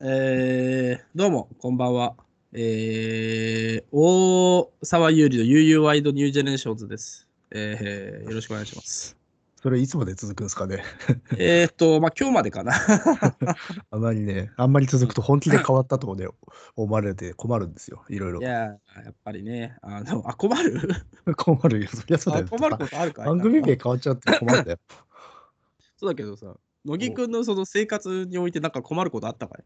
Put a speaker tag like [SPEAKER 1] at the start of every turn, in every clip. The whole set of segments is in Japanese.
[SPEAKER 1] えー、どうも、こんばんは。えー、大沢優里の UU ワイドニュージェネレーションズです。えー、よろしくお願いします。
[SPEAKER 2] それいつまで続くんですかね。
[SPEAKER 1] えっと、まあ、今日までかな。
[SPEAKER 2] あまりね、あんまり続くと本気で変わったともね、 思われて困るんですよ。いろいろ
[SPEAKER 1] い。やー、やっぱりね、あの、あ、困る
[SPEAKER 2] 困るよ。そりゃそうだ
[SPEAKER 1] あ
[SPEAKER 2] よ。
[SPEAKER 1] 困ることあるか
[SPEAKER 2] 番組名
[SPEAKER 1] で
[SPEAKER 2] 変わっちゃって困る んだよ。
[SPEAKER 1] そうだけどさ、乃木くんのその生活においてなんか困ることあったかい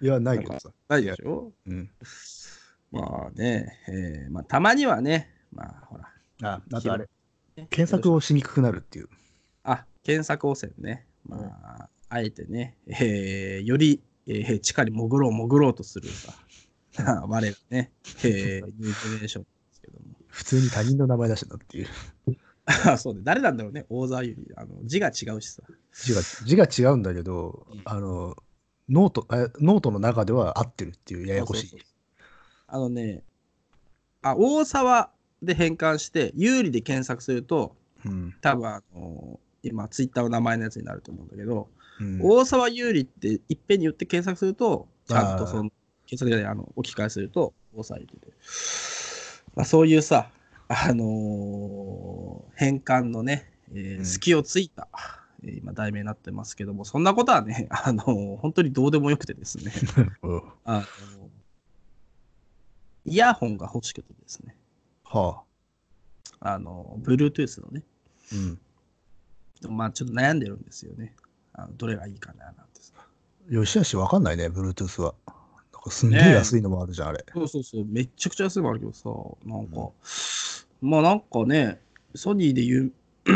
[SPEAKER 2] いや、ないけどさ。
[SPEAKER 1] ないでしょ
[SPEAKER 2] うん。
[SPEAKER 1] まあね、えー、まあ、たまにはね、まあ、ほら。
[SPEAKER 2] あ、あとあれ、
[SPEAKER 1] ね
[SPEAKER 2] 検索をしにくくなるっていう。
[SPEAKER 1] あ、検索汚染ね。まあ、あえてね、えーより、えー地下に潜ろう潜ろうとするさ、 我がね、えー、ニュージェネレーションですけども。
[SPEAKER 2] 普通に他人の名前出してたっていう。
[SPEAKER 1] あ そうね、誰なんだろうね、大沢ゆり。あの字が違うしさ。
[SPEAKER 2] 字が 字が違うんだけど
[SPEAKER 1] うん、
[SPEAKER 2] あの、ノート、えノートの中では合ってるっていうややこし
[SPEAKER 1] そう
[SPEAKER 2] い
[SPEAKER 1] そう。そうあのね、あ、大沢で変換して、有利で検索すると、
[SPEAKER 2] うん。
[SPEAKER 1] 多分あの今、ツイッターの名前のやつになると思うんだけど、
[SPEAKER 2] うん
[SPEAKER 1] 大沢有利っていっぺんに言って検索すると、ちゃんと
[SPEAKER 2] あー
[SPEAKER 1] その、検索じゃないあの置き換えすると、大沢有利で。まあ、そういうさ、あのー変換のね、えー
[SPEAKER 2] うん
[SPEAKER 1] 隙をついた、えー今、題名になってますけども、そんなことはね、 あのー本当にどうでもよくてです ね、
[SPEAKER 2] うん
[SPEAKER 1] あのーイヤホンが欲しくてですね、
[SPEAKER 2] はあ。
[SPEAKER 1] あのー Bluetooth のね、
[SPEAKER 2] うん。
[SPEAKER 1] まあちょっと悩んでるんですよね。あのどれがいいかななんてさ。
[SPEAKER 2] 吉しわかんないね、Bluetooth は。なんかすんげえ
[SPEAKER 1] ねえ
[SPEAKER 2] 安いのもあるじゃん、あれ。
[SPEAKER 1] そうそうそう、めっちゃくちゃ安いのあるけどさ、なんか、まあなんかね、ソニーで言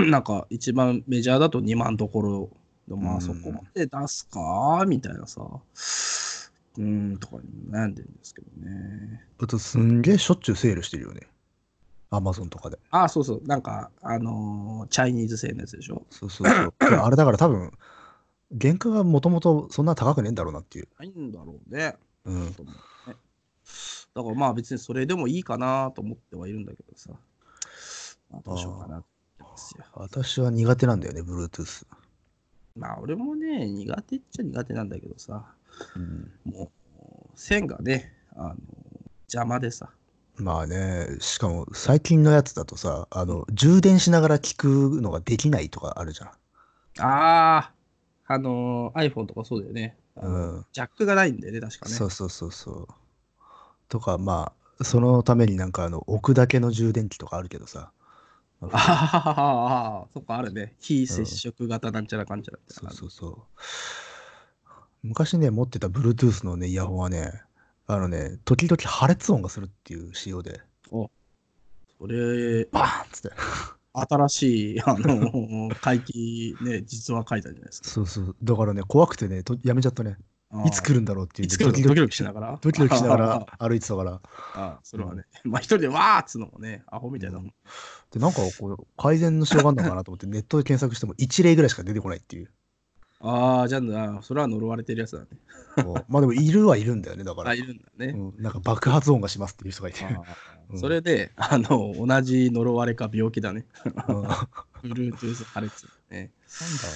[SPEAKER 1] う、 なんか一番メジャーだと2万どころでも、ま
[SPEAKER 2] う
[SPEAKER 1] あ
[SPEAKER 2] ん
[SPEAKER 1] そこまで出すかみたいなさ、うーん、とか悩んでるんですけどね。
[SPEAKER 2] あとすんげえしょっちゅうセールしてるよね。アマゾンとかで。
[SPEAKER 1] ああ、そうそう、なんか、あのーチャイニーズ製のやつでしょ。
[SPEAKER 2] そうそうそう。 あれだから多分、原価がもともとそんな高くねえんだろうなっていう。
[SPEAKER 1] ないんだろうね。
[SPEAKER 2] うん。
[SPEAKER 1] と思うねだからまあ別にそれでもいいかなと思ってはいるんだけどさ、まあ、どうしようかなって思ってますよ。
[SPEAKER 2] 私は苦手なんだよね、Bluetooth。
[SPEAKER 1] まあ俺もね、苦手っちゃ苦手なんだけどさ、
[SPEAKER 2] うん、
[SPEAKER 1] もう線がね、あの邪魔でさ。
[SPEAKER 2] まあね、しかも最近のやつだとさ、あの、充電しながら聞くのができないとかあるじゃん。
[SPEAKER 1] ああ、あの iPhone とかそうだよね。あの
[SPEAKER 2] うん
[SPEAKER 1] ジャックがないんだよね、確かね。
[SPEAKER 2] そうそうそうそう。とか、まあ、そのためになんかあの、置くだけの充電器とかあるけどさ。ま
[SPEAKER 1] あ
[SPEAKER 2] あ
[SPEAKER 1] ははははそっかあるね。非接触型なんちゃらかんちゃらみたい
[SPEAKER 2] そう
[SPEAKER 1] な。
[SPEAKER 2] そうそう。昔ね、持ってた Bluetooth のね、イヤホンはね、あのね、時々破裂音がするっていう仕様で、
[SPEAKER 1] それ、
[SPEAKER 2] バーンっつって。
[SPEAKER 1] 新しい、あの回帰、ね、実は書いたんじゃないですか。
[SPEAKER 2] そうそう。だからね、怖くてね、とやめちゃったね。
[SPEAKER 1] あー
[SPEAKER 2] いつ来るんだろうっていう。
[SPEAKER 1] いつ来るのドキドキしながら
[SPEAKER 2] ドキドキしなが
[SPEAKER 1] あ
[SPEAKER 2] ら歩いてたから。
[SPEAKER 1] あーそれはね。まあ一人でわーっつのもね、アホみたいなもん。
[SPEAKER 2] で、なんかこう、改善のしようがあるのかなと思って、ネットで検索しても一例ぐらいしか出てこないっていう。
[SPEAKER 1] ああ、じゃあな、それは呪われてるやつだね。
[SPEAKER 2] こ うまあでも、いるはいるんだよね、だから。
[SPEAKER 1] あ、いるんだね。
[SPEAKER 2] うんなんか爆発音がしますっていう人がいて。
[SPEAKER 1] あー
[SPEAKER 2] うん
[SPEAKER 1] それで、あの、同じ呪われか病気だね。
[SPEAKER 2] うんなんだろ
[SPEAKER 1] Bluetooth 破裂、ね。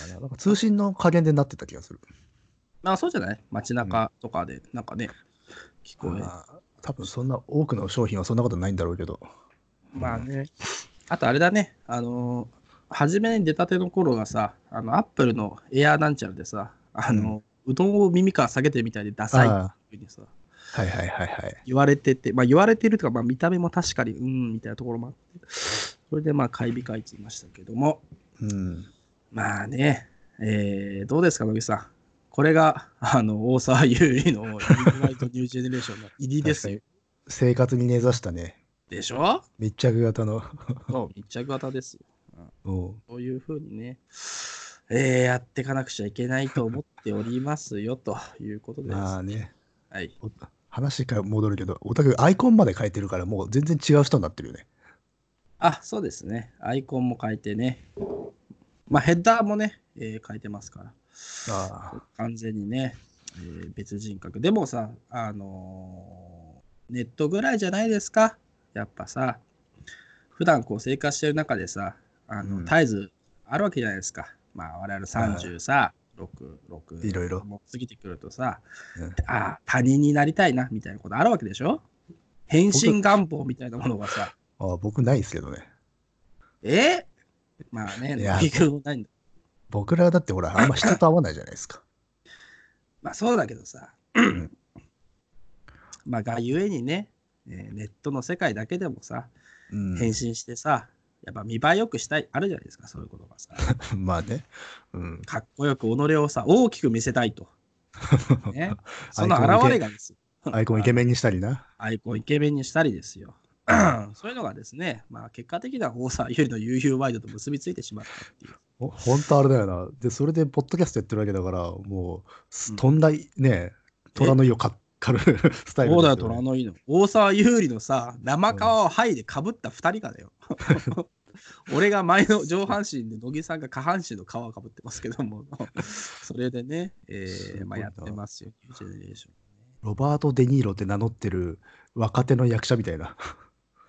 [SPEAKER 2] うななんか通信の加減でなってた気がする。
[SPEAKER 1] まあ、そうじゃない街中とかで、なんかね、聞こえ。
[SPEAKER 2] まあ多分そんな多くの商品はそんなことないんだろうけど。
[SPEAKER 1] まあね。あと、あれだね、あのー、初めに出たての頃がさ、あの、Apple の Air なんちゃらでさ、あの、うどんを耳から下げてみたいでダサい
[SPEAKER 2] あ
[SPEAKER 1] っていうふうにさ、
[SPEAKER 2] はいはいはいはい。
[SPEAKER 1] 言われてて、まあ言われてるとか、まあ見た目も確かに、うん、みたいなところもあって、それでまあ買い控えていましたけども、
[SPEAKER 2] うん。
[SPEAKER 1] まあね、えー、どうですか、野木さん。これが、あの、大沢優里のニューライトニュージェネレーションの入りですよ。
[SPEAKER 2] 生活に根ざしたね、
[SPEAKER 1] でしょ
[SPEAKER 2] 密着型の。
[SPEAKER 1] そう、密着型ですよ。
[SPEAKER 2] おう
[SPEAKER 1] そういうふうにね、えー、やっていかなくちゃいけないと思っておりますよ、ということです。
[SPEAKER 2] まあね、
[SPEAKER 1] はい。
[SPEAKER 2] お話から戻るけど、おたくアイコンまで変えてるから、もう全然違う人になってるよね。
[SPEAKER 1] あ、そうですね。アイコンも変えてね。まあ、ヘッダーもね、えー変えてますから。
[SPEAKER 2] ああ。
[SPEAKER 1] 完全にね、えー別人格でもさあのーネットぐらいじゃないですかやっぱさ普段こう生活してる中でさあの、
[SPEAKER 2] うん
[SPEAKER 1] 絶えずあるわけじゃないですかまあ我々30さ、 6、6。
[SPEAKER 2] いろいろ
[SPEAKER 1] もう過ぎてくるとさ、
[SPEAKER 2] うん
[SPEAKER 1] ああ、他人になりたいな、みたいなことあるわけでしょ変身願望みたいなものがさ、
[SPEAKER 2] あ僕ないですけどね。
[SPEAKER 1] えまあね、
[SPEAKER 2] いや
[SPEAKER 1] 乃木くんもないんだ。
[SPEAKER 2] 僕らだってほら、あんま人と会わないじゃないですか。
[SPEAKER 1] まあそうだけどさ
[SPEAKER 2] ん、
[SPEAKER 1] まあがゆえにね、えーネットの世界だけでもさ、
[SPEAKER 2] うん、
[SPEAKER 1] 変身してさ、やっぱ見栄えよくしたい、あるじゃないですか、そういうことがさ。
[SPEAKER 2] まあね。うん。
[SPEAKER 1] かっこよく己をさ、大きく見せたいと。ね、その
[SPEAKER 2] アイコンイケ
[SPEAKER 1] 現れがですよ。
[SPEAKER 2] アイコンイケメンにしたりな。
[SPEAKER 1] アイコンイケメンにしたりですよ。 そういうのがですね、まあ結果的には大沢優里の悠々ワイドと結びついてしまったっていう。
[SPEAKER 2] ほほんとあれだよな。で、それでポッドキャストやってるわけだから、もう
[SPEAKER 1] う
[SPEAKER 2] す、
[SPEAKER 1] ん
[SPEAKER 2] とんだい、ね、虎の意をか狩るスタイル
[SPEAKER 1] そうだよ、
[SPEAKER 2] ですよね
[SPEAKER 1] 虎のいいの。大沢優里のさ、生皮を剥いでかぶった2人が だよ。俺が前の上半身で、乃木さんが下半身の皮をかぶってますけども、それでね、え
[SPEAKER 2] すご
[SPEAKER 1] ー
[SPEAKER 2] いな
[SPEAKER 1] まあ、やってますよ、ニュージェネレーション。
[SPEAKER 2] ロバート・デ・ニーロって名乗ってる若手の役者みたいな。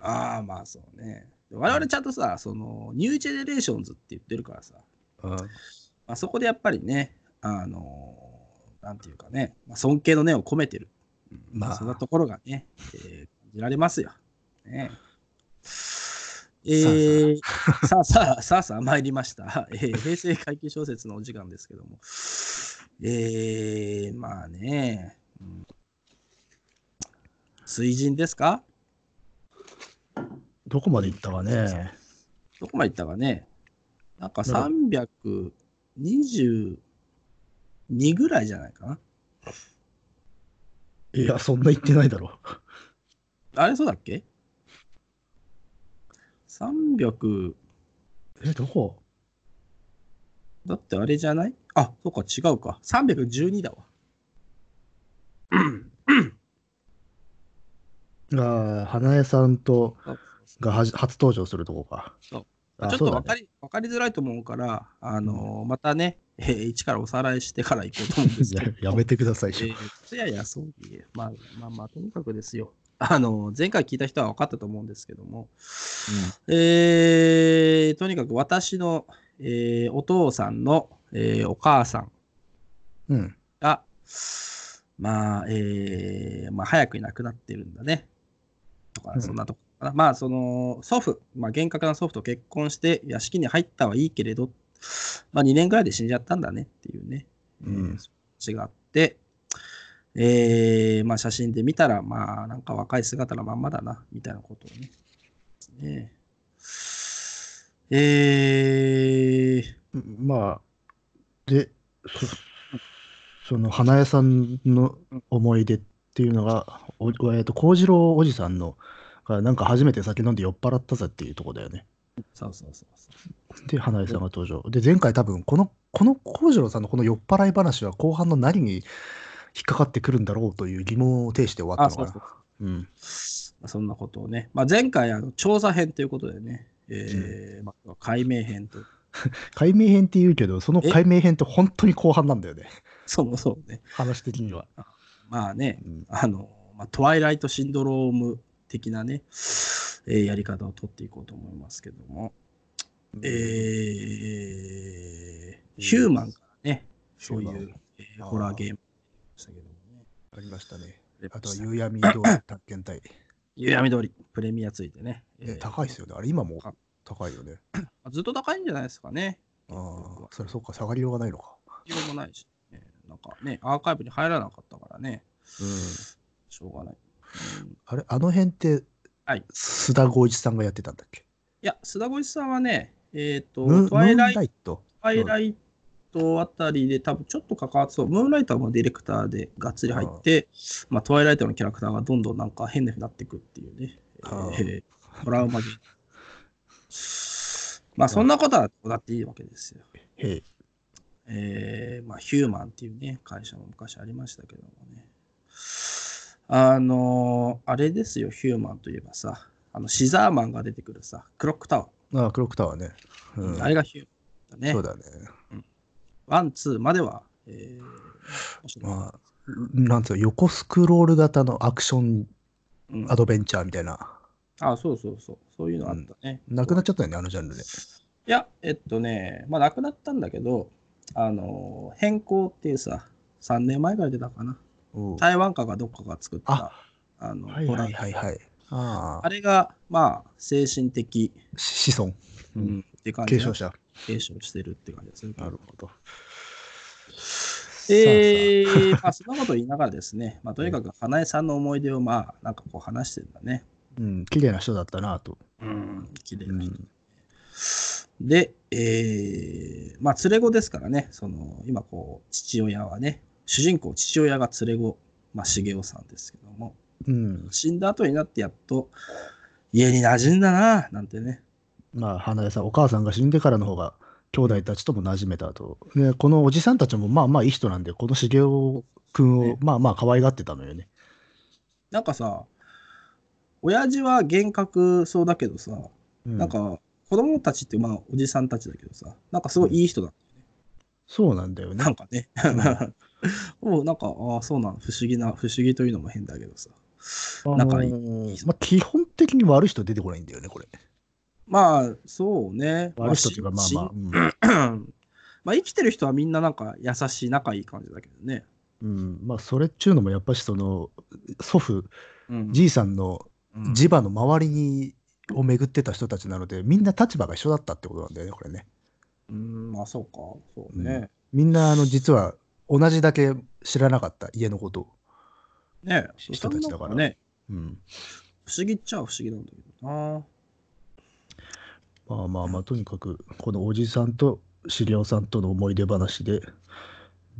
[SPEAKER 1] ああ、まあそうね。我々ちゃんとさ、その、ニュージェネレーションズって言ってるからさ、
[SPEAKER 2] うん、
[SPEAKER 1] まあ、そこでやっぱりね、あのーなんていうかね、まあ、尊敬の念を込めてる、うん
[SPEAKER 2] まあ
[SPEAKER 1] そんなところがね、えー感じられますよ。ねえーさあさあ、さあさあ、参りました。えー平成怪奇小説のお時間ですけども。えー、まあね、うん水人ですか
[SPEAKER 2] どこまで行ったかね。
[SPEAKER 1] どこまで行ったかねなんか
[SPEAKER 2] なん
[SPEAKER 1] 322ぐらいじゃないかな。
[SPEAKER 2] いや、そんな行ってないだろ
[SPEAKER 1] あれそうだっけ ?300、
[SPEAKER 2] う。え、どこ
[SPEAKER 1] だってあれじゃないあ、そうか、違うか。312だわ。
[SPEAKER 2] ああ、花江さんと
[SPEAKER 1] そう
[SPEAKER 2] がはじ初登場するとこか。
[SPEAKER 1] そう
[SPEAKER 2] あ
[SPEAKER 1] ちょっ
[SPEAKER 2] そ
[SPEAKER 1] と
[SPEAKER 2] うだ
[SPEAKER 1] わ
[SPEAKER 2] ね
[SPEAKER 1] かり、わかりづらいと思うから、あのーまたね、えー一からおさらいしてから行こうと思うんですけ ど
[SPEAKER 2] 。ややめてください
[SPEAKER 1] え
[SPEAKER 2] よ。
[SPEAKER 1] ーいやいや、そういえまあまあまあ、とにかくですよ。あの、前回聞いた人は分かったと思うんですけども、えーとにかく私の、えーお父さんの、えーお母さん
[SPEAKER 2] うん。
[SPEAKER 1] が、まあ、えーまあ、早くに亡くなってるんだね。とか
[SPEAKER 2] う、ん
[SPEAKER 1] そんなとこかな。まあ、その、祖父、まあ、厳格な祖父と結婚して、屋敷に入ったはいいけれど、まあ、2年ぐらいで死んじゃったんだねっていうね、
[SPEAKER 2] うん
[SPEAKER 1] 違って、えーまあ、写真で見たら、まあ、なんか若い姿のまんまだな、みたいなことをね。ねえー
[SPEAKER 2] うんまあ、で、そその花江さんの思い出っていうのが、おえっと、幸次郎おじさんの、がなんか初めて酒飲んで酔っ払ったぜっていうとこだよね。
[SPEAKER 1] そうそうそうそう。
[SPEAKER 2] で、花江さんが登場。で、前回多分、この、この幸次郎さんのこの酔っ払い話は後半の何に引っかかってくるんだろうという疑問を呈して終わ
[SPEAKER 1] あ、
[SPEAKER 2] った
[SPEAKER 1] そ
[SPEAKER 2] の
[SPEAKER 1] う
[SPEAKER 2] か
[SPEAKER 1] そう
[SPEAKER 2] な。。うん。
[SPEAKER 1] まあそんなことをね、まあ、前回あの調査編ということでね、えーまあ、解明編と、
[SPEAKER 2] 解明編って言うけど、その
[SPEAKER 1] え
[SPEAKER 2] 解明編って本当に後半なんだよね。
[SPEAKER 1] そもそもね、
[SPEAKER 2] 話的には。
[SPEAKER 1] まあね、
[SPEAKER 2] うん
[SPEAKER 1] あの、まあ、トワイライトシンドローム的なね、えーやり方を取っていこうと思いますけども、えーヒューマンからね、そうい
[SPEAKER 2] ヒューマ
[SPEAKER 1] う
[SPEAKER 2] ン、
[SPEAKER 1] えーホラーゲームでしたけどもね。
[SPEAKER 2] ありましたね。あ
[SPEAKER 1] あ
[SPEAKER 2] と
[SPEAKER 1] と
[SPEAKER 2] は
[SPEAKER 1] は、
[SPEAKER 2] 夕闇通り探検隊。
[SPEAKER 1] ゆうやみ通り、プレミアついてね。
[SPEAKER 2] ね、
[SPEAKER 1] ー
[SPEAKER 2] 高いですよね。あれ今も
[SPEAKER 1] か
[SPEAKER 2] 高いよね。
[SPEAKER 1] ずっと高いんじゃないですかね。
[SPEAKER 2] ああ、それそうか、下がりようがないのか。
[SPEAKER 1] 必要もないし、ね、なんかね、アーカイブに入らなかったからね、しょうがない。うん、い
[SPEAKER 2] あれ、あの辺って、
[SPEAKER 1] はい
[SPEAKER 2] 須田剛一さんがやってたんだっけ
[SPEAKER 1] や、須田越さんはね、えっ、
[SPEAKER 2] ム
[SPEAKER 1] と、
[SPEAKER 2] ーム
[SPEAKER 1] トワイ
[SPEAKER 2] ーン
[SPEAKER 1] ライ
[SPEAKER 2] ライト。
[SPEAKER 1] トワイライトあたりで、多分ちょっと関わってそう、ムーンライトはもうディレクターでがっつり入って、まあ、トワイライトのキャラクターがどんどんなんか変なふうになっていくっていうね、え
[SPEAKER 2] ああ
[SPEAKER 1] ー、トラウマに。まあ、そんなことはどうだっていいわけですよ。
[SPEAKER 2] へい。
[SPEAKER 1] えーまあ、ヒューマンっていうね、会社も昔ありましたけどもね。あのーあれですよ、ヒューマンといえばさ、あのシザーマンが出てくるさ、クロックタワ
[SPEAKER 2] ああ、クロックタワーね。
[SPEAKER 1] ー。
[SPEAKER 2] うん
[SPEAKER 1] あれがヒューマンだ
[SPEAKER 2] そう
[SPEAKER 1] ね。
[SPEAKER 2] だね。
[SPEAKER 1] ワン、ツーまでは、えー
[SPEAKER 2] まあ、なんつうの、横スクロール型のアクション
[SPEAKER 1] うん
[SPEAKER 2] アドベンチャーみたいな。
[SPEAKER 1] あ、そうそうそう、そういうのあったね。
[SPEAKER 2] なくなっちゃったよね、あのジャンルで。
[SPEAKER 1] いや、えっとね、まあ、なくなったんだけど、あの、変更っていうさ、3年前から出たかな。
[SPEAKER 3] おう
[SPEAKER 1] 台湾かがどっかが作った、あの、
[SPEAKER 2] はい
[SPEAKER 1] ホラー
[SPEAKER 3] はいはいはい。あ
[SPEAKER 1] あ
[SPEAKER 3] れ
[SPEAKER 1] れが、まあ、精神的、
[SPEAKER 2] し子孫、
[SPEAKER 1] う
[SPEAKER 3] うん
[SPEAKER 1] ん、って感じ
[SPEAKER 2] 継
[SPEAKER 1] で
[SPEAKER 2] 承者。
[SPEAKER 1] 継承してるって感じですね。
[SPEAKER 2] なるほど。
[SPEAKER 1] えー、 まあ、そんなこと言いながらですね、まあ、とにかく花江さんの思い出を、まあ、なんかこう話してるんだね。
[SPEAKER 2] うん、綺麗な人だったなと。
[SPEAKER 1] うん、綺麗
[SPEAKER 2] う
[SPEAKER 1] に。
[SPEAKER 2] ん、
[SPEAKER 1] で、えー、まあ、連れ子ですからね、その、今、こう、父親はね、主人公、父親が連れ子、まあ、茂雄さんですけども、
[SPEAKER 2] うん、
[SPEAKER 1] 死んだ後になってやっと、家に馴染んだな、なんてね。
[SPEAKER 2] まあ、花江さん、お母さんが死んでからの方が、兄弟たちとも馴染めたと。ね、このおじさんたちも、まあまあいい人なんで、この茂雄君を、
[SPEAKER 1] ね
[SPEAKER 2] まあまあ可愛がってたのよね。
[SPEAKER 1] なんかさ、親父は幻覚そうだけどさ、
[SPEAKER 2] うん、
[SPEAKER 1] なんか、子供たちって、まあ、おじさんたちだけどさ、なんかすごいいい人だ
[SPEAKER 2] そうなんだよね
[SPEAKER 1] な。んかね。も うなんか、ああ、そうなの。不思議な、不思議というのも変だけどさ。
[SPEAKER 2] あ
[SPEAKER 1] 仲
[SPEAKER 2] の
[SPEAKER 1] いい。
[SPEAKER 2] ーまあ、基本的に悪い人出てこないんだよね、これ。
[SPEAKER 1] まあ、そうね。
[SPEAKER 2] 悪い人っていうか、まあまあ
[SPEAKER 1] し。し まあ、生きてる人はみんななんか優しい、仲いい感じだけどね。
[SPEAKER 2] うん、うんまあ、それっちゅうのも、やっぱしその、祖父、
[SPEAKER 1] うん
[SPEAKER 2] じいさんの
[SPEAKER 1] うん
[SPEAKER 2] 磁場の周りに、を巡ってた人たちなので、みんな立場が一緒だったってことなんだよね、これね。
[SPEAKER 1] うん、まあ、そうか。そうね。
[SPEAKER 2] みんな、あの、実は、同じだけ知らなかった、家のことを。
[SPEAKER 1] ね
[SPEAKER 2] 人たち
[SPEAKER 1] そ
[SPEAKER 2] だから
[SPEAKER 1] んなのね、
[SPEAKER 2] うん。
[SPEAKER 1] 不思議っちゃ不思議なんだけどな。
[SPEAKER 2] まあまあまあ、とにかく、このおじさんと知り合いさんとの思い出話で、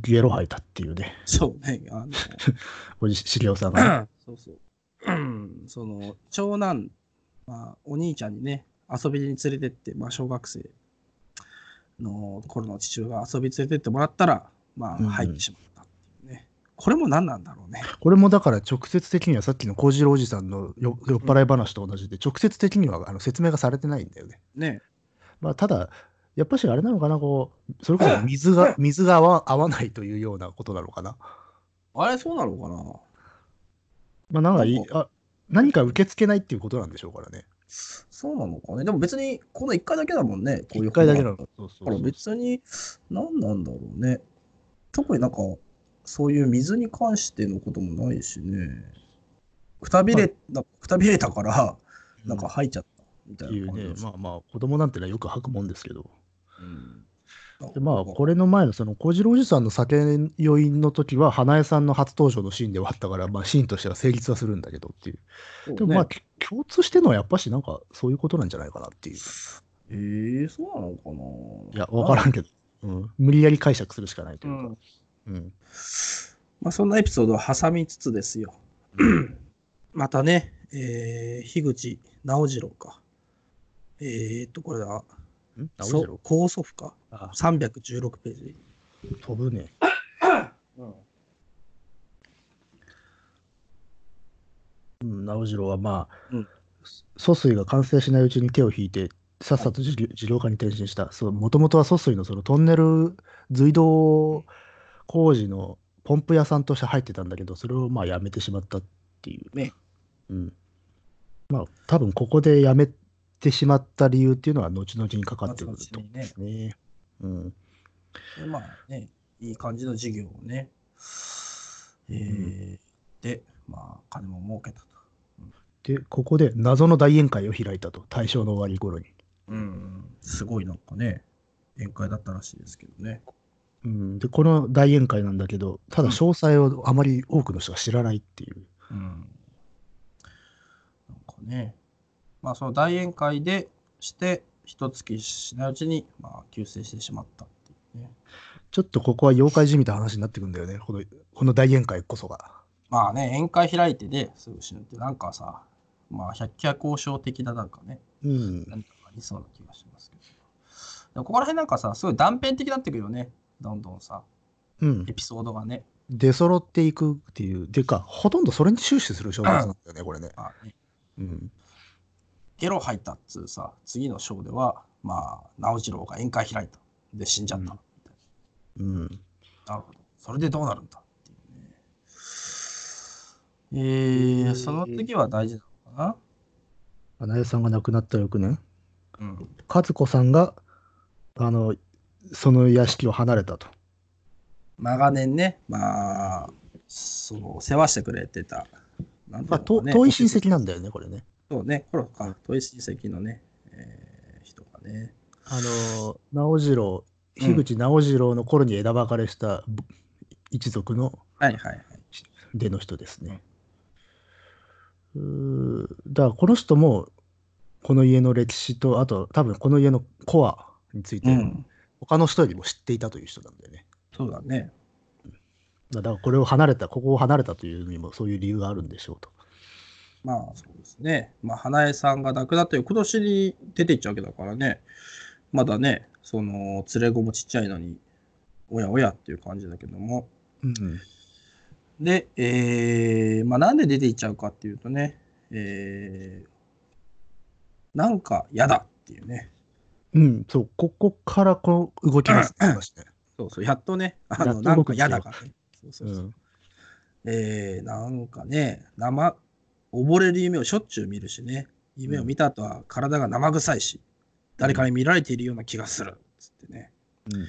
[SPEAKER 2] ゲロ吐いたっていうね、
[SPEAKER 1] そうね。あの、
[SPEAKER 2] おじ知り合いさんがね、
[SPEAKER 1] そうそう。 うんその、長男、まあ、お兄ちゃんにね、遊びに連れてって、まあ、小学生の頃の父親が遊びに連れてってもらったら、まあ、
[SPEAKER 2] うんうん
[SPEAKER 1] 入ってしまったっていうね。これも何なんだろう ね。
[SPEAKER 2] これもだから直接的にはさっきの幸次郎おじさんのよ酔っ払い話と同じで、直接的にはあの説明がされてないんだよね。
[SPEAKER 1] ね。
[SPEAKER 2] まあ、ただ、やっぱしあれなのかな、こう、それこそ水が、水が合わ合わないというようなことなのかな。
[SPEAKER 1] あれ、そうなのか
[SPEAKER 2] まあ、なんかい
[SPEAKER 1] なん
[SPEAKER 2] あ、何か受け付けないっていうことなんでしょうからね。
[SPEAKER 1] なそうなのかね。でも別に、この1回だけだもんね。こういう
[SPEAKER 2] 一回だけなの。
[SPEAKER 1] だ
[SPEAKER 2] そうそ
[SPEAKER 1] か
[SPEAKER 2] うそ
[SPEAKER 1] ら
[SPEAKER 2] う
[SPEAKER 1] 別に、何なんだろうね。特になんか、そういう水に関してのこともないしね。くたびれ、なんかくたびれたから、なんか吐いちゃったみた
[SPEAKER 2] っ
[SPEAKER 1] い
[SPEAKER 2] てい
[SPEAKER 1] な
[SPEAKER 2] う
[SPEAKER 1] 感じ
[SPEAKER 2] ね
[SPEAKER 1] で、す
[SPEAKER 2] まあまあ、子供なんてのはよく吐くもんですけど。
[SPEAKER 1] うん
[SPEAKER 2] でまあ、こ
[SPEAKER 1] れ。
[SPEAKER 2] れの前の、その、小次郎おじさんの酒酔いの時は、花江さんの初登場のシーンではあったから、まあ、シーンとしては成立はするんだけどっていう。
[SPEAKER 1] そうね
[SPEAKER 2] でもまあ、き共通してるのはやっぱし、なんか、そういうことなんじゃないかなっていう。
[SPEAKER 1] えー、そうなのかない
[SPEAKER 2] いや、わからんけど、うん、無理やり解釈するしかないというか。うん。
[SPEAKER 1] まあ、そんなエピソードを挟みつつですよ。 またね、えー、樋口直次郎か。えー、っと、これだ。
[SPEAKER 2] うん、直次
[SPEAKER 1] そ
[SPEAKER 2] 郎
[SPEAKER 1] 高祖父か。
[SPEAKER 2] あ
[SPEAKER 1] 316ページ。
[SPEAKER 2] 飛ぶね。うん、直次郎はまあ、
[SPEAKER 1] うん
[SPEAKER 2] 疎水が完成しないうちに手を引いて、さっさと事業事業化に転身した。そう、もともとは疎水のそのトンネル、隧道工事のポンプ屋さんとして入ってたんだけど、それをまあやめてしまったっていう。
[SPEAKER 1] ね。
[SPEAKER 2] うん。まあ、多分ここでやめてしまった理由っていうのは、後々にかかってくると
[SPEAKER 1] 後々にね
[SPEAKER 2] ね。うん。
[SPEAKER 1] でまあね、いい感じの事業をね。えー
[SPEAKER 2] うん
[SPEAKER 1] で、まあ、金も儲けたと。
[SPEAKER 2] で、ここで謎の大宴会を開いたと、大正の終わり頃に。
[SPEAKER 1] うん、すごいなんかね、宴会だったらしいですけどね。
[SPEAKER 2] うん、で、この大宴会なんだけど、ただ詳細をあまり多くの人が知らないっていう。
[SPEAKER 1] うん。なんかね、まあその大宴会でして、一月しないうちに、まあ、急逝してしまったっていうね。
[SPEAKER 2] ちょっとここは妖怪じみた話になってくんだよね、このこの大宴会こそが。
[SPEAKER 1] まあね、宴会開いてで、すぐ死ぬって、なんかさ、まあ、百鬼夜交渉的ななんかね、
[SPEAKER 2] うん、
[SPEAKER 1] 何かありそうな気がしますけど。でもここら辺なんかさ、すごい断片的になってくるよね。どんどんさ、
[SPEAKER 2] うん
[SPEAKER 1] エ、ピソードがね。
[SPEAKER 2] 出揃っていくっていう、でか、ほとんどそれに終始する小説なんだよね、これね。
[SPEAKER 1] まあね
[SPEAKER 2] うん、
[SPEAKER 1] ゲロ吐いたっつうさ、次の章では、まあ、直次郎が宴会開いた。で、死んじゃった。
[SPEAKER 2] うんうん、
[SPEAKER 1] なるほど。それでどうなるんだっていうね。えー、その次は大事なのかな
[SPEAKER 2] 花江さんが亡くなった翌年、
[SPEAKER 1] うん。
[SPEAKER 2] 和子さんが、あの、その屋敷を離れたと。
[SPEAKER 1] 長年ね、まあ、その世話してくれてた、なん
[SPEAKER 2] まあ、
[SPEAKER 1] て
[SPEAKER 2] と
[SPEAKER 1] うのかね
[SPEAKER 2] 遠い親戚なんだよね、これね。
[SPEAKER 1] そうね、これか、遠い親戚のね、えー人がね。
[SPEAKER 2] あの、直次郎、
[SPEAKER 1] うん
[SPEAKER 2] 樋口直次郎の頃に枝分かれしたぶ一族の
[SPEAKER 1] はいはいはい。
[SPEAKER 2] 出の人ですね。うーだからこの人もこの家の歴史とあと多分この家のコアについ
[SPEAKER 1] う
[SPEAKER 2] て
[SPEAKER 1] ん、
[SPEAKER 2] 他の人よりも知っていたという人なんだよね。
[SPEAKER 1] そうだね。
[SPEAKER 2] だからこれを離れたここを離れたというのにもそういう理由があるんでしょうと。
[SPEAKER 1] まあそうですね。まあ花江さんが亡くなって今年に出ていっちゃうわけだからね。まだね、その連れ子もちっちゃいのに、おやおやっていう感じだけども。
[SPEAKER 2] うん
[SPEAKER 1] で、えーまあなんで出ていっちゃうかっていうとね、えーなんか嫌だっていうね。
[SPEAKER 2] うん、そうここからこの動きますって話ね。
[SPEAKER 1] そうそう、やっとね、あ
[SPEAKER 2] や
[SPEAKER 1] の
[SPEAKER 2] っと
[SPEAKER 1] なん
[SPEAKER 2] 動
[SPEAKER 1] か
[SPEAKER 2] くんですよ
[SPEAKER 1] 嫌だからね。そうそう
[SPEAKER 2] う
[SPEAKER 1] そうんえーなんかね、生、溺れる夢をしょっちゅう見るしね、夢を見た後は体が生臭いし、誰かに見られているような気がする、つってね。
[SPEAKER 2] うん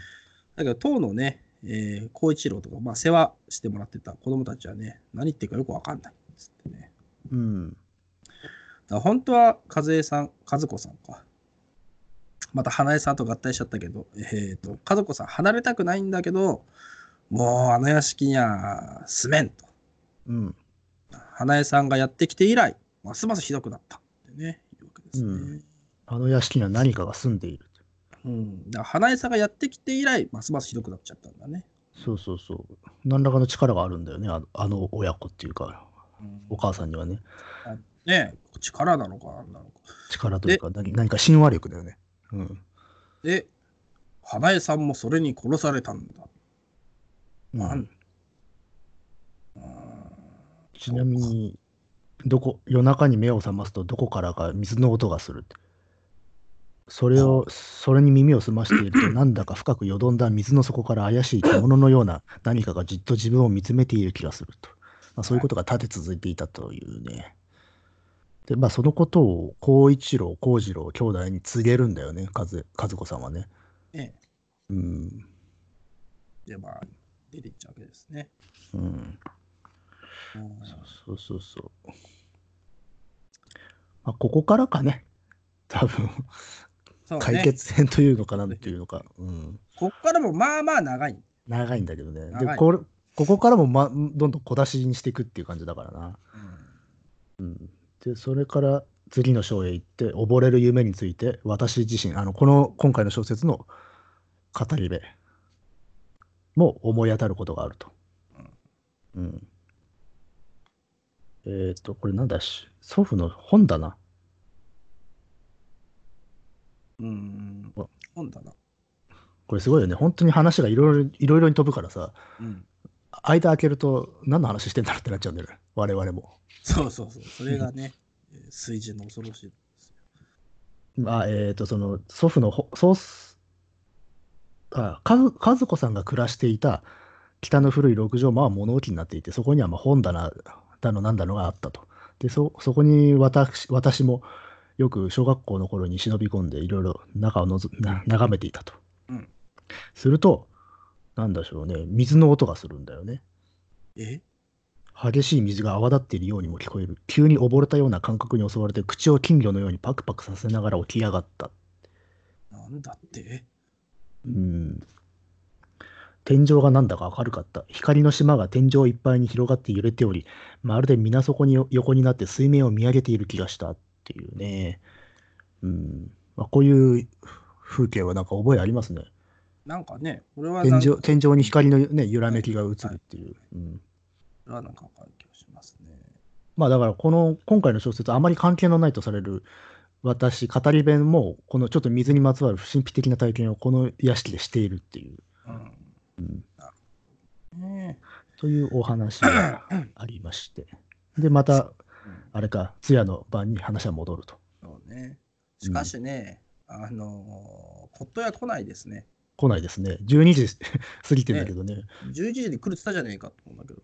[SPEAKER 1] だけど、当のね、えー、光一郎とか、まあ、世話してもらってた子供たちはね、何言ってるかよくわかんない、つってね。
[SPEAKER 2] うん
[SPEAKER 1] だから本当は、和江さん、和子さんか。また、花江さんと合体しちゃったけど、えっ、と、和子さん離れたくないんだけど、もう、あの屋敷には住めんと。
[SPEAKER 2] うん
[SPEAKER 1] 花江さんがやってきて以来、ますますひどくなったってね、いうわけですね。
[SPEAKER 2] あの屋敷には何かが住んでいる。
[SPEAKER 1] うん。だから花江さんがやってきて以来、ますますひどくなっちゃったんだね。
[SPEAKER 2] そうそうそう。何らかの力があるんだよね、あのあの親子っていうか、お母さんにはね。
[SPEAKER 1] ね力なのかなんなのか。
[SPEAKER 2] 力というか何何か神話力だよね。うん。
[SPEAKER 1] で、花江さんもそれに殺されたんだ。な
[SPEAKER 2] うん
[SPEAKER 1] ん
[SPEAKER 2] ちなみに、どこ、夜中に目を覚ますとどこからか水の音がするって。それを、それに耳を澄ましていると、なんだか深くよどんだ水の底から怪しい獣のような何かがじっと自分を見つめている気がすると。まあ、そういうことが立て続いていたというね。で、まあ、そのことを、孝一郎、孝次郎兄弟に告げるんだよね、和和子さんはね。
[SPEAKER 1] ね
[SPEAKER 2] うん。
[SPEAKER 1] で、まあ、出ていっちゃうわけですね。
[SPEAKER 2] うん。
[SPEAKER 1] うん
[SPEAKER 2] そうそうそう。まあ、ここからかね、多分
[SPEAKER 1] そうね
[SPEAKER 2] 解決編というのかなんていうのか、うん、
[SPEAKER 1] こっからもまあまあ長い。
[SPEAKER 2] 長いんだけどね。
[SPEAKER 1] 長
[SPEAKER 2] で
[SPEAKER 1] い
[SPEAKER 2] これ、ここからも、ま、どんどん小出しにしていくっていう感じだからな。で、それから次の章へ行って、溺れる夢について、私自身、あのこの今回の小説の語り部も思い当たることがあると。うん。えっ、と、これなんだし、祖父の本だな。
[SPEAKER 1] うん。うん
[SPEAKER 2] お
[SPEAKER 1] 本だな。
[SPEAKER 2] これすごいよね。本当に話がいろいろいろいろに飛ぶからさ、
[SPEAKER 1] うん。
[SPEAKER 2] 間開けると何の話してんだろうってなっちゃうんだよね。我々も。
[SPEAKER 1] そうそうそう。それがね、えー水準の恐ろしい。
[SPEAKER 2] まあ、えっ、と、その、祖父のほ、祖父、あ、かず和子さんが暮らしていた北の古い六畳間は物置になっていて、そこにはまあ本棚だのなんだのがあったと。で、そ、そこに私、私もよく小学校の頃に忍び込んでいろいろ中をのぞな眺めていたと。
[SPEAKER 1] うん
[SPEAKER 2] すると、なんでしょうね、水の音がするんだよね。
[SPEAKER 1] え
[SPEAKER 2] 激しい水が泡立っているようにも聞こえる。急に溺れたような感覚に襲われて、口を金魚のようにパクパクさせながら起き上がった。
[SPEAKER 1] なんだって
[SPEAKER 2] うん。天井がなんだか明るかった。光の島が天井いっぱいに広がって揺れており、まるで水底によ横になって水面を見上げている気がしたっていうね。うん。まあ、こういう風景はなんか覚えありますね。
[SPEAKER 1] なんかね、これは
[SPEAKER 2] 天
[SPEAKER 1] なんか
[SPEAKER 2] 井天井に光の、ね、揺らめきが映るっていう。うん
[SPEAKER 1] これはなんかわかる気がしますね。
[SPEAKER 2] まあだからこの今回の小説あまり関係のないとされる私語り弁もこのちょっと水にまつわる神秘的な体験をこの屋敷でしているっていう
[SPEAKER 1] うん。ね
[SPEAKER 2] というお話がありましてでまたあれか通夜の晩に話は戻ると
[SPEAKER 1] そうね。しかしね、あのー、ポット屋来ないですね。
[SPEAKER 2] 来ないですね12時過ぎてんだけどね
[SPEAKER 1] 11時に来るって言ったじゃねえかと思うんだけど。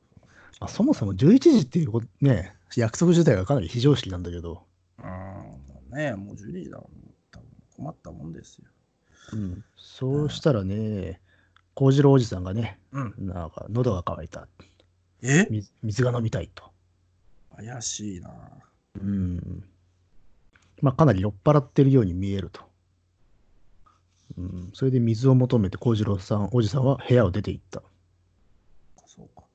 [SPEAKER 2] まあ、そもそも11時っていうことね約束自体がかなり非常識なんだけど
[SPEAKER 1] うん。ねもう12時だもん。多分困ったもんですよ。
[SPEAKER 2] うん、そうしたらね、幸次郎おじさんがね、
[SPEAKER 1] うん。
[SPEAKER 2] なんか喉が渇いた、
[SPEAKER 1] え
[SPEAKER 2] 水水が飲みたいと。
[SPEAKER 1] 怪しいな。
[SPEAKER 2] うん。まあ、かなり酔っ払ってるように見えると。うん、それで水を求めて幸次郎さん、おじさんは部屋を出て行った。
[SPEAKER 1] そうか。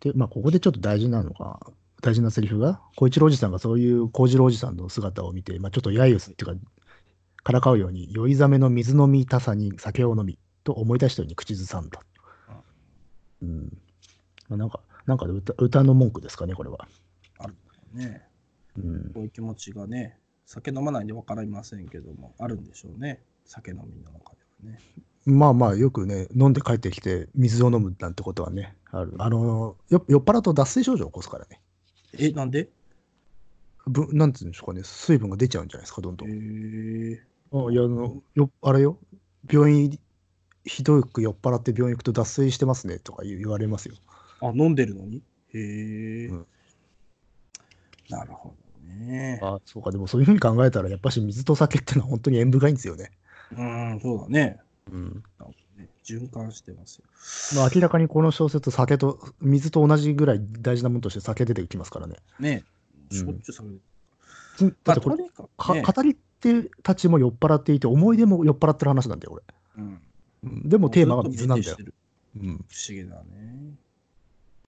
[SPEAKER 2] で、まあ、ここでちょっと大事なのが、大事なセリフが、小一郎おじさんがそういう小次郎おじさんの姿を見て、まあ、ちょっと揶揄すっていうか、からかうように、酔いざめの水飲みたさに酒を飲み、と思い出したように口ずさんだ。うん。まあ、なんか、なんか歌歌の文句ですかね、これは。
[SPEAKER 1] ね
[SPEAKER 2] うん。
[SPEAKER 1] こういう気持ちがね、酒飲まないんで分かりませんけども、あるんでしょうね。酒飲みの中ではね。
[SPEAKER 2] まあまあ、よくね、飲んで帰ってきて、水を飲むなんてことはね、ある。あの、よ酔っ払うと脱水症状を起こすからね。
[SPEAKER 1] え、なんで
[SPEAKER 2] ぶなんていうんでしょうかね、水分が出ちゃうんじゃないですか、どん
[SPEAKER 1] え
[SPEAKER 2] どん。
[SPEAKER 1] ー、
[SPEAKER 2] あいやあのよあれよ、病院、ひどく酔っ払って病院行くと脱水してますねとか言う言われますよ。
[SPEAKER 1] あ、飲んでるのにへえ、
[SPEAKER 2] うん
[SPEAKER 1] なるほどね。
[SPEAKER 2] あそうか、でもそういうふうに考えたら、やっぱし水と酒ってのは本当に縁深いんですよね。
[SPEAKER 1] うん、そうだね。
[SPEAKER 2] うん
[SPEAKER 1] なんかね循環してますよ。
[SPEAKER 2] まあ、明らかにこの小説、酒と、水と同じぐらい大事なものとして酒出てきますからね。
[SPEAKER 1] ね
[SPEAKER 2] うん
[SPEAKER 1] しょっちゅうそれ。
[SPEAKER 2] つんだ
[SPEAKER 1] ま
[SPEAKER 2] っ
[SPEAKER 1] あ、
[SPEAKER 2] てことれ、
[SPEAKER 1] にかく、
[SPEAKER 2] か
[SPEAKER 1] ね。
[SPEAKER 2] 語り手たちも酔っ払っていて、思い出も酔っ払ってる話なんだよ、俺。
[SPEAKER 1] うん
[SPEAKER 2] うん、でもテーマが水なんだよ
[SPEAKER 1] ずっと。
[SPEAKER 2] うん、
[SPEAKER 1] 見てしてる不思議だね。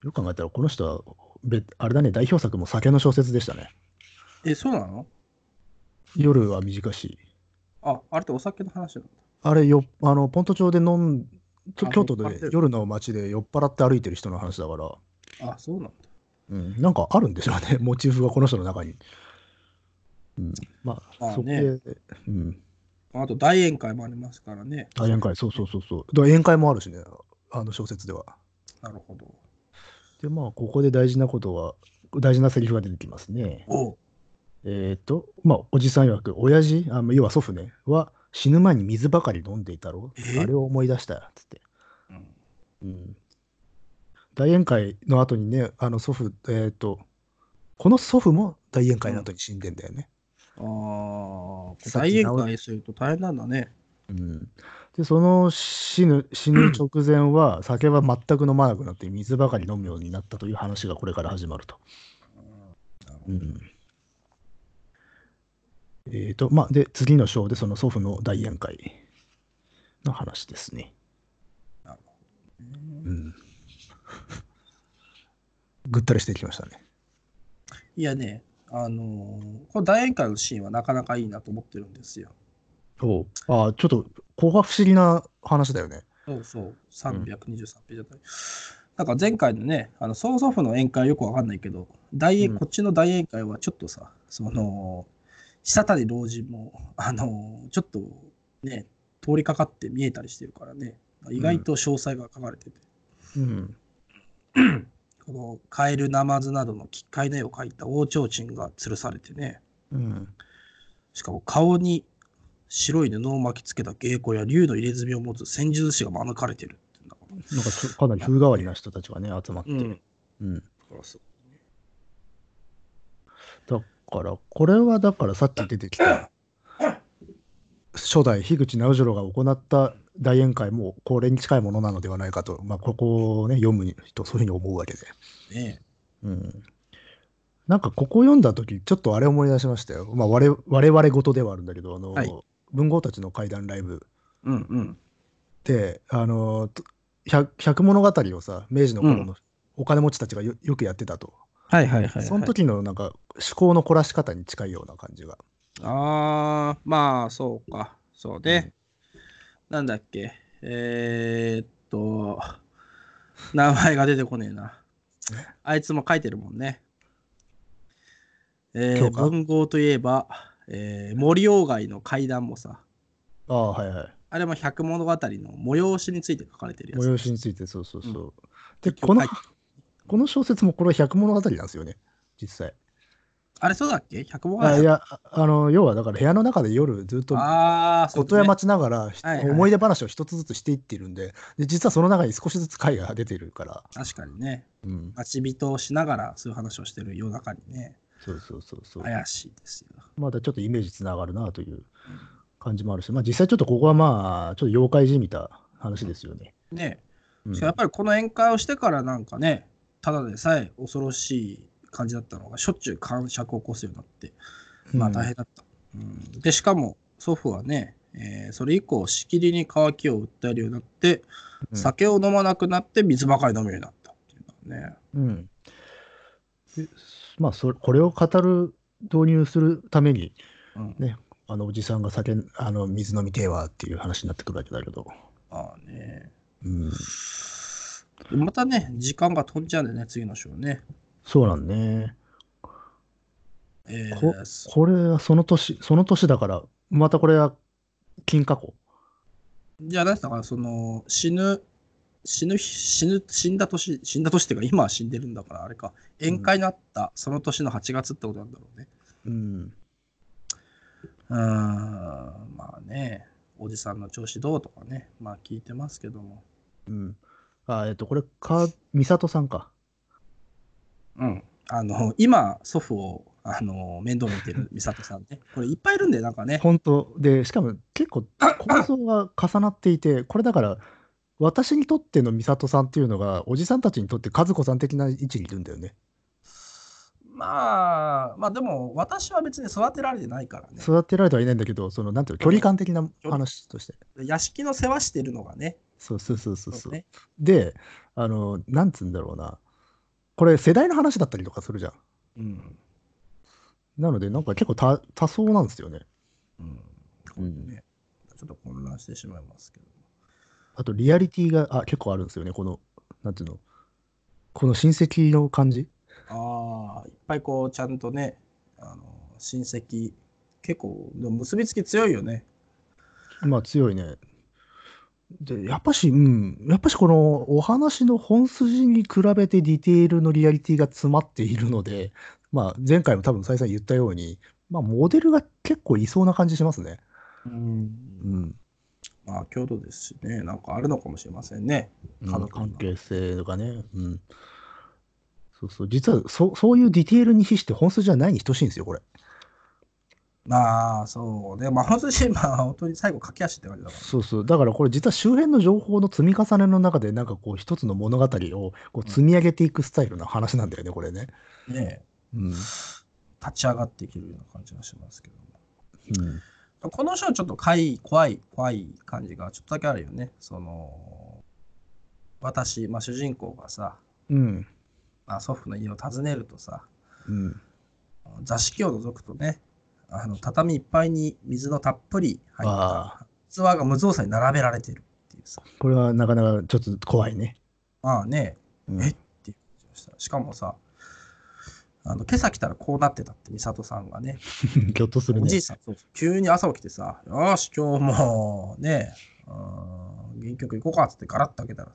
[SPEAKER 2] よく考えたら、この人は、べあれだね、代表作も酒の小説でしたね。
[SPEAKER 1] え、そうなの
[SPEAKER 2] 夜は短しい。
[SPEAKER 1] あ、あれってお酒の話なんだ。
[SPEAKER 2] あれよ、あの、ポント町で飲ん、ちょ
[SPEAKER 1] あ
[SPEAKER 2] 京都
[SPEAKER 1] 酔っ払っ
[SPEAKER 2] で
[SPEAKER 1] てる
[SPEAKER 2] 夜の街で酔っ払って歩いてる人の話だから、
[SPEAKER 1] あ、そうなんだ。
[SPEAKER 2] うん、なんかあるんでしょうね、 モチーフがこの人の中に。うん、まあ、
[SPEAKER 1] まあ
[SPEAKER 2] そこで、
[SPEAKER 1] ね
[SPEAKER 2] うん、
[SPEAKER 1] あと大宴会もありますからね。
[SPEAKER 2] 大宴会、そうそうそうそう。だから宴会もあるしね、あの小説では。
[SPEAKER 1] なるほど。
[SPEAKER 2] で、まあ、ここで大事なことは、大事なセリフが出てきますね。
[SPEAKER 1] おう
[SPEAKER 2] えっ、と、まあ、おじさん曰く、親父、あ要は祖父ね、は死ぬ前に水ばかり飲んでいたろ
[SPEAKER 1] え。
[SPEAKER 2] あれを思い出した、つって。
[SPEAKER 1] うん
[SPEAKER 2] うん大宴会の後にね、あの祖父、えっ、と、この祖父も大宴会の後に死んでんだよね。
[SPEAKER 1] ああ、
[SPEAKER 2] さっき
[SPEAKER 1] 大
[SPEAKER 2] 直
[SPEAKER 1] 宴会すると大変なんだね。
[SPEAKER 2] うんで、その死ぬ死 ぬ直前は、酒は全く飲まなくなって、水ばかり飲むようになったという話がこれから始まると。うんえっ、と、まあ、で、次の章で、その祖父の大宴会の話ですね。
[SPEAKER 1] なるほ
[SPEAKER 2] うん、 ぐったりしてきましたね。
[SPEAKER 1] いやね、あのーこの大宴会のシーンはなかなかいいなと思ってるんですよ。
[SPEAKER 2] そう。ああ、ちょっと、ここが不思議な話だよね。
[SPEAKER 1] そうそう、323ページだったり。なんか前回のね、あの曽祖父の宴会よくわかんないけど、大宴
[SPEAKER 2] うん
[SPEAKER 1] こっちの大宴会はちょっとさ、その、久谷老人も、あのーちょっとね、通りかかって見えたりしてるからね、意外と詳細が書かれてて、
[SPEAKER 2] うん。
[SPEAKER 1] このカエルナマズなどの奇怪な絵を描いた大提灯が吊るされてね、
[SPEAKER 2] うん。
[SPEAKER 1] しかも顔に白い布を巻きつけた芸妓や竜の入れ墨を持つ千住寿司が免れてるっていうんだから
[SPEAKER 2] なんかちょ、かなり風変わりな人たちがね、集まって。
[SPEAKER 1] うん、だ
[SPEAKER 2] うん
[SPEAKER 1] からそう
[SPEAKER 2] だから、これはだからさっき出てきた、初代樋口直次郎が行った大宴会も、これに近いものなのではないかと、まあ、ここをね、読む人、そういうふうに思うわけで。
[SPEAKER 1] ね。
[SPEAKER 2] うん。なんか、ここ読んだとき、ちょっとあれ思い出しましたよ。まあ、我々我々事ではあるんだけど、あの、
[SPEAKER 1] はい
[SPEAKER 2] 文豪たちの怪談ライブ。
[SPEAKER 1] うんうん。
[SPEAKER 2] ってあのと百百物語をさ明治の頃のお金持ちたちがよ,、よくやってたと、
[SPEAKER 1] はいはいはい、はい。
[SPEAKER 2] その時のなんか思考の凝らし方に近いような感じが、
[SPEAKER 1] ああ、まあそうか。そうね。なんだっけ。えー、っと、名前が出てこねえな。あいつも書いてるもんね。え
[SPEAKER 2] 教
[SPEAKER 1] ー、
[SPEAKER 2] 科
[SPEAKER 1] 文豪といえば、えー森鴎外の怪談もさ、
[SPEAKER 2] ああはいはい
[SPEAKER 1] あれも百物語の催しについて書かれてるやつ。
[SPEAKER 2] 催しについてそうそうそう、
[SPEAKER 1] う
[SPEAKER 2] で
[SPEAKER 1] 結局
[SPEAKER 2] この
[SPEAKER 1] 書い
[SPEAKER 2] この小説もこれは百物語なんですよね実際
[SPEAKER 1] あれそうだっけ百物語
[SPEAKER 2] あいやああの要はだから部屋の中で夜ずっと
[SPEAKER 1] ああ、そう
[SPEAKER 2] 外
[SPEAKER 1] だ
[SPEAKER 2] へ
[SPEAKER 1] ね
[SPEAKER 2] 待ちながら、
[SPEAKER 1] はいはい
[SPEAKER 2] 思い出話を一つずつしていってるんでで実はその中に少しずつ絵が出てるから、
[SPEAKER 1] 確かにね。
[SPEAKER 2] うん
[SPEAKER 1] 待ち人をしながらそういう話をしてる夜中にね。
[SPEAKER 2] そうそうそうそう。
[SPEAKER 1] 怪しいですよ。
[SPEAKER 2] まだちょっとイメージつながるなという感じもあるし、まあ実際ちょっとここはまあ、ちょっと妖怪じみた話ですよね。
[SPEAKER 1] ね
[SPEAKER 2] うん
[SPEAKER 1] やっぱりこの宴会をしてからなんかね、ただでさえ恐ろしい感じだったのが、しょっちゅう感触を起こすようになって、まあ大変だった。うんで、しかも祖父はね、えーそれ以降、しきりに渇きを訴えるようになって、
[SPEAKER 2] うん
[SPEAKER 1] 酒を飲まなくなって、水ばかり飲むようになったっていうのはね。
[SPEAKER 2] うん。でまあそれ、これを語る、導入するために、
[SPEAKER 1] うん
[SPEAKER 2] ねあのおじさんが酒、あの水飲みてえわっていう話になってくるわけだけど。
[SPEAKER 1] まあね。
[SPEAKER 2] うん。
[SPEAKER 1] またね、時間が飛んじゃうんでね、次の週ね。
[SPEAKER 2] そうなんね。
[SPEAKER 1] えー
[SPEAKER 2] ここれはその年、その年だから、またこれは金過去。
[SPEAKER 1] じゃあ、なんすか、その、死ぬ、死ぬ日、死ぬ、死んだ年、死んだ年っていうか、今は死んでるんだから、あれか、宴会になった、その年の8月ってことなんだろうね。
[SPEAKER 2] うん。
[SPEAKER 1] うーん、まあね、おじさんの調子どうとかね、まあ聞いてますけども。
[SPEAKER 2] うん。あ、えっと、これ、か、美里さんか。
[SPEAKER 1] うん。あの、今、祖父を、あの、面倒見てる美里さんね。これいっぱいいるんで、なんかね。
[SPEAKER 2] 本当で、しかも結構構造が重なっていて、これだから、私にとっての美里さんっていうのが、おじさんたちにとって和子さん的な位置にいるんだよね。
[SPEAKER 1] まあ、まあでも、私は別に育てられてないからね。
[SPEAKER 2] 育てられてはいないんだけど、その、なんていうの、距離感的な話として。
[SPEAKER 1] 屋敷の世話してるのがね。
[SPEAKER 2] そうそうそうそうそう。
[SPEAKER 1] ね
[SPEAKER 2] で、あの、なんつうんだろうな。これ、世代の話だったりとかするじゃん。
[SPEAKER 1] うん。
[SPEAKER 2] なので、なんか結構多多層なんですよね。
[SPEAKER 1] うん
[SPEAKER 2] うん
[SPEAKER 1] ねちょっと混乱してしまいますけど。
[SPEAKER 2] あと、リアリティが、あ、結構あるんですよね。この、なんていうの、この親戚の感じ。
[SPEAKER 1] ああ、いっぱいこう、ちゃんとね、あの親戚、結構、でも結びつき強いよね。
[SPEAKER 2] まあ強いね。で、やっぱし、うん、やっぱしこのお話の本筋に比べてディテールのリアリティが詰まっているので、まあ前回も多分再三言ったように、まあモデルが結構いそうな感じしますね。
[SPEAKER 1] うん
[SPEAKER 2] うん。
[SPEAKER 1] まあ、郷土ですしね、なんかあるのかもしれませんね。家族の
[SPEAKER 2] 関係性とかね。うん。そうそう。実はそ、そういうディテールに比して本筋はないに等しいんですよ、これ。
[SPEAKER 1] まあ、そうね。まあ、本当に、まあ、本当に最後、駆け足って感じだか
[SPEAKER 2] そうそう。だからこれ実は周辺の情報の積み重ねの中で、なんかこう一つの物語をこう積み上げていくスタイルの話なんだよね、これね。
[SPEAKER 1] らね、
[SPEAKER 2] うん。
[SPEAKER 1] 立ち上がっていけるような感じがしますけど
[SPEAKER 2] うん
[SPEAKER 1] も。この章、ちょっとかい怖い、怖い感じがちょっとだけあるよね。その、私、まあ、主人公がさ、
[SPEAKER 2] うん。
[SPEAKER 1] まあ、祖父の家を訪ねるとさ、
[SPEAKER 2] うん。
[SPEAKER 1] 座敷を覗くとね、あの畳いっぱいに水のたっぷり入っ
[SPEAKER 2] あ
[SPEAKER 1] た器が無造作に並べられてるっていうさ。
[SPEAKER 2] これはなかなかちょっと怖いね。
[SPEAKER 1] まあね、
[SPEAKER 2] うん
[SPEAKER 1] えっていう感じがした。しかもさ、あの今朝来たらこうなってたって、美里さんがね、
[SPEAKER 2] ぎょっとする
[SPEAKER 1] おじ
[SPEAKER 2] ね
[SPEAKER 1] い。さん、そうそう急に朝起きてさ、よーし、今日もね、うーん原曲行こうかっつってガラッと開けたら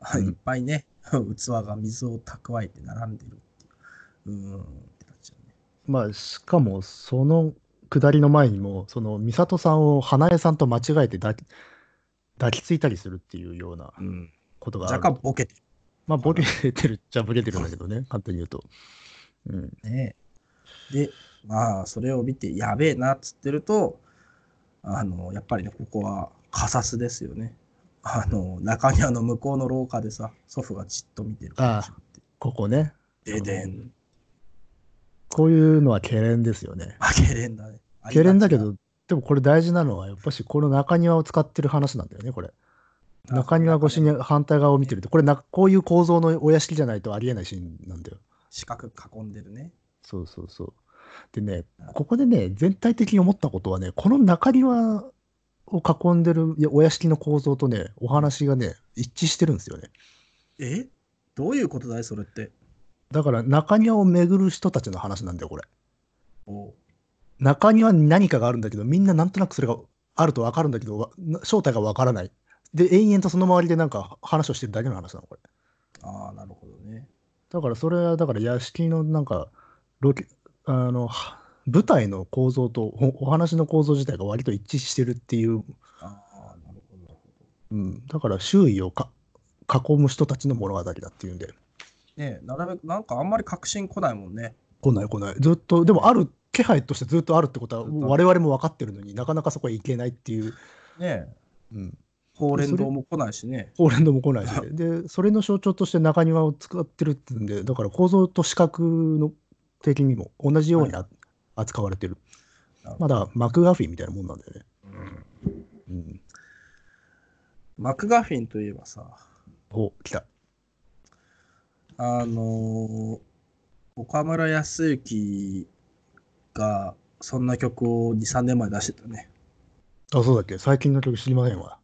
[SPEAKER 1] さ、
[SPEAKER 2] うん
[SPEAKER 1] いっぱいね、 器が水を蓄えて並んでるっていう。うーんってなっちゃうね。
[SPEAKER 2] まあ、しかも、その下りの前にも、その、美里さんを花江さんと間違えて抱き抱きついたりするっていうような
[SPEAKER 1] うん、
[SPEAKER 2] ことがある。
[SPEAKER 1] 若干ボケて
[SPEAKER 2] まあ、ボケてるっちゃボケてるんだけ どね、簡単に言うと。うん。
[SPEAKER 1] ね。で、まあ、それを見て、やべえなっつってると、あの、やっぱりね、ここは、カサスですよね。あの、中庭の向こうの廊下でさ、祖父がじっと見てる感じ
[SPEAKER 2] ここね。
[SPEAKER 1] ででん、
[SPEAKER 2] こういうのはけれんですよね。
[SPEAKER 1] あ、ゲレンだね。
[SPEAKER 2] けれんだけ
[SPEAKER 1] あ
[SPEAKER 2] ど、でもこれ大事なのは、やっぱしこの中庭を使ってる話なんだよね、これ。
[SPEAKER 1] りがちな、
[SPEAKER 2] 中庭越しに反対側を見てると、これな、こういう構造のお屋敷じゃないとありえないシーンなんだよ。
[SPEAKER 1] 四角囲んでるね。
[SPEAKER 2] そうそうそう。でね、ここでね、全体的に思ったことはね、この中庭を囲んでるいやお屋敷の構造とね、お話がね、一致してるんですよね。
[SPEAKER 1] えどういうことだいそれって。
[SPEAKER 2] だから中庭を巡る人たちの話なんだよ、これ。
[SPEAKER 1] おう
[SPEAKER 2] 中庭に何かがあるんだけど、みんななんとなくそれがあると分かるんだけど、わな正体が分からない。で、延々とその周りでなんか話をしてるだけの話なの、これ。
[SPEAKER 1] ああ、なるほどね。
[SPEAKER 2] だからそれはだから屋敷のなんかロケあのは舞台の構造とおお話の構造自体が割と一致してるっていう、
[SPEAKER 1] ああ、なるほどなるほど。
[SPEAKER 2] うん、だから周囲をか囲む人たちの物語だっていうんで
[SPEAKER 1] ねえなるべく、なんかあんまり確信来ないもんね。
[SPEAKER 2] 来ない来ない。ずっと、でもある、気配としてずっとあるってことは、
[SPEAKER 3] ずっとある
[SPEAKER 2] 我々も分かってるのになかなかそこへ行けないっていう、
[SPEAKER 3] ね
[SPEAKER 2] うん、
[SPEAKER 1] ほうれん草も来ないしね。
[SPEAKER 2] ポーランドも来ないしね、で、それの象徴として中庭を使ってるってんで、だから構造と視覚の的にも同じようにあ扱われてる
[SPEAKER 3] なる。ほ
[SPEAKER 2] まだマクガフィーみたいなもんなんだよね。
[SPEAKER 3] え。うん
[SPEAKER 2] うん、
[SPEAKER 1] マクガフィンといえばさ、
[SPEAKER 2] お来た。
[SPEAKER 1] あのー岡村康之がそんな曲を2、3年前出してたね。
[SPEAKER 2] あ、そうだっけ最近の曲知りませんわ。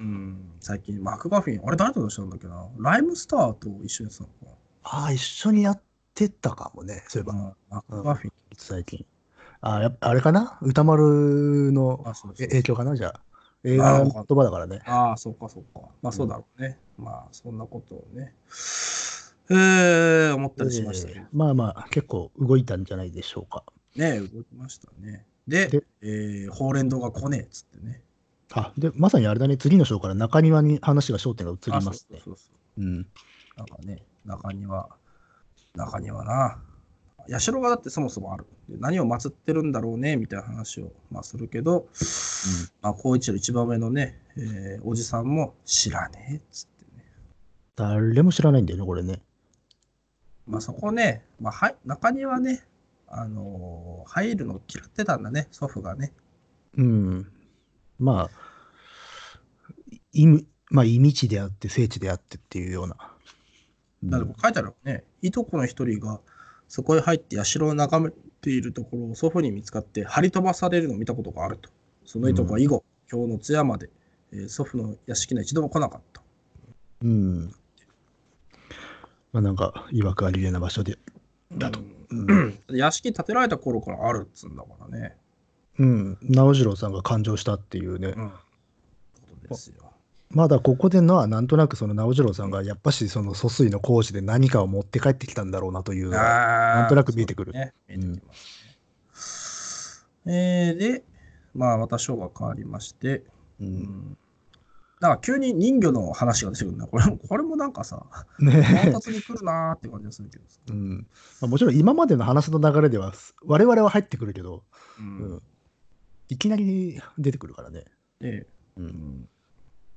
[SPEAKER 1] うん、最近、マクガフィン、あれ誰と出したんだっけなライムスターと一緒にやってたのか
[SPEAKER 2] ああ、一緒にやってたかもね、そういえば、
[SPEAKER 1] な、うん、マクガフィン、
[SPEAKER 2] 最近。あーやっぱあれかな歌丸の
[SPEAKER 1] あそうそう
[SPEAKER 2] え影響かなじゃあ。映画の言葉だからね。
[SPEAKER 1] ああ、そうかそうか。まあそうだろうね。まあそんなことをね、えー、思ったりしました
[SPEAKER 2] えー
[SPEAKER 1] ね。
[SPEAKER 2] まあまあ、結構動いたんじゃないでしょうか。
[SPEAKER 1] ね動きましたね。で、
[SPEAKER 2] で
[SPEAKER 1] えーほうれん草が来ねえっつってね。
[SPEAKER 2] あ、で、まさにあれだね、次の章から中庭に話が焦点が移り
[SPEAKER 1] あ
[SPEAKER 2] ますね。
[SPEAKER 1] そうそうそう
[SPEAKER 2] うん。
[SPEAKER 1] なんかね、中庭、中庭な。社がだってそもそもある。で何を祀ってるんだろうね、みたいな話を、まあ、するけど、まあ、高一の一番目のね、えーおじさんも知らねえっつってね。
[SPEAKER 2] 誰も知らないんだよね、これね。
[SPEAKER 1] まあ、そこね、まあ、はい、中庭ね、あのー入るの嫌ってたんだね、祖父がね。
[SPEAKER 2] うん。まあ、いむまあ、意味地であって、聖地であってっていうような。うん
[SPEAKER 1] だってこう書いてあるよね、いとこの一人が、そこへ入って社を眺めているところを祖父に見つかって、張り飛ばされるのを見たことがあると。そのいとこは以後、今日の津屋まで、えー祖父の屋敷には一度も来なかった。
[SPEAKER 2] うん。まあ、なんか、いわくありげな場所で。だとうん。
[SPEAKER 1] うん屋敷建てられた頃からあるっつうんだからね。
[SPEAKER 2] うん、直次郎さんが感情したっていうね。
[SPEAKER 1] うん。ことですよ。
[SPEAKER 2] まだここでのは、なんとなくその直次郎さんが、やっぱしその疎水の工事で何かを持って帰ってきたんだろうなというのが。
[SPEAKER 1] な
[SPEAKER 2] なんとなく見えてくる
[SPEAKER 1] ね、見えてきますね。えーで、まあ、また章が変わりまして、
[SPEAKER 2] う
[SPEAKER 1] うんん。だから急に人魚の話が出てくるんだ。これも、これもなんかさ、 唐
[SPEAKER 2] ね
[SPEAKER 1] 突に来るなーって感じがするけどさ。
[SPEAKER 2] え、うんまあ、もちろん今までの話の流れでは、我々は入ってくるけど、
[SPEAKER 1] う
[SPEAKER 2] うんん、いきなり出てくるからね。
[SPEAKER 1] で、
[SPEAKER 2] うん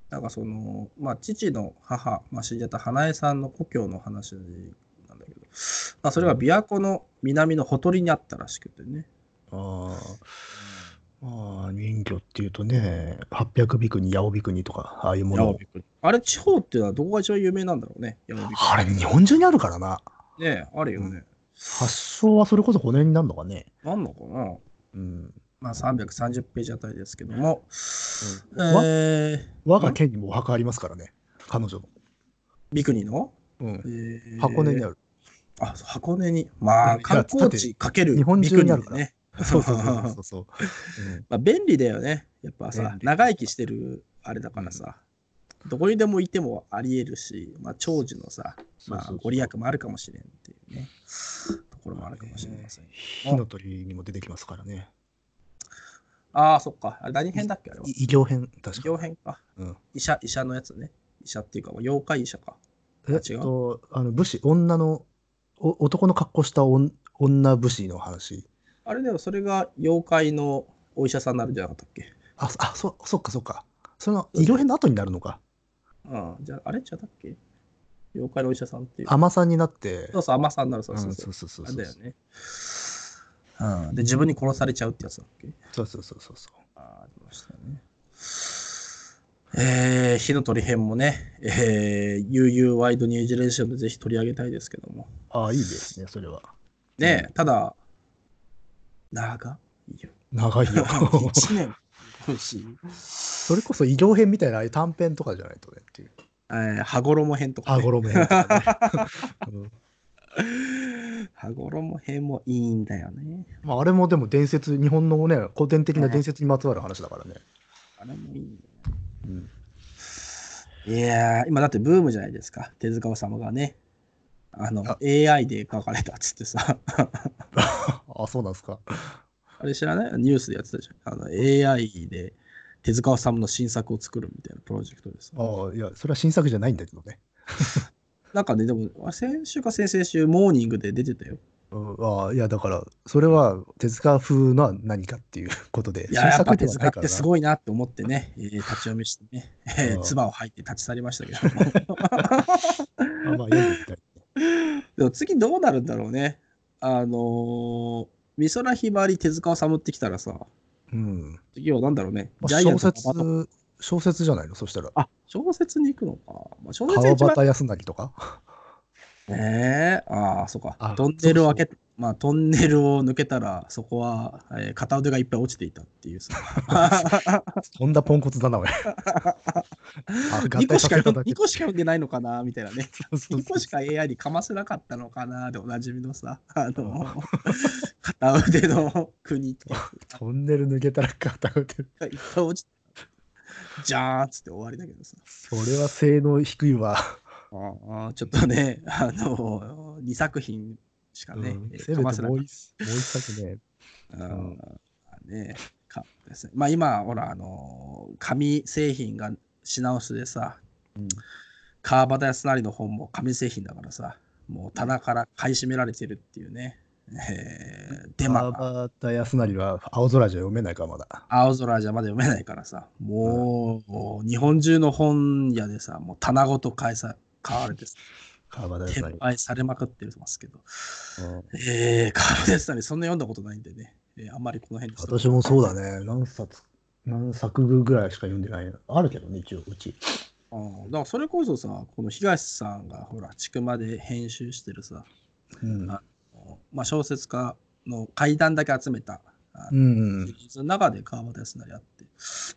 [SPEAKER 1] なんかその、まあ、父の母、まあ、死んじゃった花江さんの故郷の話なんだけど、まあ、それが琵琶湖の南のほとりにあったらしくてね。
[SPEAKER 2] ああ、まあ、人魚っていうとね、800ビクニ、八尾ビクニとか、ああいうも
[SPEAKER 1] 八尾
[SPEAKER 2] の。
[SPEAKER 1] びくりあれ、地方っていうのはどこが一番有名なんだろうね。八尾びく
[SPEAKER 2] あれ、日本中にあるからな。
[SPEAKER 1] りねあるよね。
[SPEAKER 2] 発祥はそれこそ骨になるのかね。
[SPEAKER 1] なんのかな
[SPEAKER 2] うん。
[SPEAKER 1] まあ、330ページあたりですけども、
[SPEAKER 2] わ
[SPEAKER 1] えー、
[SPEAKER 2] 我が県にもお墓ありますからね、彼女の。
[SPEAKER 1] 三国の、
[SPEAKER 2] うん
[SPEAKER 1] え。ー
[SPEAKER 2] 箱根にある。
[SPEAKER 1] あ、そう箱根に。ま
[SPEAKER 2] う
[SPEAKER 1] あ、
[SPEAKER 2] ん
[SPEAKER 1] 観光地かける
[SPEAKER 2] 日本中にあるから
[SPEAKER 1] 三国
[SPEAKER 2] そうそう
[SPEAKER 1] だね
[SPEAKER 2] そうそうそう。う ん
[SPEAKER 1] まあ、便利だよね。やっぱさ
[SPEAKER 2] 便、利
[SPEAKER 1] 長生きしてるあれだからさ、どこにでもいてもありえるし、まあ、長寿のさ、
[SPEAKER 2] そ
[SPEAKER 1] ま
[SPEAKER 2] うそう
[SPEAKER 1] あ
[SPEAKER 2] そう、
[SPEAKER 1] ご利益もあるかもしれんっていうね、ところもあるかもしれません。
[SPEAKER 2] 火の鳥にも出てきますからね。
[SPEAKER 1] ああ、そっか。あれ何編だっけあれは。
[SPEAKER 2] い医療編、
[SPEAKER 1] 医
[SPEAKER 2] 確か。
[SPEAKER 1] 療編か。
[SPEAKER 2] うん
[SPEAKER 1] 医者、医者のやつね。医者っていうか、まあ妖怪医者か。
[SPEAKER 2] え
[SPEAKER 1] 違う
[SPEAKER 2] っと、あの武士、女の、お男の格好した女女武士の話。
[SPEAKER 1] あれでもそれが妖怪のお医者さんになるんじゃなかったっけ
[SPEAKER 2] あ、そあそそっかそっか。その医療編の後になるのか。
[SPEAKER 1] うん。じゃあ、あれじゃだっけ妖怪のお医者さんっていう。
[SPEAKER 2] 甘さんになって。
[SPEAKER 1] そうそう、甘さんになる。そう
[SPEAKER 2] う
[SPEAKER 1] そ
[SPEAKER 2] んそうう
[SPEAKER 1] そ
[SPEAKER 2] そうう。そうそう
[SPEAKER 1] あれだよね。うん。で、自分に殺されちゃうってやつだっけ
[SPEAKER 2] そうそうそうそうそう。
[SPEAKER 1] あありましたね。えー、火の鳥編もね、えー、UU ワイドニュージーレンションでぜひ取り上げたいですけども。
[SPEAKER 2] ああ、いいですね、それは。
[SPEAKER 1] ねえ、ただ、長い よ。
[SPEAKER 2] 長いよ。
[SPEAKER 1] 1年 欲しい。
[SPEAKER 2] それこそ医療編みたいなああいう短編とかじゃないとねっていう。
[SPEAKER 1] えー、羽衣編とか、
[SPEAKER 2] あ、
[SPEAKER 1] ね。
[SPEAKER 2] ゴロム編とか ね、うん
[SPEAKER 1] 羽衣編もいいんだよね。
[SPEAKER 2] まあ、あれもでも伝説、日本のね、古典的な伝説にまつわる話だからね。
[SPEAKER 1] あれもいいんだよ
[SPEAKER 2] うん、
[SPEAKER 1] いやー、今だってブームじゃないですか。手塚治虫がね。あの、
[SPEAKER 2] あ
[SPEAKER 1] AI で書かれたっつってさ。
[SPEAKER 2] あ、そうなんですか。
[SPEAKER 1] あれ知らないニュースでやってたじゃん。あの AI で手塚治虫の新作を作るみたいなプロジェクトです。
[SPEAKER 2] ああ、いや、それは新作じゃないんだけどね。
[SPEAKER 1] なんかね、でも、あ先週か先々週、モーニングで出てたよ。
[SPEAKER 2] うんああ、いや、だから、それは手塚風のは何かっていう ことで、
[SPEAKER 1] いや、やっぱ手
[SPEAKER 2] で
[SPEAKER 1] 塚ってす
[SPEAKER 2] い。
[SPEAKER 1] ごいなって思ってね、 えー立ち読みしてね、え
[SPEAKER 2] う
[SPEAKER 1] ー、
[SPEAKER 2] ん
[SPEAKER 1] 唾を吐いて立ち去りましたけども。
[SPEAKER 2] あまあ、読んでみたい。
[SPEAKER 1] でも次どうなるんだろうね。あのー、美空ひばり手塚治虫ってきたらさ、
[SPEAKER 2] うん。ま
[SPEAKER 1] 次はなんだろうね。
[SPEAKER 2] あ
[SPEAKER 1] ジャイアン
[SPEAKER 2] 小
[SPEAKER 1] ト馬場と
[SPEAKER 2] 説、小説じゃないのそしたら。
[SPEAKER 1] あ、小説に行くのか。まあ、小説が
[SPEAKER 2] 川
[SPEAKER 1] 一番。
[SPEAKER 2] 端康成とか
[SPEAKER 1] ねえああ、そうか
[SPEAKER 2] あ。
[SPEAKER 1] トンネルを開
[SPEAKER 2] そ
[SPEAKER 1] け、まあ、トンネルを抜けたら、そこは、えー片腕がいっぱい落ちていたっていうさ。
[SPEAKER 2] とんだポンコツだ な、俺。あ合
[SPEAKER 1] 2個
[SPEAKER 2] 体
[SPEAKER 1] し
[SPEAKER 2] さ
[SPEAKER 1] か
[SPEAKER 2] せた
[SPEAKER 1] 読ん
[SPEAKER 2] だけ
[SPEAKER 1] 2。個しか読んでないのかなみたいなね。
[SPEAKER 2] そうそう
[SPEAKER 1] 2個しか AI にかませなかったのかなでおなじみのさ、あの、片腕の国ってやつ
[SPEAKER 2] トンネル抜けたら肩打てる。
[SPEAKER 1] がいっぱい落ちて、じゃーんっつって終わりだけど さ。
[SPEAKER 2] それは性能低いわ。
[SPEAKER 1] ああちょっとね、あの、2作品しかね、
[SPEAKER 2] うん
[SPEAKER 1] え
[SPEAKER 2] せ
[SPEAKER 1] かま
[SPEAKER 2] め
[SPEAKER 1] せ
[SPEAKER 2] て
[SPEAKER 1] な
[SPEAKER 2] も
[SPEAKER 1] か
[SPEAKER 2] う
[SPEAKER 1] っ
[SPEAKER 2] 一もう一作ね。
[SPEAKER 1] た。うん
[SPEAKER 2] うん
[SPEAKER 1] まあね、かですねまあ今、ほら、あの、紙製品が品薄でさ、
[SPEAKER 2] うん
[SPEAKER 1] 川端康成の本も紙製品だからさ、もう棚から買い占められてるっていうね、えー、デマ
[SPEAKER 2] 川
[SPEAKER 1] が
[SPEAKER 2] 端康成は青空じゃ読めないか、まだ。
[SPEAKER 1] 青空じゃまだ読めないからさ、もう,、日本中の本屋でさ、もう棚ごと買いさ買われてさ、
[SPEAKER 2] 川端康
[SPEAKER 1] 転
[SPEAKER 2] 成。
[SPEAKER 1] 売されまくってますけど、
[SPEAKER 2] うん
[SPEAKER 1] えー、川端康成そんな読んだことないんでね、えーあんまりこの辺の人
[SPEAKER 2] 私もそうだね。何冊、何作ぐらいしか読んでない。あるけどね、一応、うち。
[SPEAKER 1] うんだからそれこそさ、この東さんがほら、ちくまで編集してるさ、
[SPEAKER 2] うん。
[SPEAKER 1] あまあ、小説家の怪談だけ集めた、あ
[SPEAKER 2] うん。
[SPEAKER 1] シリーズの中で川端康成あって、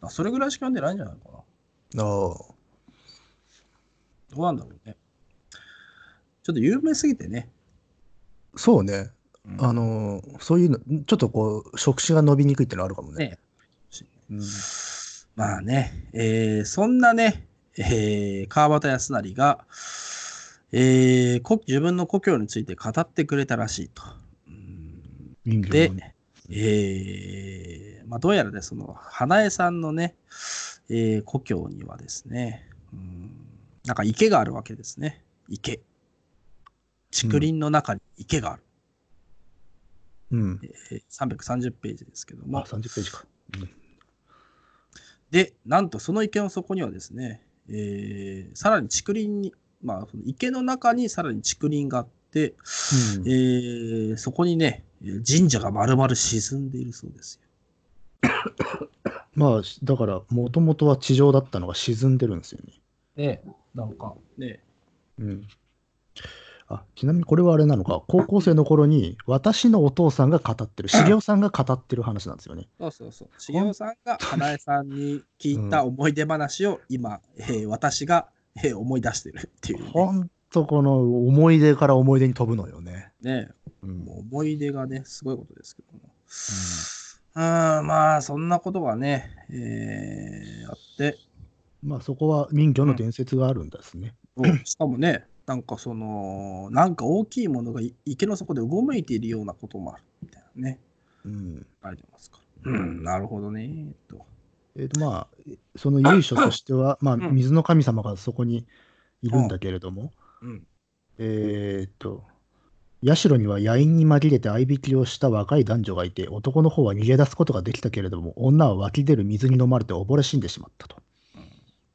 [SPEAKER 1] あそれぐらいしか読んでないんじゃないかな。
[SPEAKER 2] ああ。
[SPEAKER 1] どうなんだろうね。ちょっと有名すぎてね。
[SPEAKER 2] そうね。
[SPEAKER 1] うん
[SPEAKER 2] あのー、そういうの、ちょっとこう、触手が伸びにくいってのあるかも
[SPEAKER 1] ね
[SPEAKER 2] ね。うん
[SPEAKER 1] まあね、えーそんなね、えー川端康成が、えーこ自分の故郷について語ってくれたらしいと。うん
[SPEAKER 2] 人魚
[SPEAKER 1] で
[SPEAKER 2] のね、
[SPEAKER 1] えーまあ、どうやらね、その花江さんのね、えー故郷にはですね、うんなんか池があるわけですね。池。竹林の中に池がある。
[SPEAKER 2] うん。
[SPEAKER 1] えー330ページですけど
[SPEAKER 2] ま
[SPEAKER 1] も
[SPEAKER 2] あ、。30ページか。
[SPEAKER 1] で、なんとその池の底にはですね、えーさらに竹林に、まあ、その池の中にさらに竹林があって、えーそこにね、えー神社が丸々沈んでいるそうですよ。
[SPEAKER 2] まあ、しだから、もともとは地上だったのが沈んでるんですよね。
[SPEAKER 1] ねなんか。ね
[SPEAKER 2] うん。あ、ちなみにこれはあれなのか、高校生の頃に、私のお父さんが語ってる、茂雄さんが語ってる話なんですよね。
[SPEAKER 1] そうそうそう。茂雄さんが花江さんに聞いた思い出話を今、えー私が、えー思い出してるっていう
[SPEAKER 2] ほんと、この思い出から思い出に飛ぶのよね。
[SPEAKER 1] ね。ね
[SPEAKER 2] うん
[SPEAKER 1] もう思い出がね、すごいことですけども。うーん、まあ、そんなことがね、えーあ って、
[SPEAKER 2] まあ、そこは人魚の伝説があるんですね。
[SPEAKER 1] うんしかもね、なんかその、なんか大きいものがい池の底でうごめいているようなこともあるみたいなね、
[SPEAKER 2] うん。
[SPEAKER 1] 書いてますから。うん、なるほどね、と。
[SPEAKER 2] えーとまあ、その由緒として は、まあ、
[SPEAKER 1] うん
[SPEAKER 2] 水の神様がそこにいるんだけれども、
[SPEAKER 1] うん。
[SPEAKER 2] えっと、社には野因に紛れて合いびきをした若い男女がいて、男の方は逃げ出すことができたけれども、女は湧き出る水に飲まれて溺れ死んでしまったと。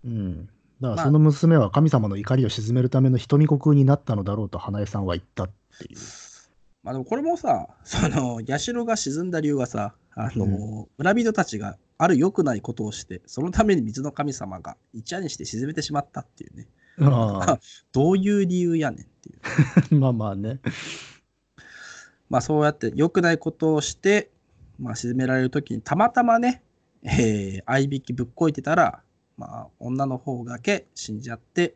[SPEAKER 2] うん。だから
[SPEAKER 1] まあ
[SPEAKER 2] その娘は神様の怒りを鎮めるための瞳悟空になったのだろうと花江さんは言 ったっていう。
[SPEAKER 1] まあでもこれもさ、 その、社が沈んだ理由がさ、あの、
[SPEAKER 2] うん
[SPEAKER 1] 村人たちがある良くないことをして、そのために水の神様が一夜にして沈めてしまったっていうね、
[SPEAKER 2] あ
[SPEAKER 1] どういう理由やねんっていう。
[SPEAKER 2] あ まあまあね。
[SPEAKER 1] まあそうやって良くないことをして、まあ沈められるときにたまたまね、えー、合いびきぶっこいてたら、まあ女の方だけ死んじゃって、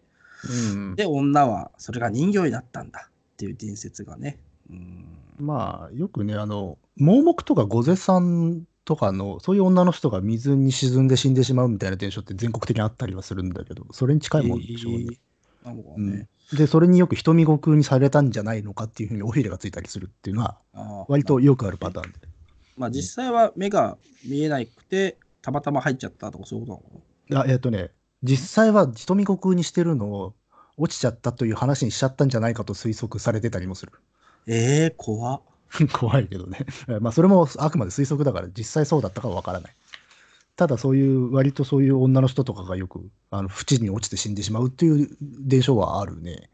[SPEAKER 2] うん
[SPEAKER 1] で、女はそれが人形になったんだっていう伝説がね。うん。
[SPEAKER 2] まあよくねあの盲目とか御瀬さんとかのそういう女の人が水に沈んで死んでしまうみたいな伝承って全国的にあったりはするんだけどそれに近いもんでしょうね。
[SPEAKER 1] えーなんか
[SPEAKER 2] うん
[SPEAKER 1] ね、
[SPEAKER 2] でそれによく瞳悟空にされたんじゃないのかっていうふうに尾ひれがついたりするっていうのは
[SPEAKER 1] あー
[SPEAKER 2] 割とよくあるパターンで。
[SPEAKER 1] まあ実際は目が見えなくて、たまたま入っちゃったとかそういうことなのか
[SPEAKER 2] あえっ、とね実際は瞳悟空にしてるのを落ちちゃったという話にしちゃったんじゃないかと推測されてたりもする。
[SPEAKER 1] なええー、怖っ。
[SPEAKER 2] 怖いけどね。まあ、それもあくまで推測だから、実際そうだったかはわからない。ただ、そういう、割とそういう女の人とかがよく、あの、淵に落ちて死んでしまうっていう伝承はあるね。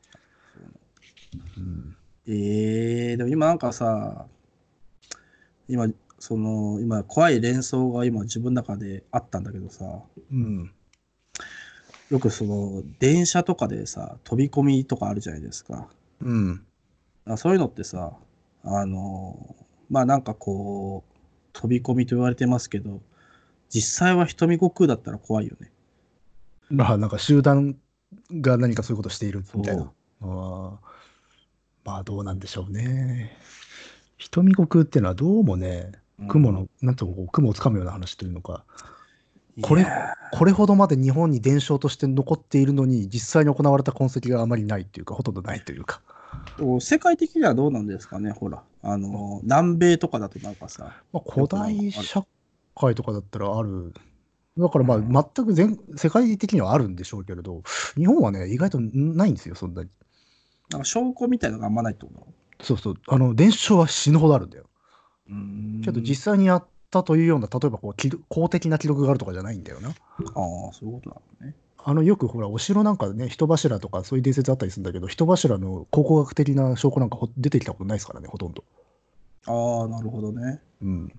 [SPEAKER 2] うん、
[SPEAKER 1] ええー、でも今なんかさ、今、その、今、怖い連想が今自分の中であったんだけどさ、
[SPEAKER 2] うん、
[SPEAKER 1] よくその、電車とかでさ、飛び込みとかあるじゃないですか。
[SPEAKER 2] うん、
[SPEAKER 1] あそういうのってさあのまあなんかこう飛び込みと言われてますけど実際は瞳悟空だったら怖いよね。
[SPEAKER 2] まあ、なんか集団が何かそういうことしているみたいな。ああまあ、どうなんでしょうね。瞳悟空っていうのはどうもね、雲の、なんともこう雲をつかむような話というのか、これ
[SPEAKER 1] いや
[SPEAKER 2] これほどまで日本に伝承として残っているのに、実際に行われた痕跡があまりないというか、ほとんどないというか。
[SPEAKER 1] ー世界的にはどうなんですかねほらあの南米とかだとなんかさ
[SPEAKER 2] まあ、古代社会とかだったらある。だからまあ全く全世界的にはあるんでしょうけれど、日本はね、意外とないんですよ、そんなに。
[SPEAKER 1] なんか証拠みたいなのがあんまないってこと思
[SPEAKER 2] そうそう、あの伝承は死ぬほどあるんだよ。
[SPEAKER 1] うん
[SPEAKER 2] けど実際にやったというような、例えばこう記録公的な記録があるとかじゃないんだよな。
[SPEAKER 1] ああそういうことなのね。
[SPEAKER 2] あのよくほら、お城なんかね、人柱とかそういう伝説あったりするんだけど、人柱の考古学的な証拠なんかほ出てきたことないですからね、ほとんど。
[SPEAKER 1] ああなるほどね。
[SPEAKER 2] うん、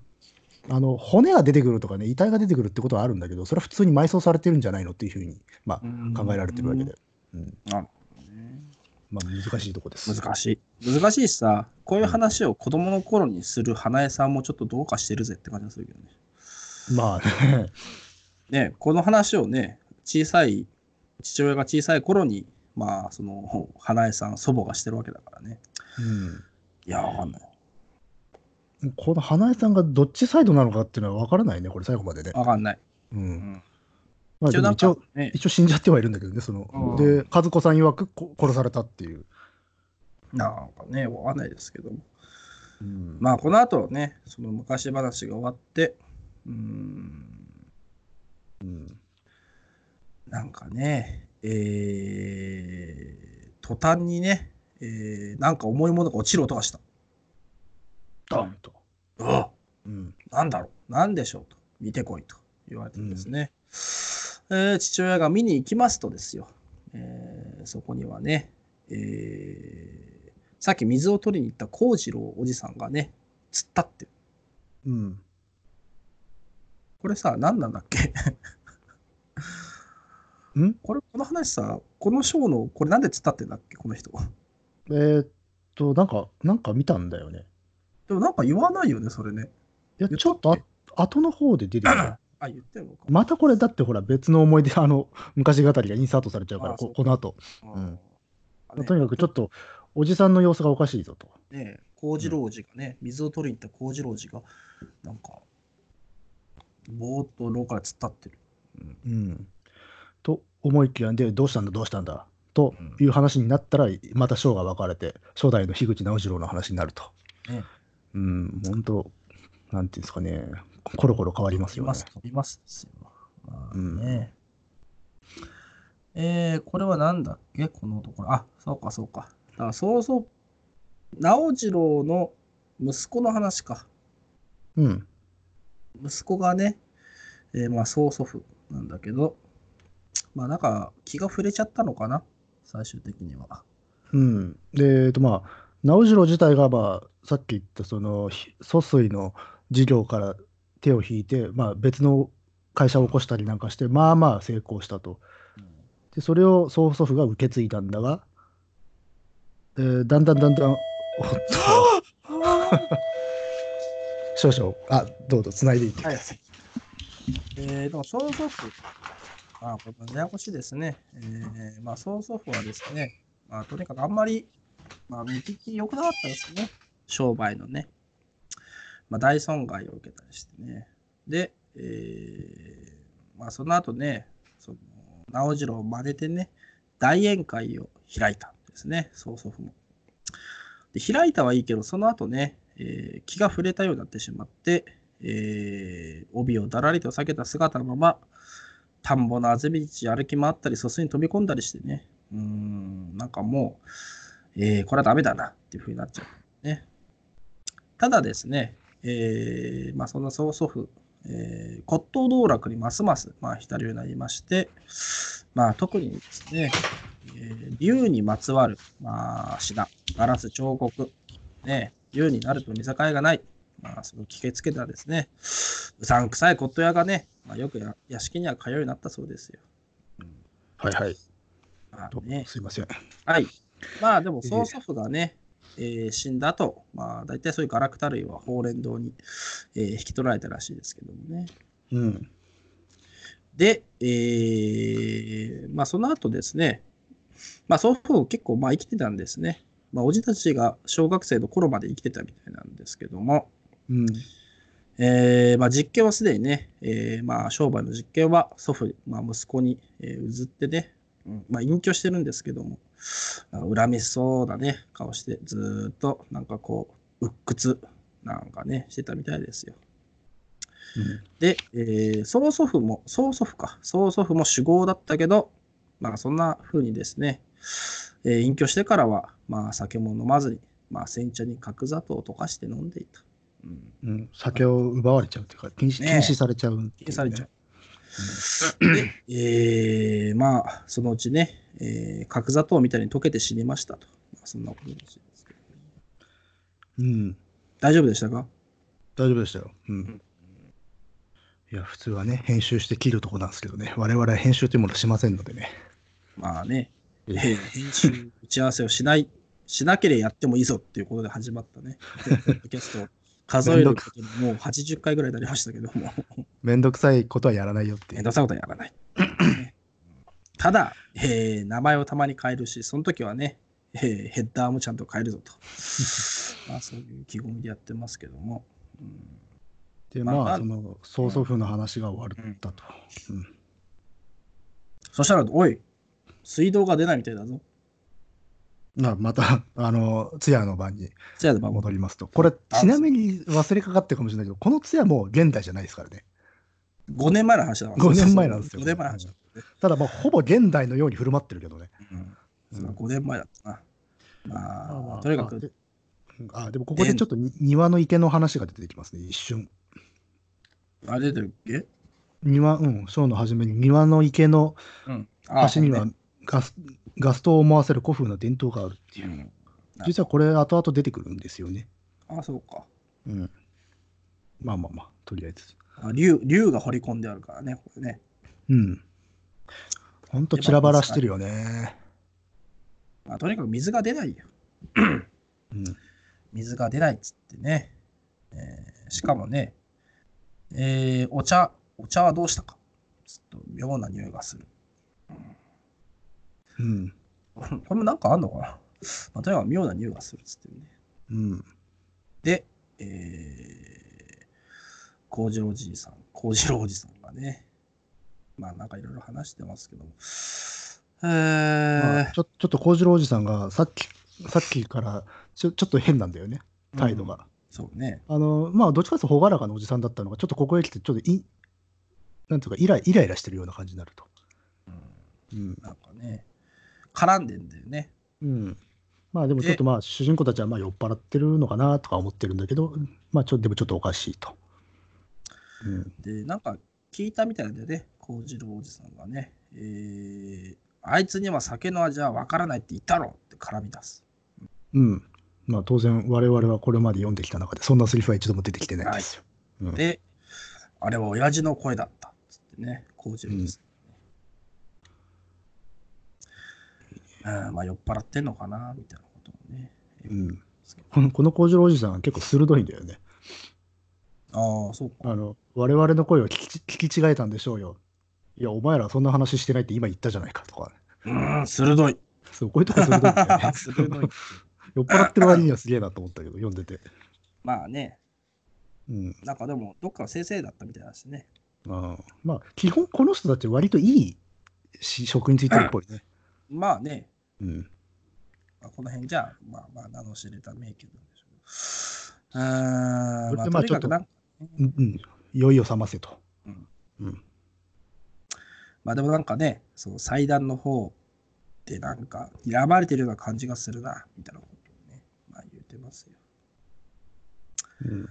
[SPEAKER 2] あの骨が出てくるとかね、遺体が出てくるってことはあるんだけど、それは普通に埋葬されてるんじゃないのっていうふうに、まあ、考えられてるわけで、うん
[SPEAKER 1] なるほどね。
[SPEAKER 2] まあ、難しいとこです。
[SPEAKER 1] 難しい。難しいしさ、こういう話を子供の頃にする花江さんもちょっとどうかしてるぜって感じがするけどね。
[SPEAKER 2] まあね、
[SPEAKER 1] ね、この話をね、小さい、父親が小さい頃に、まあ、その、花江さん、祖母がしてるわけだからね。いや、わかんない。
[SPEAKER 2] うん、この花江さんがどっちサイドなのかっていうのは分からないね、これ、最後までね。
[SPEAKER 1] わかんない。
[SPEAKER 2] う
[SPEAKER 1] うんん。
[SPEAKER 2] まあ、
[SPEAKER 1] 一
[SPEAKER 2] で
[SPEAKER 1] 応
[SPEAKER 2] も
[SPEAKER 1] なん
[SPEAKER 2] 一
[SPEAKER 1] か
[SPEAKER 2] 応、
[SPEAKER 1] ね、
[SPEAKER 2] 一応死んじゃってはいるんだけどね、その、
[SPEAKER 1] うん
[SPEAKER 2] で、和子さん曰くこ殺されたっていう。
[SPEAKER 1] なんかね、わかんないですけども。
[SPEAKER 2] うん
[SPEAKER 1] まあ、この後ね、その昔話が終わって、うーん、
[SPEAKER 2] うん
[SPEAKER 1] なんかね、えー、途端にね、えー、なんか重いものが落ちる音がした。
[SPEAKER 2] ドンと。
[SPEAKER 1] うわ
[SPEAKER 2] うん
[SPEAKER 1] なんだろうなんでしょうと見てこいと言われてですね、えー父親が見に行きますとですよ、えーそこにはね、えーさっき水を取りに行った幸次郎おじさんがね突っ立ってる
[SPEAKER 2] うん
[SPEAKER 1] これさ何なんだっけ
[SPEAKER 2] ん
[SPEAKER 1] これこの話さこの章のこれなんで突っ立ってんだっけこの人
[SPEAKER 2] えーっと、なんか、なんか見たんだよね。
[SPEAKER 1] でもなんか言わないよねそれね
[SPEAKER 2] い
[SPEAKER 1] 言
[SPEAKER 2] や、
[SPEAKER 1] ったっけ
[SPEAKER 2] ちょっとあ後の方で出てくる。
[SPEAKER 1] あ言ってるのか、
[SPEAKER 2] またこれだってほら別の思い出あの 昔語りがインサートされちゃうから
[SPEAKER 1] あそ
[SPEAKER 2] こ
[SPEAKER 1] うか
[SPEAKER 2] この後、
[SPEAKER 1] うんあね
[SPEAKER 2] とにかくちょっとおじさんの様子がおかしいぞと
[SPEAKER 1] ね、幸次郎次がね、水を取りに行った幸次郎次が、なんか、ぼーっと廊下で突っ立ってる。
[SPEAKER 2] うんと思いきやでどうしたんだどうしたんだという話になったらまた章が分かれて初代の樋口直次郎の話になると、
[SPEAKER 1] ね
[SPEAKER 2] うん本当なんていうんですかねコロコロ変わります
[SPEAKER 1] い
[SPEAKER 2] よ
[SPEAKER 1] ま
[SPEAKER 2] ね
[SPEAKER 1] す、いますですよ。まあ
[SPEAKER 2] うん
[SPEAKER 1] ねえー、これはなんだっけこのところ。あ、そうかそうか。だから、そうそう、直次郎の息子の話か。
[SPEAKER 2] うん
[SPEAKER 1] 息子がね、えーまあ、曽祖父なんだけど、まあ、なんか、気が触れちゃったのかな最終的には。
[SPEAKER 2] うんでえっとまあ直次郎自体がまあさっき言ったそのひ疎水の事業から手を引いて、まあ、別の会社を起こしたりなんかしてまあまあ成功したとでそれを曽祖父が受け継いだんだが、えーだんだんだんだんおっと少々あどうぞつないでいってください、
[SPEAKER 1] えー、でも曽祖父、あこれややこしいですね。えーまあ、曽祖父はですね、まあ、とにかくあんまり、まあ、見聞き良くなかったですね。商売のね、まあ、大損害を受けたりしてね。で、えーまあ、その後ね、その直次郎を真似てね、大宴会を開いたんですね、曽祖父も。で開いたはいいけど、その後ね、えー気が触れたようになってしまって、えー帯をだらりと下げた姿のまま、田んぼのあぜ道歩き回ったり、疎水に飛び込んだりしてね、うーん、なんかもう、えーこれはダメだなっていうふうになっちゃう。ね。ただですね、えーまあ、そんな曽祖父、えー、骨董道楽にますます、まあ、浸るようになりまして、まあ、特にですね、えー竜にまつわる、まあ、品、ガラス、彫刻、ね、竜になると見境がない、まあ、それを聞きつけたですね、うさんくさい骨董屋がね、まあ、よくや屋敷には通うようになったそうですよ。
[SPEAKER 2] はいはい。
[SPEAKER 1] まあ
[SPEAKER 2] と
[SPEAKER 1] ね、
[SPEAKER 2] すいません。
[SPEAKER 1] はい。まあでも、曽祖父がね、えー死んだ後、まあ大体そういうガラクタ類は法蓮堂に、えー引き取られたらしいですけどもね。
[SPEAKER 2] うん。
[SPEAKER 1] で、えーまあその後ですね、まあ祖父結構まあ生きてたんですね。まあおじたちが小学生の頃まで生きてたみたいなんですけども、
[SPEAKER 2] うん。
[SPEAKER 1] えーまあ、実験はすでにね、えーまあ、商売の実験は祖父に、まあ、息子に、えー譲ってね、うんまあ、隠居してるんですけども、あの恨みそうなね、顔して、ずーっとなんかこう、鬱屈なんかね、してたみたいですよ。で、えー曽祖父も、曽祖父か、曽祖父も酒豪だったけど、まあそんな風にですね、えー隠居してからは、まあ酒も飲まずに、まあ煎茶に角砂糖を溶かして飲んでいた。うん
[SPEAKER 2] うん。うん。酒を奪われちゃうっていうか、禁止,、
[SPEAKER 1] ねえ
[SPEAKER 2] 禁止されちゃう、
[SPEAKER 1] 消されちゃう。で、えーまあ、そのうちね、えー角砂糖みたいに溶けて死にましたと。まあそんなことらしいですけど。
[SPEAKER 2] うん。うん。
[SPEAKER 1] 大丈夫でしたか
[SPEAKER 2] 大丈夫でしたよ。うん。いや、普通はね、編集して切るとこなんですけどね、我々は編集というものをしませんのでね。
[SPEAKER 1] まあね、え
[SPEAKER 2] え
[SPEAKER 1] ー編集、打ち合わせをしない、しなければやってもいいぞっていうことで始まったね、ポッドキャスト。数えることにもう80回ぐらいになりましたけども、
[SPEAKER 2] めんどくさいことはやらないよって
[SPEAKER 1] め
[SPEAKER 2] いうん
[SPEAKER 1] ど。くさいことはやら ない。ねただ、えー名前をたまに変えるし、その時はね、えーヘッダーもちゃんと変える ぞと。まあそういう意気込みでやってますけども。うん
[SPEAKER 2] で、
[SPEAKER 1] まあ
[SPEAKER 2] ま
[SPEAKER 1] ま
[SPEAKER 2] あ、
[SPEAKER 1] あ
[SPEAKER 2] その、曽祖父の話が終わったと。うん。
[SPEAKER 1] そしたら、おい、水道が出ないみたいだぞ。
[SPEAKER 2] まあ、また、あの、通夜の晩に
[SPEAKER 1] せやで、まあ、
[SPEAKER 2] 戻りますと。これ、ちなみに忘れかかってるかもしれないけど、この通夜も現代じゃないですからね。
[SPEAKER 1] 5年前の話だわ。
[SPEAKER 2] 5年前なんですよ
[SPEAKER 1] 5年前の話だ。
[SPEAKER 2] ただ、まあ、ほぼ現代のように振る舞ってるけどね。
[SPEAKER 1] うん
[SPEAKER 2] うん
[SPEAKER 1] 5年前だったな。
[SPEAKER 2] まあま
[SPEAKER 1] ま
[SPEAKER 2] あ
[SPEAKER 1] あ、とにか
[SPEAKER 2] あ
[SPEAKER 1] く、
[SPEAKER 2] でうんあでもここでちょっとに庭の池の話が出てきますね、一瞬。
[SPEAKER 1] あれ出てるっけ
[SPEAKER 2] 庭、うん、ショーの初めに庭の池の
[SPEAKER 1] うん。あ
[SPEAKER 2] 端に
[SPEAKER 1] ほ
[SPEAKER 2] は
[SPEAKER 1] ん
[SPEAKER 2] ガスガス灯を思わせる古風な伝統があるっていう。
[SPEAKER 1] ねうん
[SPEAKER 2] 実はこれ、後々出てくるんですよね。
[SPEAKER 1] あ、そうか。
[SPEAKER 2] うん。まあまあまあ、とりあえず。
[SPEAKER 1] あ竜竜が掘り込んであるからね、これね。
[SPEAKER 2] うん。ほんと散らばらしてるよね。
[SPEAKER 1] まあ、とにかく水が出ないよ。
[SPEAKER 2] うん。
[SPEAKER 1] 水が出ないっつってね。えーしかもね、えーお茶、お茶はどうしたか。ちょっと妙な匂いがする。
[SPEAKER 2] うん。
[SPEAKER 1] うんこれもなんかあんのかな、 まあ、とにかく妙な匂いがするっつってね。
[SPEAKER 2] うん。
[SPEAKER 1] で、えー、幸次郎おじいさん、幸次郎おじさんがね、まあなんかいろいろ話してますけども、え
[SPEAKER 2] ま
[SPEAKER 1] ー
[SPEAKER 2] あ、ちょちょっと幸次郎おじさんがさっき、さっきからちょちょっと変なんだよね、態度が。
[SPEAKER 1] そうね、
[SPEAKER 2] あの、まあ、どっちかというと朗らかなおじさんだったのが、ちょっとここへ来て、ちょっとい、なんていうか、イライイライラしてるような感じになると。うん。
[SPEAKER 1] なんかね、絡んでんだよね。
[SPEAKER 2] うん。まあ、でもちょっとまあ、主人公たちはまあ酔っ払ってるのかなとか思ってるんだけど、まあ、ちょでもちょっとおかしいと。うん。
[SPEAKER 1] で、なんか聞いたみたいだよね、幸次郎おじさんがね、えー、あいつには酒の味はわからないって言ったろって絡み出す。
[SPEAKER 2] うん。まあ、当然、我々はこれまで読んできた中で、そんなセリフは一度も出てきてないですよ。うん
[SPEAKER 1] で、あれは親父の声だったっつってね、幸次郎です、うんまあ酔っ払ってんのかなみたいなこともね。
[SPEAKER 2] うん。この、この幸次郎おじさんは結構鋭いんだよね。
[SPEAKER 1] ああ、そうか。
[SPEAKER 2] あの、我々の声を聞き聞き違えたんでしょうよ。いや、お前らはそんな話してないって今言ったじゃないかとか。
[SPEAKER 1] うーん、鋭い。。
[SPEAKER 2] そう、こういうとこ鋭いんだよね
[SPEAKER 1] 鋭い。
[SPEAKER 2] 酔っ払ってる割にはすげえなと思ったけど、読んでて。
[SPEAKER 1] まあね、
[SPEAKER 2] うん。
[SPEAKER 1] なんかでも、どっかの先生だったみたいだしね。
[SPEAKER 2] ああまあ、基本この人たち割といいし職についてるっぽいね。
[SPEAKER 1] まあね、
[SPEAKER 2] うん。
[SPEAKER 1] まあ、この辺じゃ、まあまあ、名の知れた名家なんでしょうけど。うーん、ま
[SPEAKER 2] これ
[SPEAKER 1] あ、
[SPEAKER 2] でま
[SPEAKER 1] と
[SPEAKER 2] あ
[SPEAKER 1] にかくなんか、
[SPEAKER 2] うんうん。酔いを覚ませと。
[SPEAKER 1] うん
[SPEAKER 2] うん。
[SPEAKER 1] まあでもなんかね、その祭壇の方でなんか、睨まれてるような感じがするな、みたいなことをね、まあ言ってますよ。
[SPEAKER 2] うん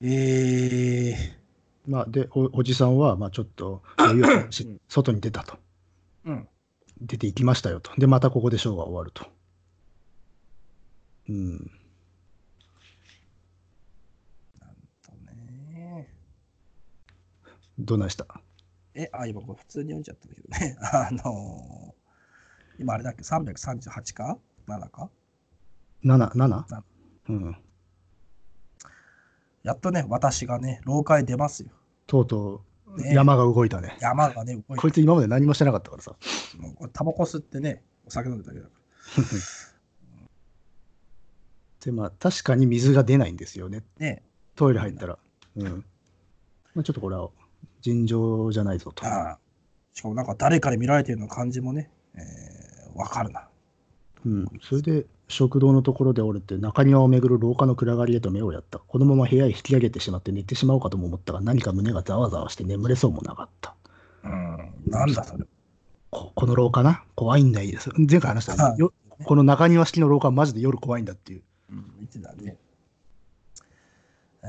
[SPEAKER 1] えー、
[SPEAKER 2] まあ、でお、おじさんは、まあ、ちょっと余裕を持ち
[SPEAKER 1] うん
[SPEAKER 2] 外に出たと。
[SPEAKER 1] うん。
[SPEAKER 2] 出て行きましたよと。で、またここでショーが終わると。うん。
[SPEAKER 1] ね
[SPEAKER 2] どうなんした
[SPEAKER 1] え、あ、今これ普通に読んじゃったんだけどね。 あのー、今あれだっけ、338か ?7 か
[SPEAKER 2] ?7、7?
[SPEAKER 1] な
[SPEAKER 2] うん。
[SPEAKER 1] やっとね、私がね、廊下へ出ますよ。
[SPEAKER 2] とうとう、
[SPEAKER 1] ね
[SPEAKER 2] 山が動いたね。
[SPEAKER 1] 山がね、動いて
[SPEAKER 2] こいつ今まで何もしてなかったからさ。
[SPEAKER 1] もうこれタバコ吸ってね、お酒飲んでたけど。
[SPEAKER 2] で、まあ、確かに水が出ないんですよね。
[SPEAKER 1] ね
[SPEAKER 2] トイレ入ったら。うん。まあ、ちょっとこれは、尋常じゃないぞと。
[SPEAKER 1] ああしかもなんか誰かに見られてるの感じもね、えーわかるな。
[SPEAKER 2] うん、それで食堂のところで折れて中庭をめぐる廊下の暗がりへと目をやったこのまま部屋へ引き上げてしまって寝てしまおうかとも思ったが何か胸がざわざわして眠れそうもなかった
[SPEAKER 1] うん、なんだそれ。
[SPEAKER 2] ここの廊下な怖いんだいいです前回話した
[SPEAKER 1] は
[SPEAKER 2] ね
[SPEAKER 1] い
[SPEAKER 2] よこの中庭式の廊下はマジで夜怖いんだっていう
[SPEAKER 1] うん、言ってたね。え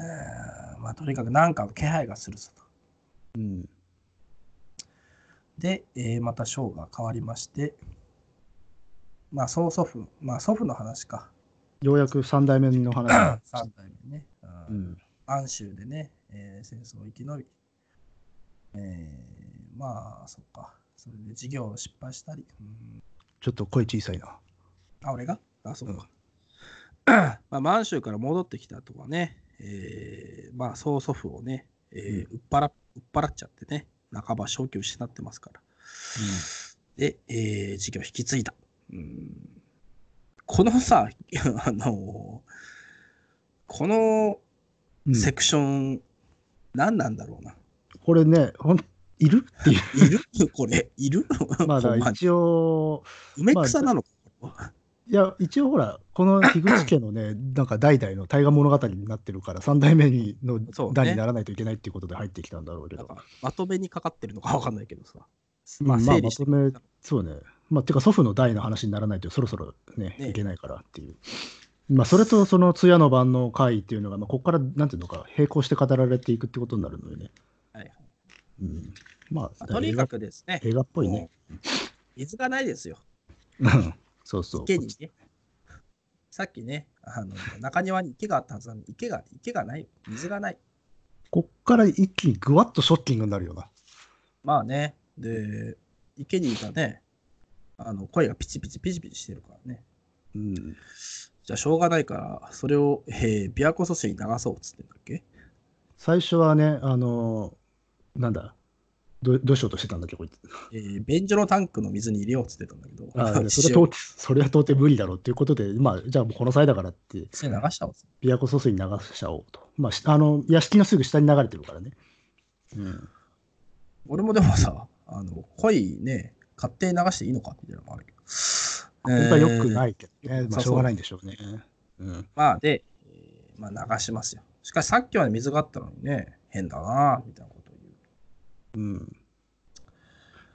[SPEAKER 1] ーまあ、とにかくなんか気配がするさと。
[SPEAKER 2] うん
[SPEAKER 1] で、えーまたショーが変わりまして、まあ、曽祖父、まあ、祖父の話か。
[SPEAKER 2] ようやく三代目の話
[SPEAKER 1] 3代目ね。う
[SPEAKER 2] う
[SPEAKER 1] ん
[SPEAKER 2] ん
[SPEAKER 1] 満州でね、えー戦争を生き延び、えーまあ、そっか、それで事業を失敗したり、うん
[SPEAKER 2] ちょっと声小さいな
[SPEAKER 1] あ、俺があ、そっか。 まあ、満州から戻ってきたとはね、えーまあ、曽祖父をね、えー売っ払っ売っ払っちゃってね、半ば正気を失ってますから。で、えー事業を引き継いだ。うんこのさ、 あのこの
[SPEAKER 2] うん
[SPEAKER 1] セクション、何なんだろうな。
[SPEAKER 2] これねほんいるっていう
[SPEAKER 1] いる これ、いる
[SPEAKER 2] まあだ
[SPEAKER 1] ほん
[SPEAKER 2] から
[SPEAKER 1] まに
[SPEAKER 2] 一応
[SPEAKER 1] 梅草なのか、
[SPEAKER 2] いや、一応ほら、こ の樋口家のね、なんか代々の大河物語になってるから、三代目にの
[SPEAKER 1] そうね
[SPEAKER 2] 代にならないといけないっていうことで入ってきたんだろうけ
[SPEAKER 1] なん
[SPEAKER 2] ど、
[SPEAKER 1] かまとめにかかってるのかわかんないけどさ。
[SPEAKER 2] まあ、まあ
[SPEAKER 1] 整
[SPEAKER 2] ま
[SPEAKER 1] 理して
[SPEAKER 2] とめ、そうね、まあ、てか祖父の代の話にならないと、そろそろね、
[SPEAKER 1] ね
[SPEAKER 2] いけないからっていう。まあ、それとその通夜の晩の会っていうのが、まあ、ここからなんていうのか、並行して語られていくってことになるのよね。
[SPEAKER 1] はいはい
[SPEAKER 2] うん、まあ
[SPEAKER 1] まあ、とにかくですね、
[SPEAKER 2] 映画っぽいね
[SPEAKER 1] も。う水がないですよ、
[SPEAKER 2] うん そうそう。
[SPEAKER 1] 池にね。さっきね、あの中庭に池があったはずなのに、池が池がない、水がない。
[SPEAKER 2] こっから一気にぐわっとショッキングになるよな。
[SPEAKER 1] まあね、で、池にいたね、あの声がピチピチピチピチしてるからね。
[SPEAKER 2] うん、
[SPEAKER 1] じゃあしょうがないから、それを、えー、琵琶湖疎水に流そうっつってんだっけ
[SPEAKER 2] 最初はね、あのーなんだど、どうしようとしてたんだっけ、こいつ。
[SPEAKER 1] えー、便所のタンクの水に入れようっつってたんだけど、
[SPEAKER 2] あ ーそれ
[SPEAKER 1] 塩
[SPEAKER 2] は到底それは到底無理だろうっていうことで、まあ、じゃあもうこの際だからって、
[SPEAKER 1] 水流したわ。
[SPEAKER 2] 琵琶湖疎水に流しちゃおうと。まあ、しあの屋敷のすぐ下に流れてるからね。うん、
[SPEAKER 1] 俺もでもさ、あの、恋ね、勝手に流していいのかっていうのもあるけど。
[SPEAKER 2] 本当は良く
[SPEAKER 1] い。
[SPEAKER 2] ないけどね、
[SPEAKER 1] そ
[SPEAKER 2] ま
[SPEAKER 1] うそ
[SPEAKER 2] あ、
[SPEAKER 1] う
[SPEAKER 2] しょうがないんでしょうね。うん、
[SPEAKER 1] まあで、えーまあ流しますよ。しかしさっきまで水があったのにね、変だなみたいなことを言う。
[SPEAKER 2] うん、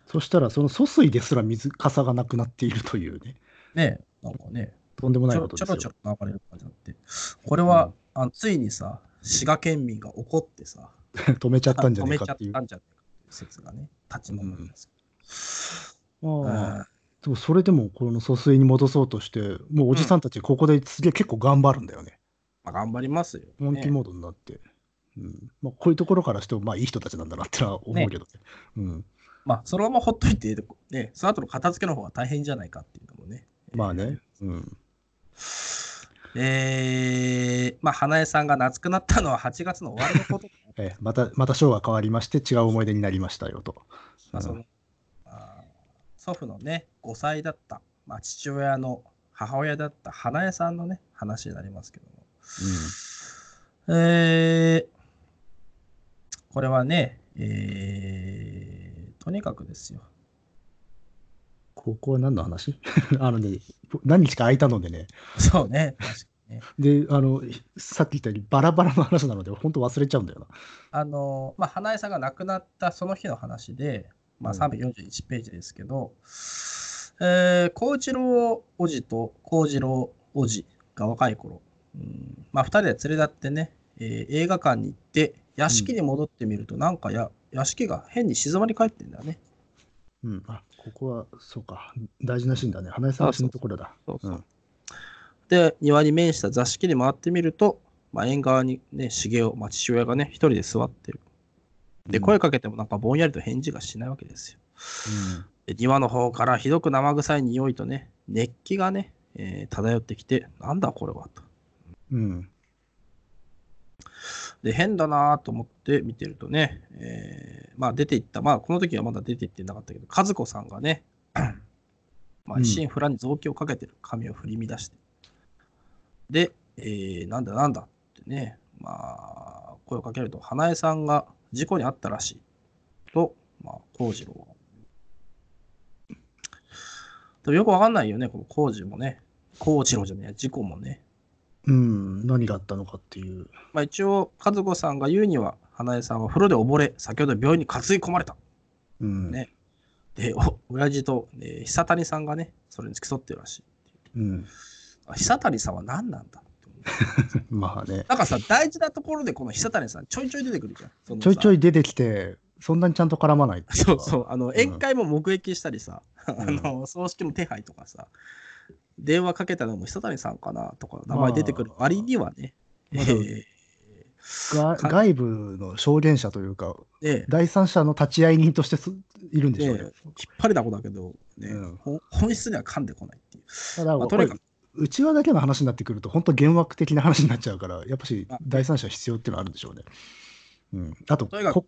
[SPEAKER 2] そしたら、その疎水ですら水かさがなくなっているというね、
[SPEAKER 1] ねなんかね、
[SPEAKER 2] とんでもな
[SPEAKER 1] ち
[SPEAKER 2] い
[SPEAKER 1] ょろ
[SPEAKER 2] こ
[SPEAKER 1] ち
[SPEAKER 2] とで
[SPEAKER 1] ょ
[SPEAKER 2] すよ
[SPEAKER 1] ろちょ。ろ流れる感じになって。これは、あのついにさ、滋賀県民が怒ってさ、
[SPEAKER 2] 止めちゃったんじゃ
[SPEAKER 1] 止
[SPEAKER 2] な
[SPEAKER 1] め
[SPEAKER 2] い
[SPEAKER 1] ちゃ
[SPEAKER 2] か
[SPEAKER 1] っ
[SPEAKER 2] っていう。
[SPEAKER 1] たんじゃないかっていう説がね、立ち上ります。
[SPEAKER 2] あー
[SPEAKER 1] うん
[SPEAKER 2] でもそれでもこの疎水に戻そうとして、もうおじさんたちここですげえ結構頑張るんだよね。
[SPEAKER 1] まあ、頑張りますよ、ね。
[SPEAKER 2] 本気モードになって。うんまあ、こういうところからしてもまあいい人たちなんだなってのは思うけどね、うん、
[SPEAKER 1] まあ、そのままほっといて、ね、その後の片付けの方が大変じゃないかっていうのもね。
[SPEAKER 2] まあね、うん、
[SPEAKER 1] えー、まあ、花江さんが懐くなったのは8月の終わりの こと。
[SPEAKER 2] えまたまた章が変わりまして違う思い出になりましたよと。
[SPEAKER 1] まあ、その、あー祖父のね、5歳だった、まあ、父親の母親だった花江さんのね、話になりますけども。えー、これはね、えー、とにかくですよ。
[SPEAKER 2] ここは何の話 あのね何日か空いたのでね
[SPEAKER 1] そうね、確かにね。
[SPEAKER 2] であのさっき言ったようにバラバラの話なので本当忘れちゃうんだよな。
[SPEAKER 1] あのまあ、花江さんが亡くなったその日の話で、まあ、
[SPEAKER 2] うん
[SPEAKER 1] 341ページですけど、えー、幸一郎おじと幸次郎おじが若い頃、うんまあ、2人で連れ立ってね、えー映画館に行って、屋敷に戻ってみると、なんかや、屋敷が変に静まり返ってんだよね。
[SPEAKER 2] うん、あここはそうか大事なシーンだね花江さんの死ぬところだ
[SPEAKER 3] そうそううん
[SPEAKER 1] で、庭に面した座敷に回ってみると、まあ、縁側にね、茂雄、まあ、父親がね、一人で座ってる。で、
[SPEAKER 2] うん
[SPEAKER 1] 声かけてもなんかぼんやりと返事がしないわけですよ。で庭の方からひどく生臭い匂いとね、熱気がね、えー漂ってきて、なんだこれはと。
[SPEAKER 2] うん、うん
[SPEAKER 1] で、変だなと思って見てるとね、えーまあ出ていった、まあこの時はまだ出ていってなかったけど、和子さんがね、まあ
[SPEAKER 2] うん
[SPEAKER 1] 一心不乱に臓器をかけてる髪を振り乱して。で、えーなんだなんだってね、まあ声をかけると、花江さんが事故に遭ったらしいと、まあ幸次郎は。でもよくわかんないよね、この幸次もね。幸次郎じゃねえ、事故もね。
[SPEAKER 2] うん、何があったのかっていう
[SPEAKER 1] まあ、一応、和子さんが言うには、花江さんは風呂で溺れ、先ほど病院に担ぎ込まれた。
[SPEAKER 2] うん、
[SPEAKER 1] ねで、お親父と、えー久谷さんがね、それに付き添ってるらしい。
[SPEAKER 2] うん、
[SPEAKER 1] あ久谷さんは何なんだって思う
[SPEAKER 2] まあね
[SPEAKER 1] なんかさ、大事なところでこの久谷さん、ちょいちょい出てくるじゃん。そのさ
[SPEAKER 2] ちょいちょい出てきてそんなにちゃんと絡まないって い
[SPEAKER 1] そう
[SPEAKER 2] か
[SPEAKER 1] そう、あの、宴会も目撃したりさ、あの、葬式の手配とかさ、電話かけたのも久谷さんかなとか、名前出てくる割にはね、
[SPEAKER 2] まあ
[SPEAKER 1] えー
[SPEAKER 2] が
[SPEAKER 1] か
[SPEAKER 2] 外部の証言者というか
[SPEAKER 1] ね
[SPEAKER 2] 第三者の立ち会い人としてすいるんでしょうね
[SPEAKER 1] ね引っ張りだこだけど、ね
[SPEAKER 2] うん
[SPEAKER 1] ほ本質には噛んでこないっていう。
[SPEAKER 2] ただ、
[SPEAKER 1] まあ
[SPEAKER 2] こと
[SPEAKER 1] に
[SPEAKER 2] れ
[SPEAKER 1] かく
[SPEAKER 2] うちわだけの話になってくると本当幻惑的な話になっちゃうからやっぱし
[SPEAKER 1] あ
[SPEAKER 2] 第三者必要っていうのはあるんでしょうね、うん、あと
[SPEAKER 1] とにかく
[SPEAKER 2] こ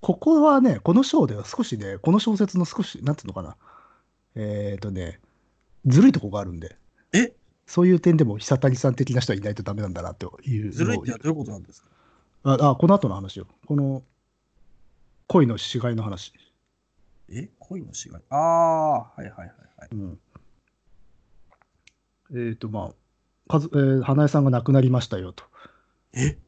[SPEAKER 2] ここはねこの章では少しねこの小説の少しなんていうのかなえっ、ー、とねずるいとこがあるんで
[SPEAKER 1] え
[SPEAKER 2] そういう点でも久谷さん的な人はいないとダメなんだなという
[SPEAKER 1] ずるいってのはどういうことなんですか
[SPEAKER 2] ああこの後の話よこの恋の死骸の話
[SPEAKER 1] え恋の死骸ああ、はいはいはいはい。
[SPEAKER 2] うんえっ、ー、とまあかず、えー花江さんが亡くなりましたよと。
[SPEAKER 1] え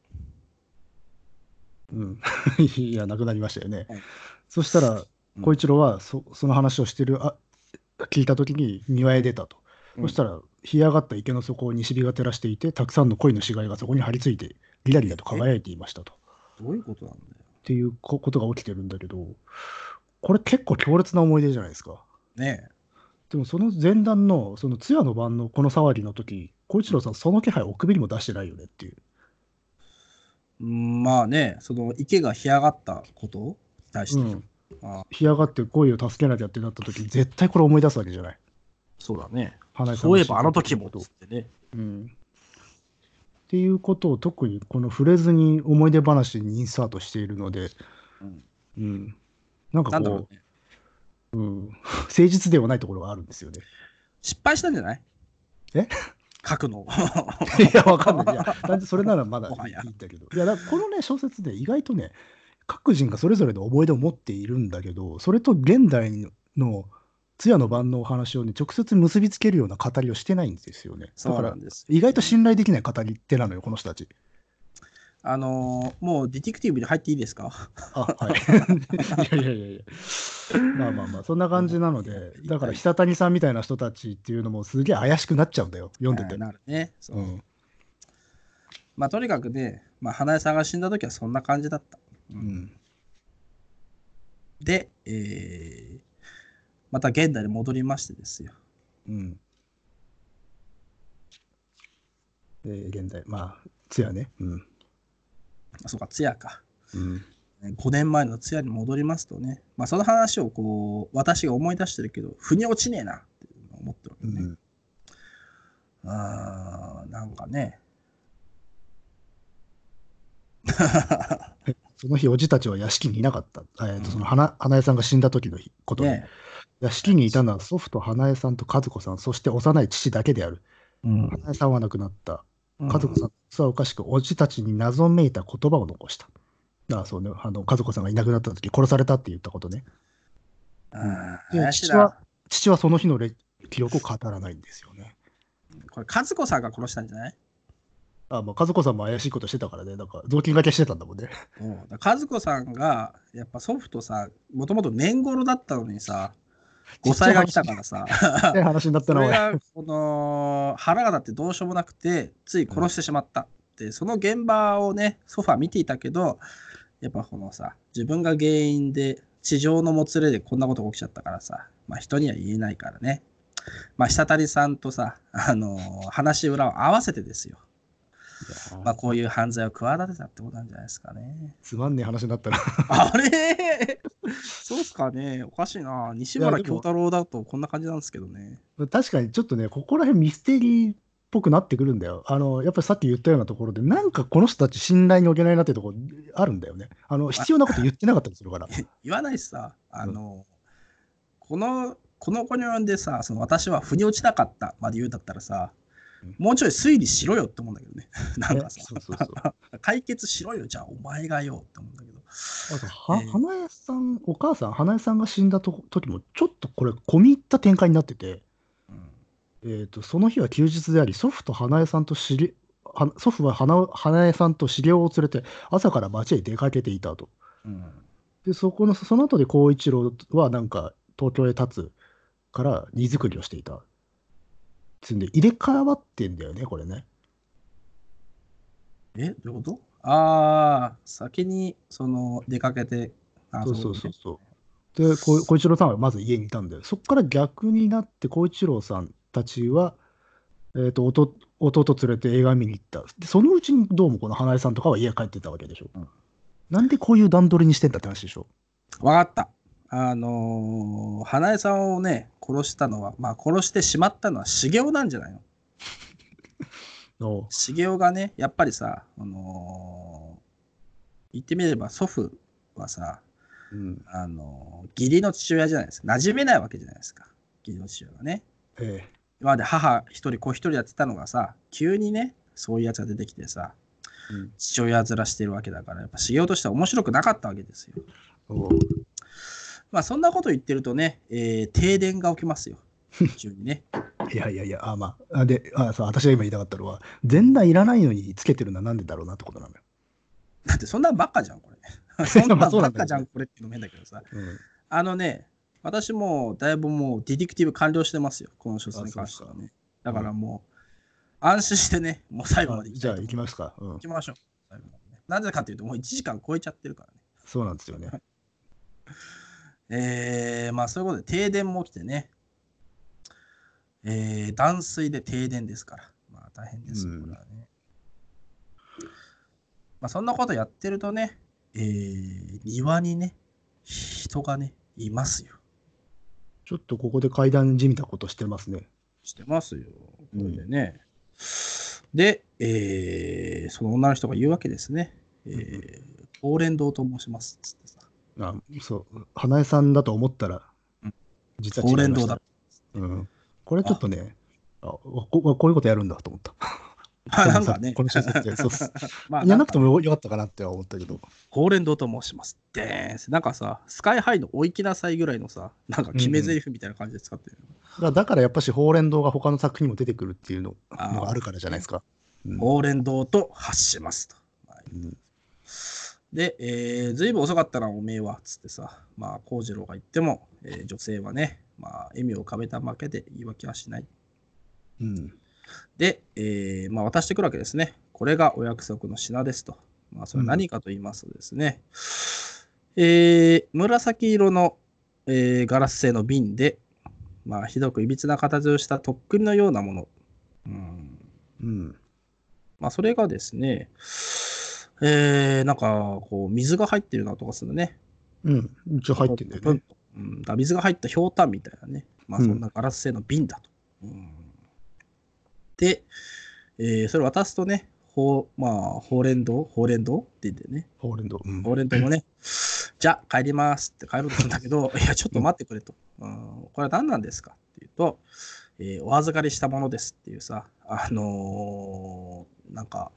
[SPEAKER 2] うん、 いや、亡くなりましたよね。
[SPEAKER 1] はい
[SPEAKER 2] そしたら
[SPEAKER 1] う、ん
[SPEAKER 2] 孝一郎はそその話をしてるあ聞いたときに庭へ出たと。
[SPEAKER 1] うん
[SPEAKER 2] そしたら、干上がった池の底を西日が照らしていて、たくさんの鯉の死骸がそこに張り付いて、リラリラと輝いていましたと。っ
[SPEAKER 1] どういうことなんだよ。
[SPEAKER 2] ていうこことが起きてるんだけど、これ結構強烈な思い出じゃないですか。
[SPEAKER 1] ねえ。
[SPEAKER 2] でもその前段の、その通夜の晩のこの騒ぎの時、孝一郎さん、その気配をお首にも出してないよねっていう。
[SPEAKER 1] うんまあね、その池が干上がったことに対して、
[SPEAKER 2] うん
[SPEAKER 1] あー
[SPEAKER 2] 干上がって鯉を助けなきゃってなった時に、絶対これ思い出すわけじゃない。
[SPEAKER 1] そうだね。
[SPEAKER 2] 花井さん
[SPEAKER 1] そ
[SPEAKER 2] が
[SPEAKER 1] うい
[SPEAKER 2] 死
[SPEAKER 1] え
[SPEAKER 2] んだ
[SPEAKER 1] ばあの時もつってね。
[SPEAKER 2] うんっていうことを特にこの触れずに思い出話にインサートしているので、
[SPEAKER 1] うん
[SPEAKER 2] うんなんか
[SPEAKER 1] なんだ
[SPEAKER 2] こ
[SPEAKER 1] ろ
[SPEAKER 2] う
[SPEAKER 1] う、ね。
[SPEAKER 2] 誠実ではないところがあるんですよね。
[SPEAKER 1] 失敗したんじゃない
[SPEAKER 2] え
[SPEAKER 1] 書く の。
[SPEAKER 2] いや、わかんない。いや、だってそれならまだい
[SPEAKER 1] もはや
[SPEAKER 2] いんだけど。いや、だからこのね、小説で意外とね、各人がそれぞれの思い出を持っているんだけど、それと現代の通夜の晩のお話をね、直接結びつけるような語りをしてないんですよね。だ
[SPEAKER 1] そ
[SPEAKER 2] か
[SPEAKER 1] うな
[SPEAKER 2] ら
[SPEAKER 1] ん、ですよ。
[SPEAKER 2] 意外と信頼できない語り手なのよ、この人たち。
[SPEAKER 1] あのーもうディティクティブに入っていいですか
[SPEAKER 2] あ はい。いやいやいやいや。まあまあまあ、そんな感じなので、だから久谷さんみたいな人たちっていうのもすげえ怪しくなっちゃうんだよ、読んでて。
[SPEAKER 1] なるね。そううんまあとにかくね、まあ、花江さんが死んだ時はそんな感じだった。
[SPEAKER 2] うん
[SPEAKER 1] で、えーまた現代に戻りましてですよ。
[SPEAKER 2] うんえー現代、まあ、通夜ね。うん
[SPEAKER 1] あそうか、通夜か。
[SPEAKER 2] うん
[SPEAKER 1] 5年前の通夜に戻りますとね、まあ、その話をこう私が思い出してるけど、腑に落ちねえなっていうのを思ってるわけ
[SPEAKER 2] う
[SPEAKER 1] ね。
[SPEAKER 2] ん
[SPEAKER 1] あーなんかね、
[SPEAKER 2] その日、おじたちは屋敷にいなかった。えーとその花花江さんが死んだ時の日ことで、
[SPEAKER 1] ね
[SPEAKER 2] 屋敷にいたのは祖父と花江さんと和子さん、そして幼い父だけである。
[SPEAKER 1] うん
[SPEAKER 2] 花江さんは亡くなった。
[SPEAKER 1] うん
[SPEAKER 2] 家族さんはおかしく、おじたちに謎めいた言葉を残した。ああそうね、あの家族さんがいなくなった時殺されたって言ったことね。
[SPEAKER 1] あー
[SPEAKER 2] で
[SPEAKER 1] 怪しい
[SPEAKER 2] 父は
[SPEAKER 1] な。
[SPEAKER 2] 父はその日のれ記録を語らないんですよね。
[SPEAKER 1] これ、和子さんが殺したんじゃない
[SPEAKER 2] ああまあ、和子さんも怪しいことしてたからね、なんか雑巾がけしてたんだもんね。
[SPEAKER 1] うんだから和子さんが、やっぱ祖父とさ、もともと年頃だったのにさ、 5歳が来たからさ、
[SPEAKER 2] え話になった
[SPEAKER 1] そ
[SPEAKER 2] な、お
[SPEAKER 1] れ
[SPEAKER 2] い。
[SPEAKER 1] がこの腹が立ってどうしようもなくて、つい殺してしまったって、その現場をね、ソファ見ていたけど、やっぱこのさ、自分が原因で、地上のもつれでこんなことが起きちゃったからさ、まあ人には言えないからね。まあ、たりさんとさ、あのー話し裏を合わせてですよ。まあ、こういう犯罪を企てたってことなんじゃないですかね。
[SPEAKER 2] つまんねえ話になったな。
[SPEAKER 1] あれそうっすかね。おかしいな。西
[SPEAKER 2] いや
[SPEAKER 1] 村
[SPEAKER 2] でも
[SPEAKER 1] 京太郎だとこんな感じなんですけどね。
[SPEAKER 2] 確かにちょっとね、ここら辺ミステリーっぽくなってくるんだよ。あの、やっぱりさっき言ったようなところで、なんかこの人たち信頼におけないなってところあるんだよね。あの、必要なこと言って なかったりするから。
[SPEAKER 1] 言わないしさ、あの、この、この子に呼んでさ、その私は腑に落ちなかったまで言うんだったらさ
[SPEAKER 2] うん、
[SPEAKER 1] もうちょい推理しろよって思うんだけどね。 なんか
[SPEAKER 2] ね
[SPEAKER 1] さ、
[SPEAKER 2] そうそうそう。
[SPEAKER 1] 解決しろよ、じゃあお前がよって思うんだけど。
[SPEAKER 2] あとは
[SPEAKER 1] えー
[SPEAKER 2] 花江さん、お母さん、花江さんが死んだと時も、ちょっとこれ、込み入った展開になってて、
[SPEAKER 1] うん
[SPEAKER 2] えー、とその日は休日であり、祖父と花江さんと知りは祖父は花花江さんと知り合いを連れて、朝から町へ出かけていたと。
[SPEAKER 1] うん
[SPEAKER 2] で、そこのその後で孝一郎は、なんか東京へ立つから荷造りをしていた。つんで、入れ替わってんだよね、これね。
[SPEAKER 1] え、どういうことああ、先にその出かけて、あー
[SPEAKER 2] そうそうそう
[SPEAKER 1] い
[SPEAKER 2] そう。で、こ小一郎さんはまず家にいたんだよ。そこから逆になって、小一郎さんたちは、えっ、と弟、弟連れて映画見に行った。で、そのうちにどうもこの花江さんとかは家帰ってたわけでしょ。
[SPEAKER 1] うん
[SPEAKER 2] なんでこういう段取りにしてんだって話でしょ。
[SPEAKER 1] ことね。わかった。あのー花江さんをね、殺したのは、まあ殺してしまったのは茂雄なんじゃないの
[SPEAKER 2] おう
[SPEAKER 1] 茂雄がね、やっぱりさ、あのー言ってみれば祖父はさ、
[SPEAKER 2] うん。
[SPEAKER 1] あのー義理の父親じゃないですか。馴染めないわけじゃないですか。義理の父親がね。
[SPEAKER 2] ええ。
[SPEAKER 1] 今まで母一人子一人やってたのがさ、急にね、そういうやつが出てきてさ、
[SPEAKER 2] うん
[SPEAKER 1] 父親面してるわけだから、やっぱ修行としては面白くなかったわけですよ。
[SPEAKER 2] おう
[SPEAKER 1] まあそんなこと言ってるとね、えー停電が起きますよ。急にね。
[SPEAKER 2] いやいやいや、あ、まあ、あで、あ、そう、私が今言いたかったのは、前段いらないのにつけてるのはなんでだろうなってことなのよ。
[SPEAKER 1] だってそんなんばっかじゃん、こ れ。そんな
[SPEAKER 2] まあ
[SPEAKER 1] ん
[SPEAKER 2] そう
[SPEAKER 1] ば
[SPEAKER 2] な
[SPEAKER 1] っ
[SPEAKER 2] んだ
[SPEAKER 1] か
[SPEAKER 2] けど
[SPEAKER 1] じゃん、これっていうのも変だけどさ。
[SPEAKER 2] うん。
[SPEAKER 1] あのね、私もうだいぶもうディティクティブ完了してますよ、この小説に関してはね。だ
[SPEAKER 2] う
[SPEAKER 1] からもう、安心してね、もう最後まで行き
[SPEAKER 2] じ
[SPEAKER 1] た
[SPEAKER 2] ゃ
[SPEAKER 1] い
[SPEAKER 2] あ、
[SPEAKER 1] と思う
[SPEAKER 2] 行きますか。うん
[SPEAKER 1] 行。きましょう。最後までねなぜかというと、もう1時間超えちゃってるからね。
[SPEAKER 2] そうなんですよね。
[SPEAKER 1] えー、まあそういうことで停電も起きてね、えー、断水で停電ですから、まあ大変ですよ、
[SPEAKER 2] うん
[SPEAKER 1] これはね。まあそんなことやってるとね、えー、庭にね、人がね、いますよ。
[SPEAKER 2] ちょっとここで階段じみたことしてますね。
[SPEAKER 1] してますよ。
[SPEAKER 2] うん
[SPEAKER 1] これでね。で、えー、その女の人が言うわけですね。えー、高連堂と申します。つってさ。
[SPEAKER 2] あそう、花江さんだと思ったら
[SPEAKER 1] うん、
[SPEAKER 2] 実は違い
[SPEAKER 1] 高
[SPEAKER 2] ま
[SPEAKER 1] 連
[SPEAKER 2] し
[SPEAKER 1] 堂
[SPEAKER 2] た
[SPEAKER 1] だ
[SPEAKER 2] うん。これちょっとね、あこここういうことやるんだと思った。
[SPEAKER 1] まあ なんかね
[SPEAKER 2] こ、の小説で。そうそう
[SPEAKER 1] まあ
[SPEAKER 2] やらなくて
[SPEAKER 1] も。
[SPEAKER 2] もよかったかなっては思ったけど。
[SPEAKER 1] 高連堂と申します。でーんす。なんかさ、スカイハイのお行きなさいぐらいのさ、なんか決め台詞みたいな感じで使ってる。
[SPEAKER 2] だだからやっぱし、ほうれん堂が他の作品にも出てくるっていうの
[SPEAKER 1] あー
[SPEAKER 2] のがあるからじゃないですか。うん
[SPEAKER 1] 高連堂と発しますと。はい
[SPEAKER 2] うん
[SPEAKER 1] で、えー、ずいぶん遅かったな、おめえは、つってさ、まあ、幸次郎が言っても、えー女性はね、まあ、笑みを浮かべた負けで言い訳はしない。
[SPEAKER 2] うん
[SPEAKER 1] で、えーまあ、渡してくるわけですね。これがお約束の品ですと。まあ、それは何かと言いますとですね、えー紫色の、えーガラス製の瓶で、まあ、ひどくいびつな形をしたとっくりのようなもの。うん
[SPEAKER 2] うん
[SPEAKER 1] まあ、それがですね、えーなんかこう水が入ってるなとかするね。
[SPEAKER 2] うん、一応入ってんだよね。
[SPEAKER 1] うん、だから水が入ったひょうたんみたいなね、まあ、
[SPEAKER 2] うん
[SPEAKER 1] そんなガラス製の瓶だと。うんで、えーそれ渡すとね、ほうまあ、ほうれん堂ほうれん堂って言ってね、
[SPEAKER 2] ほうれん堂。うん
[SPEAKER 1] ほうれん堂もね、じゃあ帰りますって帰ろうとするんだけ ど、いや、ちょっと待ってくれと。うん、これは何なんですかっていうと、えーお預かりしたものですっていうさ、あのーなんか、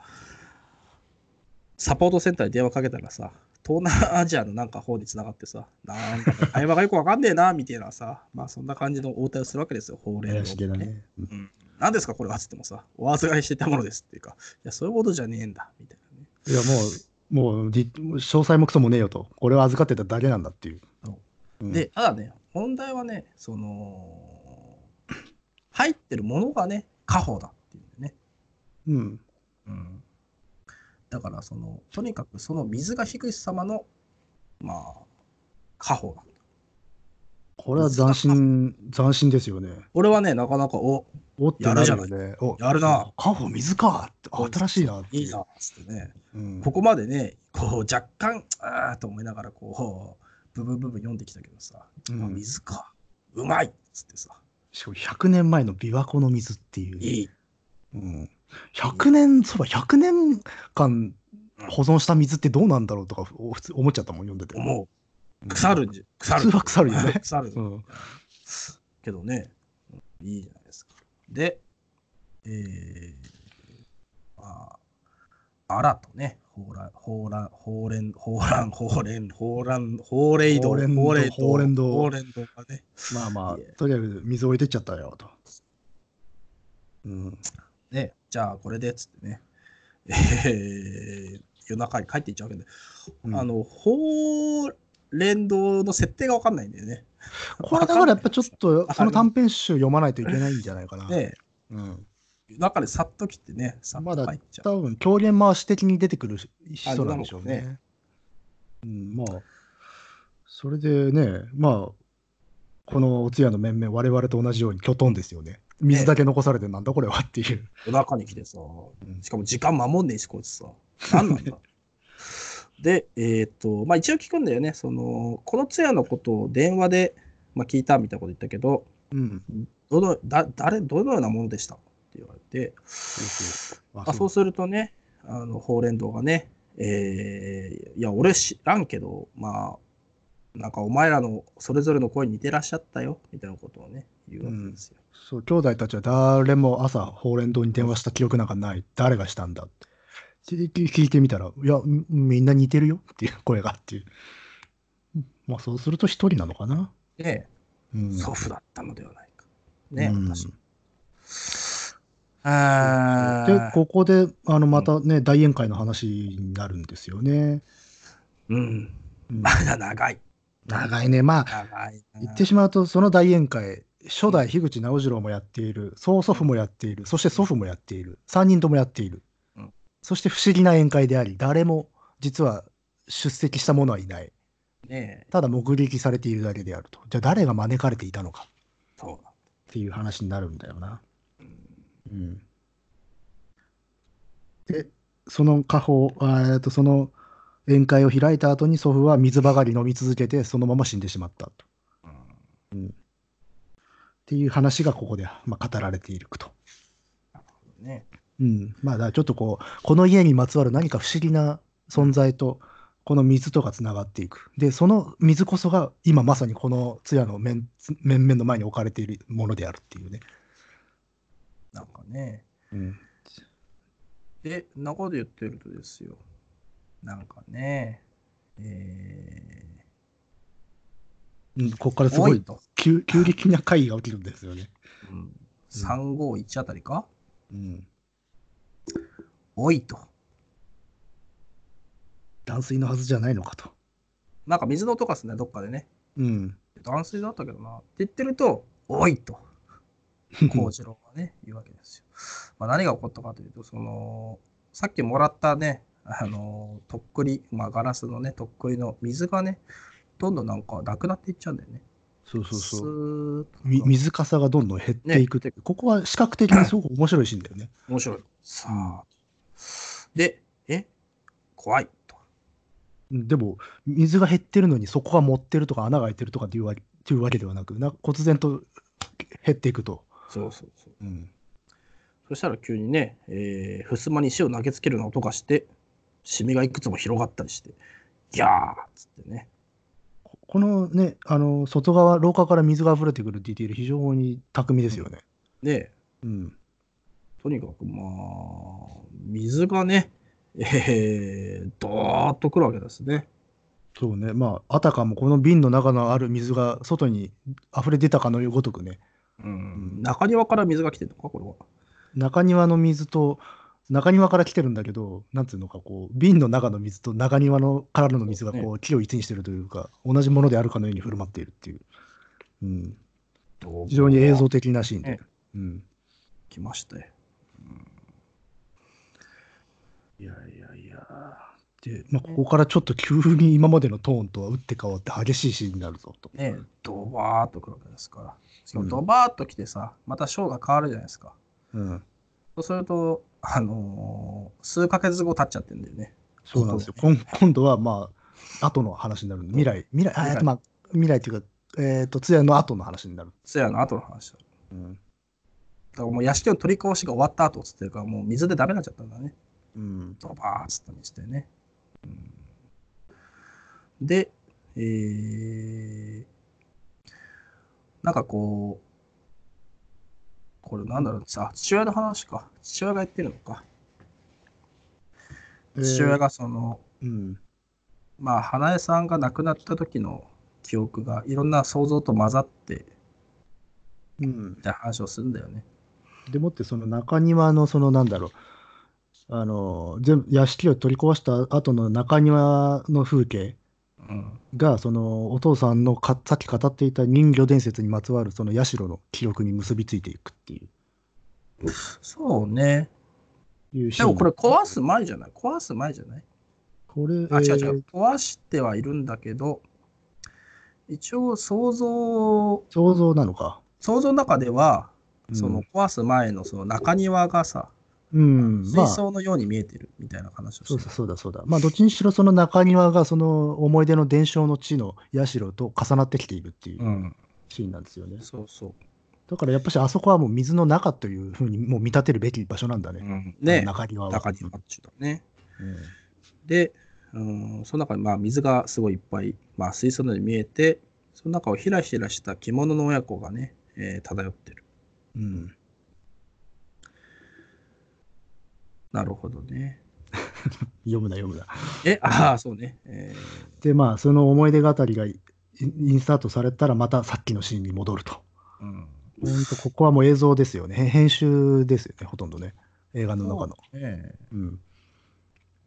[SPEAKER 1] サポートセンターに電話かけたらさ、東南アジアのなんか方に繋がってさ、なんか会話がよくわかんねえな、みたいなさ、 まあそんな感じの応対をするわけですよ、ほうれん
[SPEAKER 2] 怪
[SPEAKER 1] 堂
[SPEAKER 2] し
[SPEAKER 1] って
[SPEAKER 2] げだ
[SPEAKER 1] ね。
[SPEAKER 2] ね。うん
[SPEAKER 1] うん、何ですかこれはっつってもさ、お預かりしていたものですっていうか、いや、そういうことじゃねえんだ、みたいなね。
[SPEAKER 2] いや、もう、もう、じ詳細もクソもねえよと。これは預かってただけなんだっていう
[SPEAKER 1] そ。
[SPEAKER 2] うん
[SPEAKER 1] で、ただね、問題はね、その、入ってるものがね、家宝だっていうんでね。
[SPEAKER 2] うん。
[SPEAKER 1] うん。だから、その、とにかくその水が樋口様の、まあ、家宝だ。
[SPEAKER 2] これは斬新、斬新ですよね。
[SPEAKER 1] 俺はね、なかなか、お、
[SPEAKER 2] おってなるよね。お
[SPEAKER 1] やるな。
[SPEAKER 2] カホ水か。新しいなってう
[SPEAKER 1] いいな、。つってね。
[SPEAKER 2] うん
[SPEAKER 1] ここまでね、こう、若干、あーと思いながら、こう、部分部分読んできたけどさ、
[SPEAKER 2] うん
[SPEAKER 1] あ水か、うまいっつってさ、
[SPEAKER 2] しかも100年前の琵琶湖の水っていう。
[SPEAKER 1] いい。
[SPEAKER 2] うん、100年、そういえば100年間保存した水ってどうなんだろうとか、お普通思っちゃったもん、読んでて。
[SPEAKER 1] 思
[SPEAKER 2] う
[SPEAKER 1] う。
[SPEAKER 2] ん
[SPEAKER 1] 腐るんじゃ、腐る。
[SPEAKER 2] 普通は 腐るよね
[SPEAKER 1] 腐る
[SPEAKER 2] う。ん。
[SPEAKER 1] けどね、いいじゃないですか。で、えー、まあ、あらとね、ほうら、ほうら、ほうれん、ほうらん、ほうれん、ほうらん、ほうれいどう、
[SPEAKER 2] ほうれん堂
[SPEAKER 1] ほうれい
[SPEAKER 2] ほうれん
[SPEAKER 1] どう
[SPEAKER 2] 堂
[SPEAKER 1] ほうれんどうがね、
[SPEAKER 2] まあま
[SPEAKER 1] いえ
[SPEAKER 2] あ、とりあえず水置いてっちゃったよと。うん、
[SPEAKER 1] ね、じゃあこれでっつってね、えー、夜中に帰っていっちゃうわけで、
[SPEAKER 2] うん
[SPEAKER 1] あの、ほうれん堂の設定がわかんないんだよね。
[SPEAKER 2] これだからやっぱちょっと
[SPEAKER 1] わか
[SPEAKER 2] そ
[SPEAKER 1] んない
[SPEAKER 2] の短編集読まないといけないんじゃないかな。
[SPEAKER 1] で、
[SPEAKER 2] うん、
[SPEAKER 1] 夜中でさっと来てね、さっ
[SPEAKER 2] ま
[SPEAKER 1] と
[SPEAKER 2] だ
[SPEAKER 1] 入っちゃう。
[SPEAKER 2] 多分狂言回し的に出てくる人なんでしょう
[SPEAKER 1] あな
[SPEAKER 2] ね。うん、まあそれでねまあこのお通夜の面々我々と同じようにきょとんですよね。水だけ残されてなんだこれはっていう。
[SPEAKER 1] 夜中に来てさ、
[SPEAKER 2] ん
[SPEAKER 1] しかも時間守んねえし、こいつさ。なんなん だで、えっ、と、まあ一応聞くんだよね、その、この通夜のことを電話で、まあ、聞いたみたいなこと言ったけど、
[SPEAKER 2] うん、
[SPEAKER 1] どの、だ、誰、どのようなものでしたって言われて、
[SPEAKER 2] ま
[SPEAKER 1] まあ、そうするとね、あのほうれん堂がね、えーいや、俺知らんけど、まあ、なんかお前らのそれぞれの声に似てらっしゃったよ、みたいなことをね、言うわけですよ。
[SPEAKER 2] そう兄弟たちは誰も朝、ほうれん堂に電話した記憶なんかない、誰がしたんだってって聞いてみたら、いや、みみんな似てるよっていう声がっていう。まあそうすると一人なのかな。
[SPEAKER 1] で、
[SPEAKER 2] うん、
[SPEAKER 1] 祖父だったのではないか。ね、
[SPEAKER 2] うん
[SPEAKER 1] 私。あ
[SPEAKER 2] で、
[SPEAKER 1] ー
[SPEAKER 2] ここであのまたね、大宴会の話になるんですよね。
[SPEAKER 1] うん、
[SPEAKER 2] うん
[SPEAKER 1] まだ長い。
[SPEAKER 2] 長いね、まあ
[SPEAKER 1] 長いな。
[SPEAKER 2] 言ってしまうと、その大宴会、初代樋口直次郎もやっている、曽祖父もやっている、そして祖父もやっている、3人ともやっている
[SPEAKER 1] うん、
[SPEAKER 2] そして不思議な宴会であり、誰も実は出席した者はいない、
[SPEAKER 1] ね
[SPEAKER 2] ただ目撃されているだけであると、じゃあ誰が招かれていたのか
[SPEAKER 1] そうだ。
[SPEAKER 2] っていう話になるんだよな。うん、で、その家宝、あーえーとその宴会を開いた後に祖父は水ばかり飲み続けて、そのまま死んでしまったと。
[SPEAKER 1] うん
[SPEAKER 2] っていう話がここで、まあ、語られていると。
[SPEAKER 1] ね、
[SPEAKER 2] うん、まあだからちょっとこうこの家にまつわる何か不思議な存在とこの水とがつながっていくでその水こそが今まさにこの通夜の面面々の前に置かれているものであるっていうね、
[SPEAKER 1] なんかね。
[SPEAKER 2] うん、
[SPEAKER 1] で、んなこと言ってるとですよ。なんかね、え
[SPEAKER 2] うんここから
[SPEAKER 1] ー、
[SPEAKER 2] すご
[SPEAKER 1] 多い
[SPEAKER 2] い
[SPEAKER 1] と。
[SPEAKER 2] 急急激な会議が起きるんですよね、
[SPEAKER 1] うん、351あたりか、
[SPEAKER 2] うん、
[SPEAKER 1] 多いと。
[SPEAKER 2] 断水のはずじゃないのかと、
[SPEAKER 1] なんか水の音がするね、どっかでね。
[SPEAKER 2] うん、
[SPEAKER 1] 断水だったけどな。って言ってると、多いと、幸次郎はね、言うわけですよ。まあ、何が起こったかというと、その、さっきもらったね、あの、とっくり、まあ、ガラスのね、とっくりの水がね、どんどんなんかなくなっていっちゃうんだよね。
[SPEAKER 2] そうそうそう
[SPEAKER 1] う。
[SPEAKER 2] み水かさがどんどん減っていく、
[SPEAKER 1] ね
[SPEAKER 2] ここは視覚的にすごく面白いシーンだよね
[SPEAKER 1] 面白い。さあ。で、え怖いと。
[SPEAKER 2] うんでも、水が減ってるのに、そこが持ってるとか、穴が開いてるとかっていうわけっていうわけではなく、な忽然と減っていくと。
[SPEAKER 1] そうそうそう。
[SPEAKER 2] うん、
[SPEAKER 1] そしたら急にね、えー、襖に石を投げつけるような音がして、シミがいくつも広がったりして、ギャーっつってね。
[SPEAKER 2] ここのね、あの外側、廊下から水が溢れてくるディティール、非常に巧みですよね。
[SPEAKER 1] で、
[SPEAKER 2] うん、
[SPEAKER 1] とにかくまあ、水がね、えー、ドーッとくるわけですね。
[SPEAKER 2] そうね、まあ、あたかもこの瓶の中のある水が外に溢れ出たかのごとくね、
[SPEAKER 1] うん、中庭から水が来てるのか、これは。
[SPEAKER 2] 中庭の水と、中庭から来てるんだけど、なんていうのか、こう、瓶の中の水と中庭のからの水が、
[SPEAKER 1] そ
[SPEAKER 2] こう、木を一にしてるというか、同じものであるかのように振る舞っているっていう。うん、非常に映像的なシーン
[SPEAKER 1] え
[SPEAKER 2] で。うん、
[SPEAKER 1] 来ましたよ。うんいやいやいや。
[SPEAKER 2] で、まあ、ここからちょっと急に今までのトーンとは打って変わって激しいシーンになるぞと。
[SPEAKER 1] ねドバーっと来るわけですから。しか
[SPEAKER 2] う
[SPEAKER 1] も
[SPEAKER 2] ん
[SPEAKER 1] ドバーっと来てさ、またショーが変わるじゃないですか。
[SPEAKER 2] うん、
[SPEAKER 1] そうすると、あのー数ヶ月後経っちゃってんだよね。
[SPEAKER 2] そうなんですよ。今今度はまあ、後の話になるんで、未来、未来、あえっとまあ、未来というか、えっ、と、通夜の後の話になる。
[SPEAKER 1] 通夜の後の話だ。だ
[SPEAKER 2] うん。
[SPEAKER 1] からもう屋敷の取り壊しが終わった後っつってるから、もう水でダメになっちゃったんだね。
[SPEAKER 2] うん。
[SPEAKER 1] ドバーっつったにしてね。うんで、えー、なんかこう、これなんだろうさ、父親の話か。父親が言ってるのか。
[SPEAKER 2] えー
[SPEAKER 1] 父親がその、
[SPEAKER 2] うん。
[SPEAKER 1] まあ、花江さんが亡くなった時の記憶がいろんな想像と混ざって
[SPEAKER 2] うん
[SPEAKER 1] み。たいな話をするんだよね。
[SPEAKER 2] でもってその中庭のそのなんだろうあの全部屋敷を取り壊した後の中庭の風景
[SPEAKER 1] うん。
[SPEAKER 2] がそのお父さんのかさっき語っていた人魚伝説にまつわるその社の記録に結びついていくってい
[SPEAKER 1] そうね。
[SPEAKER 2] ういうシ
[SPEAKER 1] で
[SPEAKER 2] ーン
[SPEAKER 1] もこれ壊す前じゃない壊す前じゃない
[SPEAKER 2] これ
[SPEAKER 1] あ、
[SPEAKER 2] えー
[SPEAKER 1] 違う違う。壊してはいるんだけど、一応想像、
[SPEAKER 2] 想像なのか、
[SPEAKER 1] 想像の中では、
[SPEAKER 2] うん
[SPEAKER 1] その壊す前のその中庭がさ、
[SPEAKER 2] うんま
[SPEAKER 1] 水
[SPEAKER 2] あ
[SPEAKER 1] 槽のように見えてるみたいな話を
[SPEAKER 2] そう
[SPEAKER 1] してた。
[SPEAKER 2] だそうだそうだまあどっちにしろその中庭がその思い出の伝承の地の社と重なってきているっていう
[SPEAKER 1] うん。
[SPEAKER 2] シーンなんですよね、
[SPEAKER 1] そうそう。
[SPEAKER 2] だからやっぱしあそこはもう水の中というふうにもう見立てるべき場所なんだね、
[SPEAKER 1] うん、ね
[SPEAKER 2] 中庭は。
[SPEAKER 1] 中庭っちゅうだね。
[SPEAKER 2] うん
[SPEAKER 1] で、うん、その中にまあ水がすごいいっぱい、まあ、水槽のように見えて、その中をひらひらした着物の親子がね、えー漂ってる。
[SPEAKER 2] うん。
[SPEAKER 1] なるほどね。
[SPEAKER 2] 読むな、読むな。
[SPEAKER 1] え、ああ、そうね。えー
[SPEAKER 2] で、まあ、その思い出語りがインインスタートされたら、またさっきのシーンに戻ると。
[SPEAKER 1] うん、
[SPEAKER 2] ほんと、ここはもう映像ですよね。へ編集ですよね、ほとんどね。映画の中
[SPEAKER 1] そ
[SPEAKER 2] の。
[SPEAKER 1] うね
[SPEAKER 2] うん。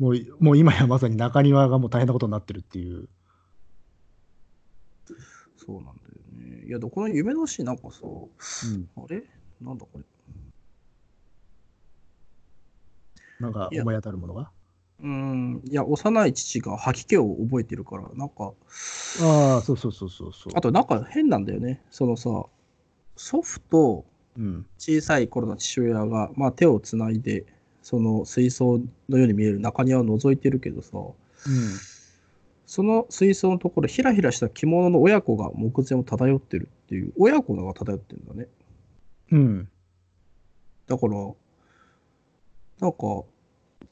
[SPEAKER 2] もうい、もう今やまさに中庭がもう大変なことになってるっていう。
[SPEAKER 1] そうなんだよね。いや、どこの夢のシーンなんかさ、
[SPEAKER 2] うん。
[SPEAKER 1] あれなんだこれ。
[SPEAKER 2] なんか
[SPEAKER 1] いや
[SPEAKER 2] 思い当たるものが。
[SPEAKER 1] うん、いや、幼い父が吐き気を覚えてるから、なんか、
[SPEAKER 2] ああ、そうそうそうそうそう。
[SPEAKER 1] あとなんか変なんだよね。そのさ、祖父と
[SPEAKER 2] うん。
[SPEAKER 1] 小さい頃の父親が、まあ、手をつないで、その水槽のように見える中庭を覗いてるけどさ、その水槽のところ、ひらひらした着物の親子が目前を漂ってるっていう、親子のが漂ってるんだね。
[SPEAKER 2] うん。うん。
[SPEAKER 1] だから、なんか、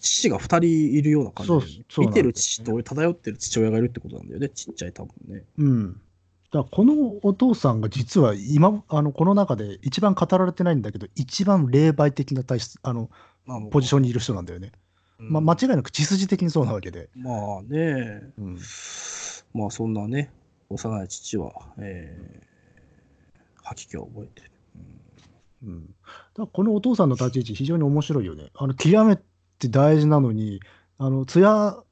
[SPEAKER 1] 父が2人いるような感じだよね、
[SPEAKER 2] そうそう
[SPEAKER 1] 見
[SPEAKER 2] なんだ
[SPEAKER 1] て
[SPEAKER 2] よね
[SPEAKER 1] る父と漂ってる父親がいるってことなんだよね、ちっちゃい多分ね。
[SPEAKER 2] うん。だからこのお父さんが実は今あのこの中で一番語られてないんだけど一番霊媒的な体質あの
[SPEAKER 1] まあ、
[SPEAKER 2] ポジション
[SPEAKER 1] ン、
[SPEAKER 2] にいる人なんだよね、
[SPEAKER 1] うん
[SPEAKER 2] まあ、間違いなく血筋的にそうなわけで、
[SPEAKER 1] まあね、
[SPEAKER 2] うん
[SPEAKER 1] まあそんなね、幼い父は、えー、吐き気を覚えてる。
[SPEAKER 2] うん、だからこのお父さんの立ち位置非常に面白いよねあの極めて大事なのにあの艶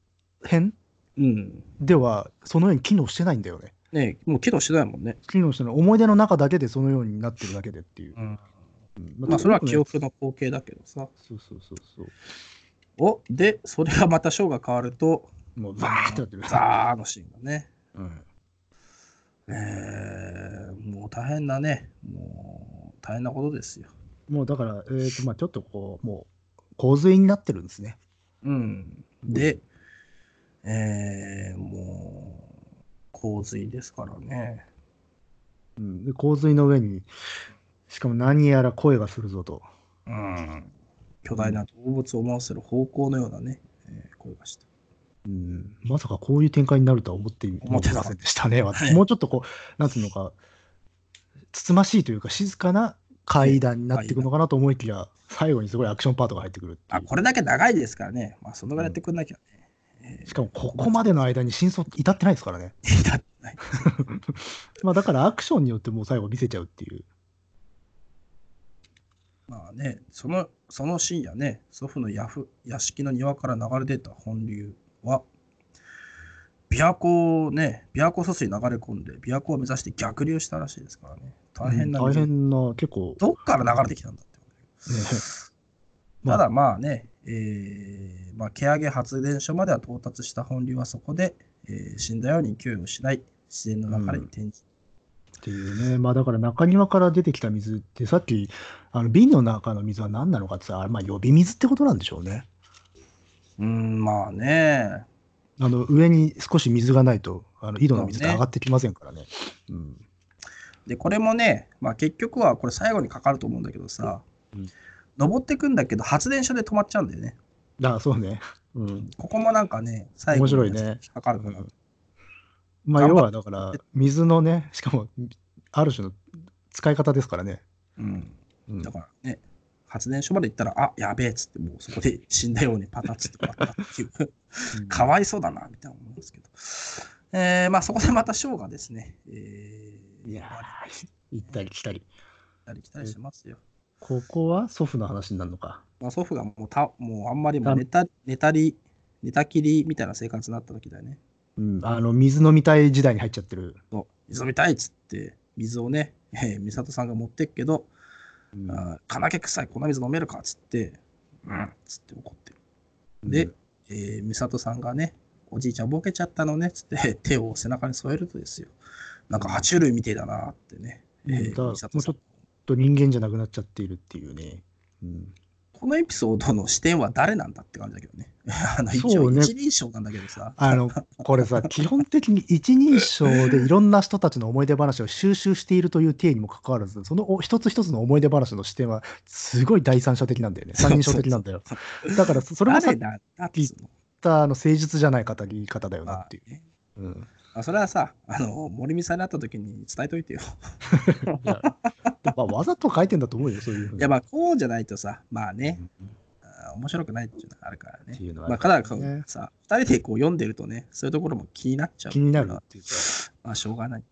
[SPEAKER 2] 編
[SPEAKER 1] うん。
[SPEAKER 2] ではそのように機能してないんだよね
[SPEAKER 1] ねもう機能してないもんね。
[SPEAKER 2] 機能してない思い出の中だけでそのようになってるだけでっていう、うん
[SPEAKER 1] まあそれは記
[SPEAKER 2] そう
[SPEAKER 1] 憶の光景だけどさ。
[SPEAKER 2] そうそうそう
[SPEAKER 1] おで、それがまたショーが変わると、
[SPEAKER 2] もうバーってなってる、
[SPEAKER 1] ザーのシーンがね。
[SPEAKER 2] うん
[SPEAKER 1] えー、もう大変だね。もう大変なことですよ。
[SPEAKER 2] もうだから、えーとまあ、ちょっとこう、もう洪水になってるんですね。
[SPEAKER 1] うん。で、えー、もう、洪水ですからね。
[SPEAKER 2] うん、で洪水の上に、しかも何やら声がするぞと。
[SPEAKER 1] うん。巨大な動物を思わせる方向のようなね、えー声がした。
[SPEAKER 2] うん、まさかこういう展開になるとは思ってい
[SPEAKER 1] 思ってなか
[SPEAKER 2] ま
[SPEAKER 1] った
[SPEAKER 2] せんでしたね。
[SPEAKER 1] はい
[SPEAKER 2] もうちょっとこう、なんつうのか、つつましいというか、静かな階段になっていくのかなと思いきや、最後にすごいアクションパートが入ってくるってい
[SPEAKER 1] あ、
[SPEAKER 2] う
[SPEAKER 1] これだけ長いですからね。まあ、そのぐらいやってくんなきゃね。え
[SPEAKER 2] しかもここまでの間に真相至ってないですからね。
[SPEAKER 1] ー、だってない。
[SPEAKER 2] まあ、だからアクションによってもう最後見せちゃうっていう。
[SPEAKER 1] まあね、その、その深夜ね、祖父のヤフ屋敷の庭から流れ出た本流は、琵琶湖をね、琵琶湖疎水に流れ込んで、琵琶湖を目指して逆流したらしいですからね。大変な、
[SPEAKER 2] うん大変な、結構、
[SPEAKER 1] どっから流れてきたんだって。
[SPEAKER 2] ね、ま
[SPEAKER 1] た
[SPEAKER 2] あ
[SPEAKER 1] だまあね、えーまあ、毛上げ発電所までは到達した本流はそこで、えー死んだように給与しない自然の流れに転じ、
[SPEAKER 2] っていうね、まあだから中庭から出てきた水って、さっき、あの瓶の中の水は何なのかってさ、あれまあ予備水ってことなんでしょうね。
[SPEAKER 1] うーん、まあね、
[SPEAKER 2] あの上に少し水がないと、あの井戸の水って
[SPEAKER 1] そうね
[SPEAKER 2] 上がってきませんからね。うん
[SPEAKER 1] で、これもね、まあ、結局はこれ最後にかかると思うんだけどさ、
[SPEAKER 2] うん
[SPEAKER 1] 登ってくんだけど発電所で止まっちゃうんだよね。
[SPEAKER 2] ああそうね。うん
[SPEAKER 1] ここもなんかね、最後に
[SPEAKER 2] 面白いね
[SPEAKER 1] かかるから、
[SPEAKER 2] まあ
[SPEAKER 1] 頑張
[SPEAKER 2] 要
[SPEAKER 1] っ
[SPEAKER 2] はだから、水のね、しかも、ある種の使い方ですからね。
[SPEAKER 1] うん。
[SPEAKER 2] うん
[SPEAKER 1] だからね、発電所まで行ったら、あやべえっつって、もうそこで死んだようにパタッつって終わったっていう。 かわいそうだな、みたいな思うんですけど。えーまあ、そこでまたショーがですね、えー、
[SPEAKER 2] いやー行ったり来たり。
[SPEAKER 1] 終わり来たりしてますよ。
[SPEAKER 2] ここは祖父の話になるのか。
[SPEAKER 1] まあ、祖父がもうた、もうあんまりも
[SPEAKER 2] あ
[SPEAKER 1] う寝た、寝たり、寝たきりみたいな生活になった時だよね。
[SPEAKER 2] うん、あの水飲みたい時代に入っちゃってる。
[SPEAKER 1] そう水飲みたいっつって、水をね、えー、美里さんが持ってっけど、
[SPEAKER 2] うん
[SPEAKER 1] あー金毛臭い、こんな水飲めるかっつって、うん、っつって怒ってる。で、えー、美里さんがね、おじいちゃんボケちゃったのねっつって、 手を背中に添えるとですよ。なんか爬虫類みてえだなってね。
[SPEAKER 2] うん
[SPEAKER 1] えー
[SPEAKER 2] だもう
[SPEAKER 1] 美
[SPEAKER 2] ちょ
[SPEAKER 1] 里さ
[SPEAKER 2] っ
[SPEAKER 1] ん
[SPEAKER 2] と人間じゃなくなっちゃっているっていうね。うん、
[SPEAKER 1] このエピソードの視点は誰なんだって感じだけどね。 あの一
[SPEAKER 2] そ
[SPEAKER 1] 応
[SPEAKER 2] うね
[SPEAKER 1] 一人称なんだけどさ。
[SPEAKER 2] あのこれさ、基本的に一人称でいろんな人たちの思い出話を収集しているという体にもかかわらず、そのお一つ一つの思い出話の視点は、すごい第三者的なんだよ ね、三人称的なんだよ。だからそ、それもさっ
[SPEAKER 1] 誰な
[SPEAKER 2] き言っ
[SPEAKER 1] んだっつうの。
[SPEAKER 2] たあの誠実じゃない方言い方だよな
[SPEAKER 1] ま
[SPEAKER 2] っ
[SPEAKER 1] あ
[SPEAKER 2] ていう。
[SPEAKER 1] ね
[SPEAKER 2] うん、
[SPEAKER 1] まあそれはさ、あの森美さんに会った時に伝えといてよ。
[SPEAKER 2] いやまあ、わざと書いてんだと思うよ、そういうふうに。
[SPEAKER 1] いやまあこうじゃないとさ、まあね
[SPEAKER 2] う、ん
[SPEAKER 1] あー面白くないっていうのがあるから
[SPEAKER 2] っ
[SPEAKER 1] ね
[SPEAKER 2] て。いうのは
[SPEAKER 1] まあ、
[SPEAKER 2] あ
[SPEAKER 1] ただ
[SPEAKER 2] るからね
[SPEAKER 1] さ、二人でこう読んでるとね、そういうところも気になっちゃう。
[SPEAKER 2] 気になるっていうか、
[SPEAKER 1] まあしょうがない。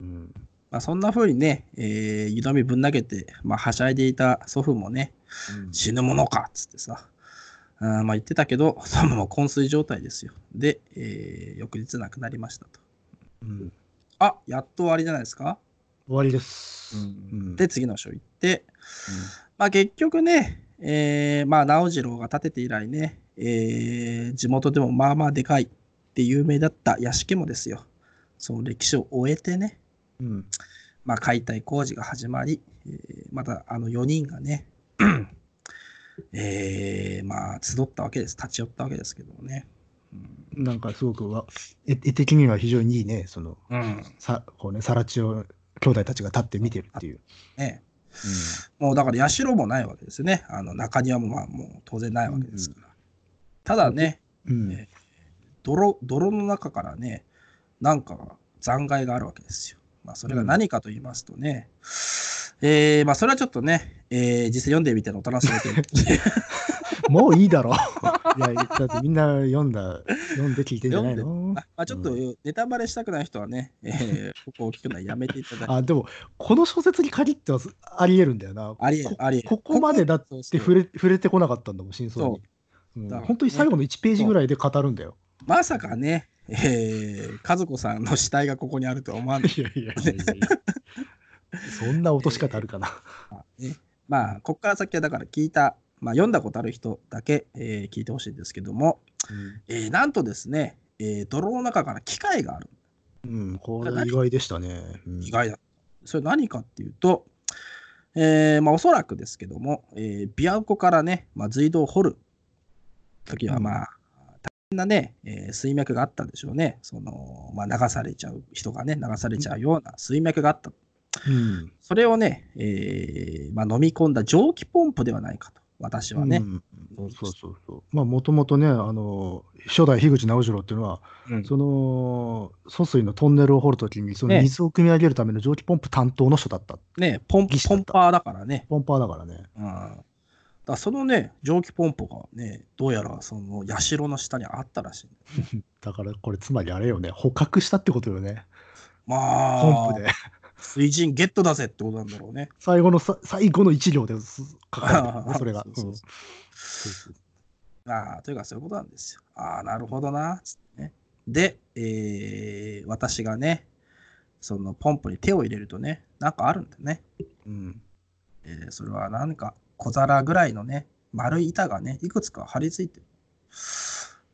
[SPEAKER 2] うん
[SPEAKER 1] まあ、そんな風にね、えー、湯飲みぶん投げて、まあ、はしゃいでいた祖父もね、死ぬものかっつってさ、あーまあ言ってたけど、そのもう昏睡状態ですよ。で、えー翌日亡くなりましたと。
[SPEAKER 2] うん終
[SPEAKER 1] あやっと終わりじゃないですか。
[SPEAKER 2] わりです。うん
[SPEAKER 1] で、次の章行って、まあ、結局ね、えーまあ、直次郎が建てて以来ね、えー地元でもまあまあでかいって有名だった屋敷もですよ、その歴史を終えてね、
[SPEAKER 2] うん
[SPEAKER 1] まあ、解体工事が始まり、えーまたあの4人がね、 えーまあ、集ったわけです、立ち寄ったわけですけどもね。うん
[SPEAKER 2] なんかすごくわ絵絵的には非常にいいね、その
[SPEAKER 1] うん
[SPEAKER 2] さこうね、さら地を兄弟たちが立って見てるっていう。
[SPEAKER 1] ね、もうだから社もないわけですよね、あの中庭もまあもう当然ないわけですから。ただね、
[SPEAKER 2] うん
[SPEAKER 1] ね泥泥の中からね、なんか残骸があるわけですよ。まあ、それが何かと言いますとね、えーまあ、それはちょっとね、えー実際読んでみてのお楽しみということで
[SPEAKER 2] もういいだろう。いや、だってみんな読んだ、読んで聞いてんじゃないの
[SPEAKER 1] まあちょっとネタバレしたくない人はね、えーここを聞くのはやめていただいて。
[SPEAKER 2] あ、でも、この小説に限ってはありえるんだよな。
[SPEAKER 1] ありえ
[SPEAKER 2] こ
[SPEAKER 1] ありえ
[SPEAKER 2] ここまでだっ
[SPEAKER 1] そうそ
[SPEAKER 2] て
[SPEAKER 1] う
[SPEAKER 2] 触れ触れてこなかったんだもん、真相に。うん
[SPEAKER 1] だから
[SPEAKER 2] 本当に最後の1ページぐらいで語るんだよ。
[SPEAKER 1] まさかね、えー、和子さんの死体がここにあるとは思わない。
[SPEAKER 2] いやいやいやいやいやそんな落とし方あるかな。
[SPEAKER 1] ねまあ、ここから先はだから聞いた、まあ、読んだことある人だけ、えー聞いてほしいんですけども、えーなんとですね、えー泥の中から機械がある。
[SPEAKER 2] うん、これ意外でしたね。うん
[SPEAKER 1] 意外だ。それ何かっていうと、えーまあ、おそらくですけども、えー、琵琶湖からね、まあ、隧道を掘る時は、
[SPEAKER 2] うん
[SPEAKER 1] まあ、大変なね、えー水脈があったんでしょうね。その、まあ、流されちゃう、人がね、流されちゃうような水脈があった。
[SPEAKER 2] うん
[SPEAKER 1] それをね、えーまあ、飲み込んだ蒸気ポンプではないかと、私はね。
[SPEAKER 2] うん、そうそうそう。まあ、もともとね、あの、初代樋口直次郎っていうのは、
[SPEAKER 1] うん
[SPEAKER 2] その、疎水のトンネルを掘るときに、その
[SPEAKER 1] ね
[SPEAKER 2] 水を汲み上げるための蒸気ポンプ担当の人だった。
[SPEAKER 1] ねポン、
[SPEAKER 2] 技師
[SPEAKER 1] ポ
[SPEAKER 2] だっ
[SPEAKER 1] ン
[SPEAKER 2] た
[SPEAKER 1] パーだからね。
[SPEAKER 2] ポンパーだからね。
[SPEAKER 1] うん、だからそのね、蒸気ポンプがね、どうやらその社の下にあったらしいんだよ。
[SPEAKER 2] だから、これ、つまりあれよね、捕獲したってことよね。
[SPEAKER 1] まあ、
[SPEAKER 2] ポンプで。
[SPEAKER 1] 水人ゲットだぜってことなんだろうね。
[SPEAKER 2] 最後のさ、最後の一行です書かれて るねそれが
[SPEAKER 1] そ。う
[SPEAKER 2] う
[SPEAKER 1] そうんああ、というかそういうことなんですよ。ああ、なるほどな、つってね。で、えー私がね、そのポンプに手を入れるとね、なんかあるんだよね。
[SPEAKER 2] うん。
[SPEAKER 1] えーそれは何か小皿ぐらいのね、丸い板がね、いくつか貼り付いてる。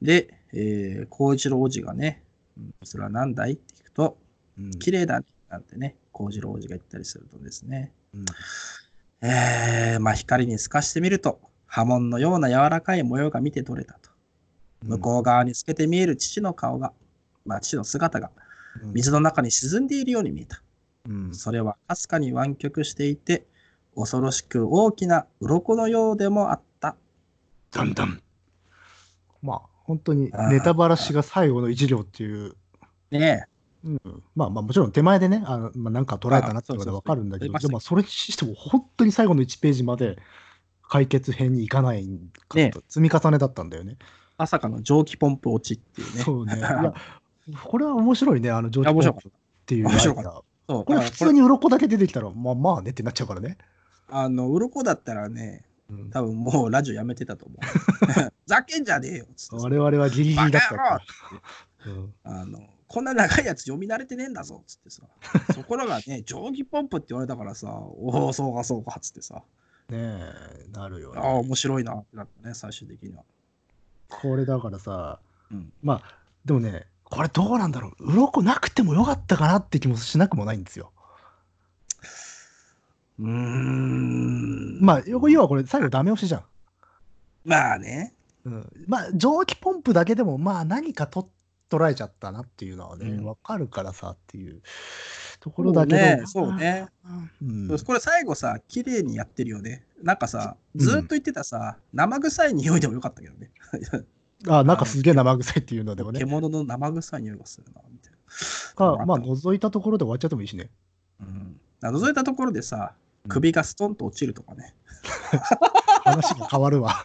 [SPEAKER 1] で、えー、孝一郎おじがね、うんそれは何だいって聞くと、
[SPEAKER 2] うん。
[SPEAKER 1] 綺麗だね、なんてね、幸次郎王子が言ったりするとですね、
[SPEAKER 2] うん
[SPEAKER 1] えー、まあ光に透かしてみると、波紋のような柔らかい模様が見て取れたと。向こう側に透けて見える父の顔が、まあ父の姿が、
[SPEAKER 2] うん。
[SPEAKER 1] 水の中に沈んでいるように見えた。
[SPEAKER 2] うん。
[SPEAKER 1] それはかすかに湾曲していて、恐ろしく大きな鱗のようでもあった。
[SPEAKER 2] だんだん。まあ、本当にネタばらしが最後の一行っていう、
[SPEAKER 1] ね
[SPEAKER 2] うん、まあまあ、もちろん手前でね、あのまあ、なんか捉えたなっていうのがわかるんだけど、
[SPEAKER 1] ああ
[SPEAKER 2] で
[SPEAKER 1] そうそうそう
[SPEAKER 2] もまあそれにしても、本当に最後の1ページまで解決編に行かないか
[SPEAKER 1] ね
[SPEAKER 2] と積み重ねだったんだよね。
[SPEAKER 1] え、まさかの蒸気ポンプ落ちっていうね。
[SPEAKER 2] そうね。いや、これは面白いね、あの、ジョ
[SPEAKER 1] いや面白かった。
[SPEAKER 2] っていう
[SPEAKER 1] 面白かっ
[SPEAKER 2] か
[SPEAKER 1] そう
[SPEAKER 2] これ
[SPEAKER 1] だから
[SPEAKER 2] 普通に鱗だけ出てきたら、まあまあねってなっちゃうからね。
[SPEAKER 1] あの、鱗だったらね、
[SPEAKER 2] うん
[SPEAKER 1] 多分もうラジオやめてたと 思う。ざけんじゃねえよっつって
[SPEAKER 2] 我々はギリギリだったから
[SPEAKER 1] バ。
[SPEAKER 2] うん
[SPEAKER 1] あのこんな長いやつ読み慣れてねえんだぞっつってさ。ところがね、定規ポンプって言われたからさ、おお、そうかそうかっつってさ、
[SPEAKER 2] ねえ、なるよ
[SPEAKER 1] あ
[SPEAKER 2] ね
[SPEAKER 1] あ、面白いなってなったね、最終的には。
[SPEAKER 2] これだからさ、
[SPEAKER 1] うん
[SPEAKER 2] まあでもねこれどうなんだろう鱗なくてもよかったかなって気もしなくもないんですよ。
[SPEAKER 1] うーん。
[SPEAKER 2] まあ要要はこれ最後ダメ押しじゃん。
[SPEAKER 1] まあね、
[SPEAKER 2] うん、まあ蒸気ポンプだけでもまあ何かと捉えちゃったなっていうのはね、
[SPEAKER 1] うん
[SPEAKER 2] わかるからさっていうところだけど
[SPEAKER 1] そうね。
[SPEAKER 2] うん、
[SPEAKER 1] これ最後さ、綺麗にやってるよね。なんかさ、ずーっと言ってたさ、生臭い匂いでもよかったけどね。
[SPEAKER 2] あなんかすげえ生臭いっていうのでもね
[SPEAKER 1] 獣の生臭い匂いがするな、みたいな。
[SPEAKER 2] かまあ覗いたところで終わっちゃってもいいしね。
[SPEAKER 1] うん、覗いたところでさ
[SPEAKER 2] うん
[SPEAKER 1] 首がストンと落ちるとかね、
[SPEAKER 2] 話が変わるわ。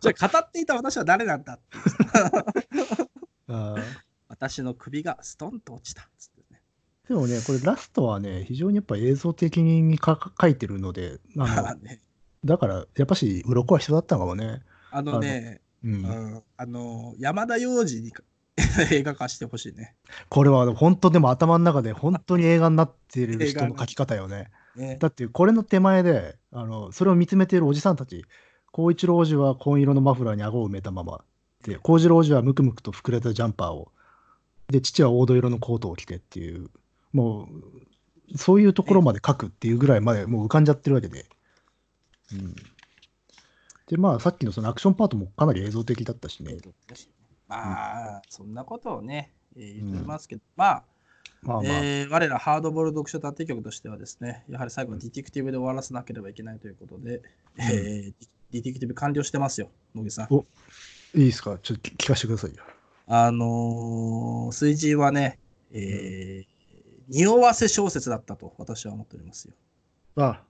[SPEAKER 1] じゃあ 語っていた私は誰なんだって
[SPEAKER 2] うん
[SPEAKER 1] 私の首がストンと落ちたっつってね
[SPEAKER 2] でもねこれラストはね非常にやっぱ映像的にか書いてるのであの
[SPEAKER 1] まあ ね
[SPEAKER 2] だから、やっぱし、鱗は必要だったのかもね。
[SPEAKER 1] あのね
[SPEAKER 2] うん。
[SPEAKER 1] うんあの山田洋次に 映画化してほしいね
[SPEAKER 2] これは、本当でも頭の中で、本当に映画になってる人の書き方よね。
[SPEAKER 1] ね
[SPEAKER 2] だって、これの手前で、あの、それを見つめているおじさんたち、光一郎おじは紺色のマフラーに顎を埋めたまま、で、光次郎おじはむくむくと膨れたジャンパーを、で、父は黄土色のコートを着てっていう、もう、そういうところまで書くっていうぐらいまで、もう浮かんじゃってるわけで。うん。で、まあ、さっきのそのアクションパートもかなり映像的だったしね。
[SPEAKER 1] まあ、そんなことをね、えー言ってますけど、まあ、
[SPEAKER 2] まあまあ、
[SPEAKER 1] えー我らハードボール読書立て局としてはですね、やはり最後はディティクティブで終わらせなければいけないということで、えーディティクティブ完了してますよ、野木さん。
[SPEAKER 2] いいですかちょっと聞かせてくださいよ。
[SPEAKER 1] あのー、水人はね、えー匂わせ小説だったと私は思っておりますよ。
[SPEAKER 2] あ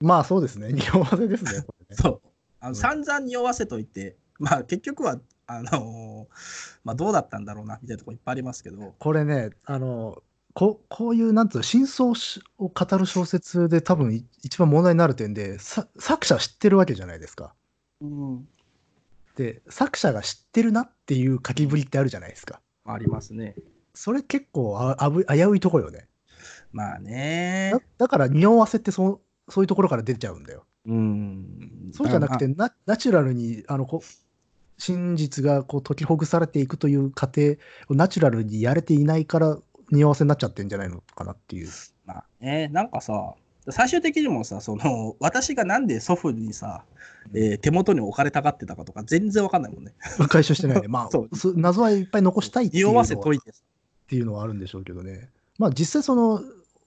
[SPEAKER 2] まあそうですね。匂わせですね。これね
[SPEAKER 1] そう。あ
[SPEAKER 2] う
[SPEAKER 1] の
[SPEAKER 2] ん
[SPEAKER 1] 散々匂わせといて、まあ結局は、あのーまあどうだったんだろうな、みたいなとこいっぱいありますけど、
[SPEAKER 2] これね、あの、ここういう、なんつうの、真相を語る小説で多分い一番問題になる点で、さ作者知ってるわけじゃないですか。
[SPEAKER 1] うん、
[SPEAKER 2] で、作者が知ってるなっていう書きぶりってあるじゃないですか。
[SPEAKER 1] ありますね。
[SPEAKER 2] それ結構ああぶ危ういとこよね。
[SPEAKER 1] まあね
[SPEAKER 2] だ。だから匂わせってそそういうところから出ちゃうんだよ。
[SPEAKER 1] うん。
[SPEAKER 2] そうじゃなくて、ナナチュラルにあのこ真実がこう解きほぐされていくという過程をナチュラルにやれていないから匂わせになっちゃってんじゃないのかなっていう。
[SPEAKER 1] まあね、なんかさ、最終的にもさ、その、私がなんで祖父にさ、えー手元に置かれたがってたかとか、全然わかんないもんね。
[SPEAKER 2] 解消してないね。まあ
[SPEAKER 1] そう
[SPEAKER 2] そ謎はいっぱい残したいっていう
[SPEAKER 1] 匂
[SPEAKER 2] のは
[SPEAKER 1] わ
[SPEAKER 2] っ
[SPEAKER 1] せといてさ。
[SPEAKER 2] ていうのはあるんでしょうけどね。まあ実際その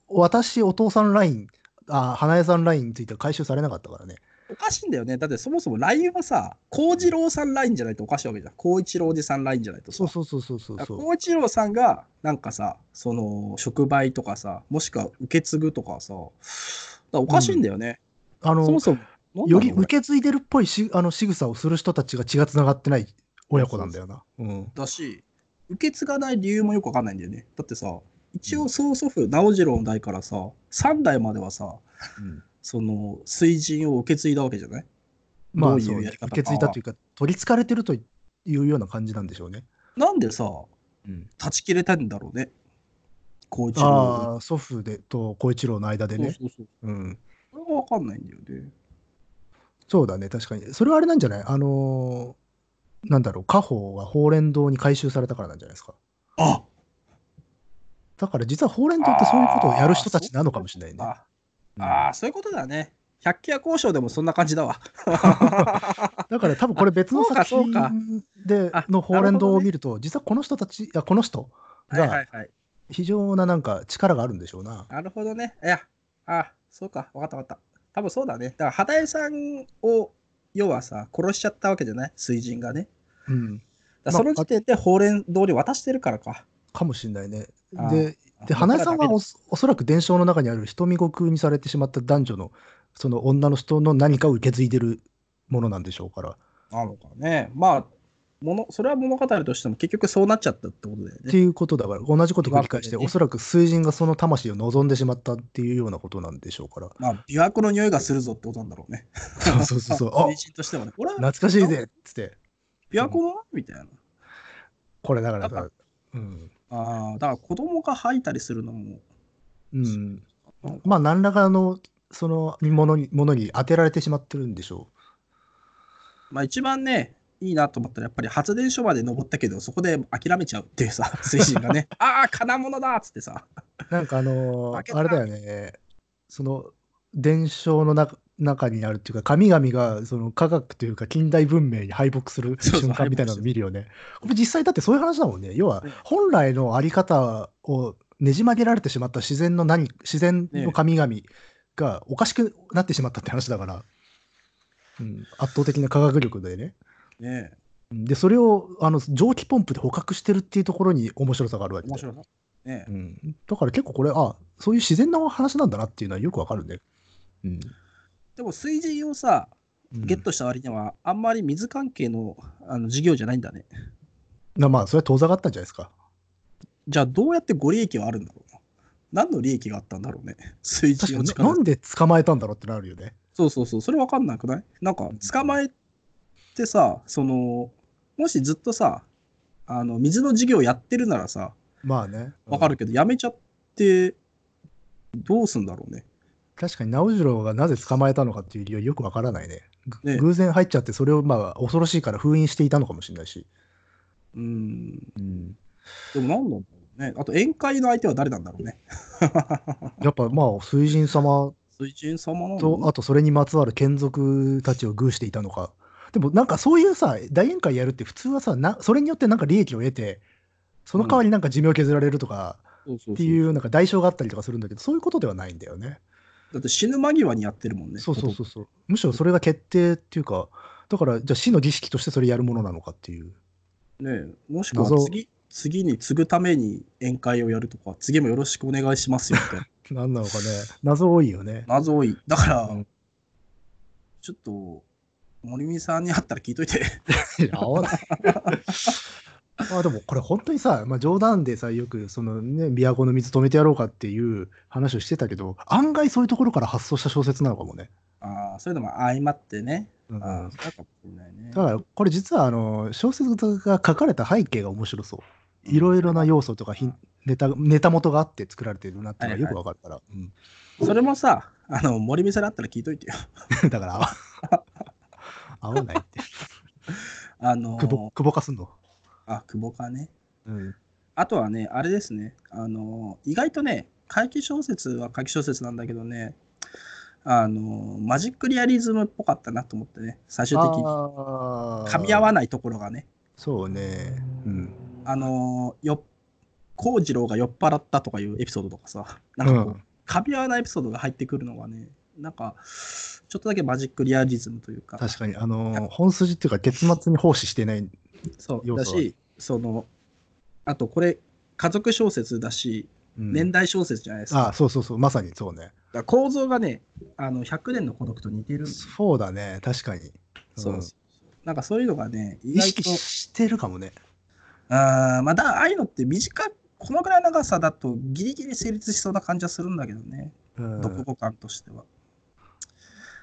[SPEAKER 2] 私お父さんラインあ花江さんラインについては回収されなかったからね。
[SPEAKER 1] おかしいんだよね。だってそもそも LINE はさ、幸次郎さん LINE じゃないとおかしいわけじゃん。幸一郎おじさん LINE じゃないとさ。
[SPEAKER 2] そうそうそうそうそう
[SPEAKER 1] だから
[SPEAKER 2] そう。
[SPEAKER 1] 幸一郎さんが、なんかさ、その、触媒とかさ、もしくは受け継ぐとかさ、だからおかしいんだよね。
[SPEAKER 2] あの
[SPEAKER 1] そもそもなんだろう。
[SPEAKER 2] より
[SPEAKER 1] これ
[SPEAKER 2] 受け継いでるっぽいしあの仕草をする人たちが血がつながってない親子なんだよな。うん。
[SPEAKER 1] だし受け継がない理由もよくわかんないんだよねだってさ一応曽祖父直次郎の代からさ3代まではさ
[SPEAKER 2] うん
[SPEAKER 1] その水神を受け継いだわけじゃない
[SPEAKER 2] ま
[SPEAKER 1] ど
[SPEAKER 2] あ
[SPEAKER 1] ういう
[SPEAKER 2] そう
[SPEAKER 1] やり方かは
[SPEAKER 2] 受け継いだというか取りつかれてるというような感じなんでしょうね。
[SPEAKER 1] なんでさ
[SPEAKER 3] うん。
[SPEAKER 1] 断ち切れたんだろうね。高一郎
[SPEAKER 2] ああ、祖父でと孝一郎の間でね。
[SPEAKER 1] そうそうそう。
[SPEAKER 2] うん。
[SPEAKER 1] これが分かんないんだよね。
[SPEAKER 2] そうだね、確かに。それはあれなんじゃないあのーなんだろう、家宝が法蓮堂に回収されたからなんじゃないですか。
[SPEAKER 1] あ
[SPEAKER 2] だから実は法蓮堂ってそういうことをやる人たちなのかもしれないね。
[SPEAKER 1] あああ、そういうことだね。百鬼夜交渉でもそんな 感じだわ。
[SPEAKER 2] だから多分これ別の
[SPEAKER 1] そうか
[SPEAKER 2] 作
[SPEAKER 1] そうか
[SPEAKER 2] 品で
[SPEAKER 1] あ
[SPEAKER 2] の法蓮
[SPEAKER 1] なるほ
[SPEAKER 2] 堂
[SPEAKER 1] ど
[SPEAKER 2] を
[SPEAKER 1] ね
[SPEAKER 2] 見ると、実はこの人たち、いや、この人
[SPEAKER 1] はいは
[SPEAKER 2] が
[SPEAKER 1] いはい。
[SPEAKER 2] 非常ななんか力があるんでしょうな。
[SPEAKER 1] なるほどね。いや、あそうか。わかったわかった。多分そうだね。だから、畑井さんを、要はさ、殺しちゃったわけじゃない水人がね。
[SPEAKER 2] うん。
[SPEAKER 1] だ
[SPEAKER 2] まあ
[SPEAKER 1] その時点で法蓮堂に渡してるからか。
[SPEAKER 2] かもしれないね
[SPEAKER 1] あ。
[SPEAKER 2] で、で花江さんはおそおそらく伝承の中にある瞳悟空にされてしまった男女のその女の人の何かを受け継いでるものなんでしょうから。
[SPEAKER 1] なのかね。まあ、ものそれは物語としても結局そうなっちゃったってことだよ
[SPEAKER 2] って
[SPEAKER 1] ね。
[SPEAKER 2] いうことだから、同じこと繰り返し
[SPEAKER 1] 疑
[SPEAKER 2] て、
[SPEAKER 1] 惑でね
[SPEAKER 2] おそらく水人がその魂を望んでしまったっていうようなことなんでしょ うから。
[SPEAKER 1] まあ、琵琶湖の匂いがするぞってことなんだろうね。
[SPEAKER 2] そうそうそうそう。
[SPEAKER 1] まあ
[SPEAKER 2] あ
[SPEAKER 1] 水人としてはね。俺は
[SPEAKER 2] 懐かしいぜっつって。
[SPEAKER 1] 琵琶湖のみたいな。
[SPEAKER 2] これだか
[SPEAKER 1] な
[SPEAKER 2] ら
[SPEAKER 1] ん
[SPEAKER 2] さ、うん。
[SPEAKER 1] ああ、だから子供が吐いたりするのも。
[SPEAKER 2] うん
[SPEAKER 1] なん。
[SPEAKER 2] まあ、何らかの、そのものにものに当てられてしまってるんでしょ
[SPEAKER 1] まあ一番ね、いいなと思ったらやっぱり発電所まで登ったけど、そこで諦めちゃうっていうさ、 水神が ね、ああ、金物だっつってさ、
[SPEAKER 2] う。なんかあのー
[SPEAKER 1] 負けた
[SPEAKER 2] あれだよね、その、伝承の中中にあるっていうか、神々がその科学というか近代文明に敗北する
[SPEAKER 1] そうそう
[SPEAKER 2] 瞬間みたいなの見るよね。これ実際だってそういう話だもんね。要は
[SPEAKER 1] うん
[SPEAKER 2] 本来のあり方をねじ曲げられてしまった自然の何、自然の神々がおかしくなってしまったって話だから、うん、圧倒的な科学力でね。
[SPEAKER 1] ねえ
[SPEAKER 2] で、それをあの蒸気ポンプで捕獲してるっていうところに面白さがあるわけ
[SPEAKER 1] 面
[SPEAKER 2] だ
[SPEAKER 1] 白い
[SPEAKER 2] よ。
[SPEAKER 1] な。ねえ
[SPEAKER 2] うん、だから結構これ、あそういう自然な話なんだなっていうのはよくわかるね。うん、
[SPEAKER 1] でも水神をさ、ゲットした割には、あんまり水関係のあの事業じゃないんだね。
[SPEAKER 2] なまあ、それは遠ざかったんじゃないですか。
[SPEAKER 1] じゃあどうやってご利益はあるんだろうな。何の利益があったんだろうね。水
[SPEAKER 2] 確
[SPEAKER 1] 神
[SPEAKER 2] か
[SPEAKER 1] を
[SPEAKER 2] に、
[SPEAKER 1] 力
[SPEAKER 2] な
[SPEAKER 1] で
[SPEAKER 2] んで捕まえたんだろうってなるよね。
[SPEAKER 1] そうそうそう、それ分かんなくないなんか、捕まえてさ、その、もしずっとさ、あの水の事業やってるならさ、
[SPEAKER 2] まあね。
[SPEAKER 1] 分かるけど、やめちゃって、どうすんだろうね。
[SPEAKER 2] 確かに直次郎がなぜ捕まえたのかっていう理由はよくわからないね。ぐ
[SPEAKER 1] ね
[SPEAKER 2] 偶然入っちゃってそれをまあ恐ろしいから封印していたのかもしれないし。
[SPEAKER 1] うん、
[SPEAKER 2] うん、
[SPEAKER 1] でも何なんだろうね。あと、宴会の相手は誰なんだろうね。
[SPEAKER 2] やっぱまあ水神様
[SPEAKER 1] 水神様な
[SPEAKER 2] と
[SPEAKER 1] の
[SPEAKER 2] あとそれにまつわる眷属たちを偶していたのか。でもなんかそういうさ大宴会やるって普通はさなそれによってなんか利益を得てその代わりなんか寿命削られるとか
[SPEAKER 1] そうそうそう
[SPEAKER 2] っていうなんか代償があったりとかするんだけどそういうことではないんだよね。
[SPEAKER 1] だって死ぬ間際にやってるもんね。
[SPEAKER 2] そうそうそうそう。むしろそれが決定っていうかだからじゃあ死の儀式としてそれやるものなのかっていう。
[SPEAKER 1] ねえもしくは
[SPEAKER 2] 謎
[SPEAKER 1] 次、次に継ぐために宴会をやるとか、次もよろしくお願いしますよみたい な。
[SPEAKER 2] なんなのかね。謎多いよね。
[SPEAKER 1] 謎多い。だから、
[SPEAKER 2] うん
[SPEAKER 1] ちょっと、森美さんに会ったら聞いといて。
[SPEAKER 2] 合わない。まあでもこれ本当にさ、まあ、冗談でさよくそのね琵琶湖の水止めてやろうかっていう話をしてたけど案外そういうところから発想した小説なのかもね。
[SPEAKER 1] ああ、そういうのも相まってね。
[SPEAKER 2] うん
[SPEAKER 1] ああ、
[SPEAKER 2] だ
[SPEAKER 1] そうかもしれないね。
[SPEAKER 2] からこれ実はあの小説が書かれた背景が面白そう。いろいろな要素とかヒンネタネタ元があって作られてるなっていうのがよくわかるから、
[SPEAKER 1] それもさ、あの森美さんに会ったら聞いといてよ。
[SPEAKER 2] うん だから合わ合わない って。
[SPEAKER 1] あの
[SPEAKER 2] くぼくぼかすの。
[SPEAKER 1] あ、久保かね。
[SPEAKER 2] うん
[SPEAKER 1] あとはね、あれですね、あの意外とね、怪奇小説は怪奇小説なんだけどね、あのマジックリアリズムっぽかったなと思ってね、最終的に
[SPEAKER 2] あー
[SPEAKER 1] 噛み合わないところがね、
[SPEAKER 2] そうね。うん
[SPEAKER 1] あのよ幸次郎が酔っ払ったとかいうエピソードとかさ、なん
[SPEAKER 2] う
[SPEAKER 1] かこうん噛み合わないエピソードが入ってくるのがね、なんか、ちょっとだけマジックリアリズムというか、
[SPEAKER 2] 確かに、あのー本筋っていうか、月末に奉仕してない。
[SPEAKER 1] そう
[SPEAKER 2] 要
[SPEAKER 1] だ
[SPEAKER 2] 素は
[SPEAKER 1] し、その、あとこれ、家族小説だし、
[SPEAKER 2] うん
[SPEAKER 1] 年代小説じゃないですか。
[SPEAKER 2] あそうそうそう、まさにそうね。
[SPEAKER 1] だから構造がね、あの100年の孤独と似てるんですよ
[SPEAKER 2] そうだね、確かに。
[SPEAKER 1] そう
[SPEAKER 2] うん
[SPEAKER 1] そうそうなんかそういうのがね、意
[SPEAKER 2] 意
[SPEAKER 1] 外
[SPEAKER 2] 識
[SPEAKER 1] と、
[SPEAKER 2] してるかもね。
[SPEAKER 1] あーまあだああいうのって短い、このくらいの長さだとギリギリ成立しそうな感じはするんだけどね、
[SPEAKER 2] うん
[SPEAKER 1] 読後感としては。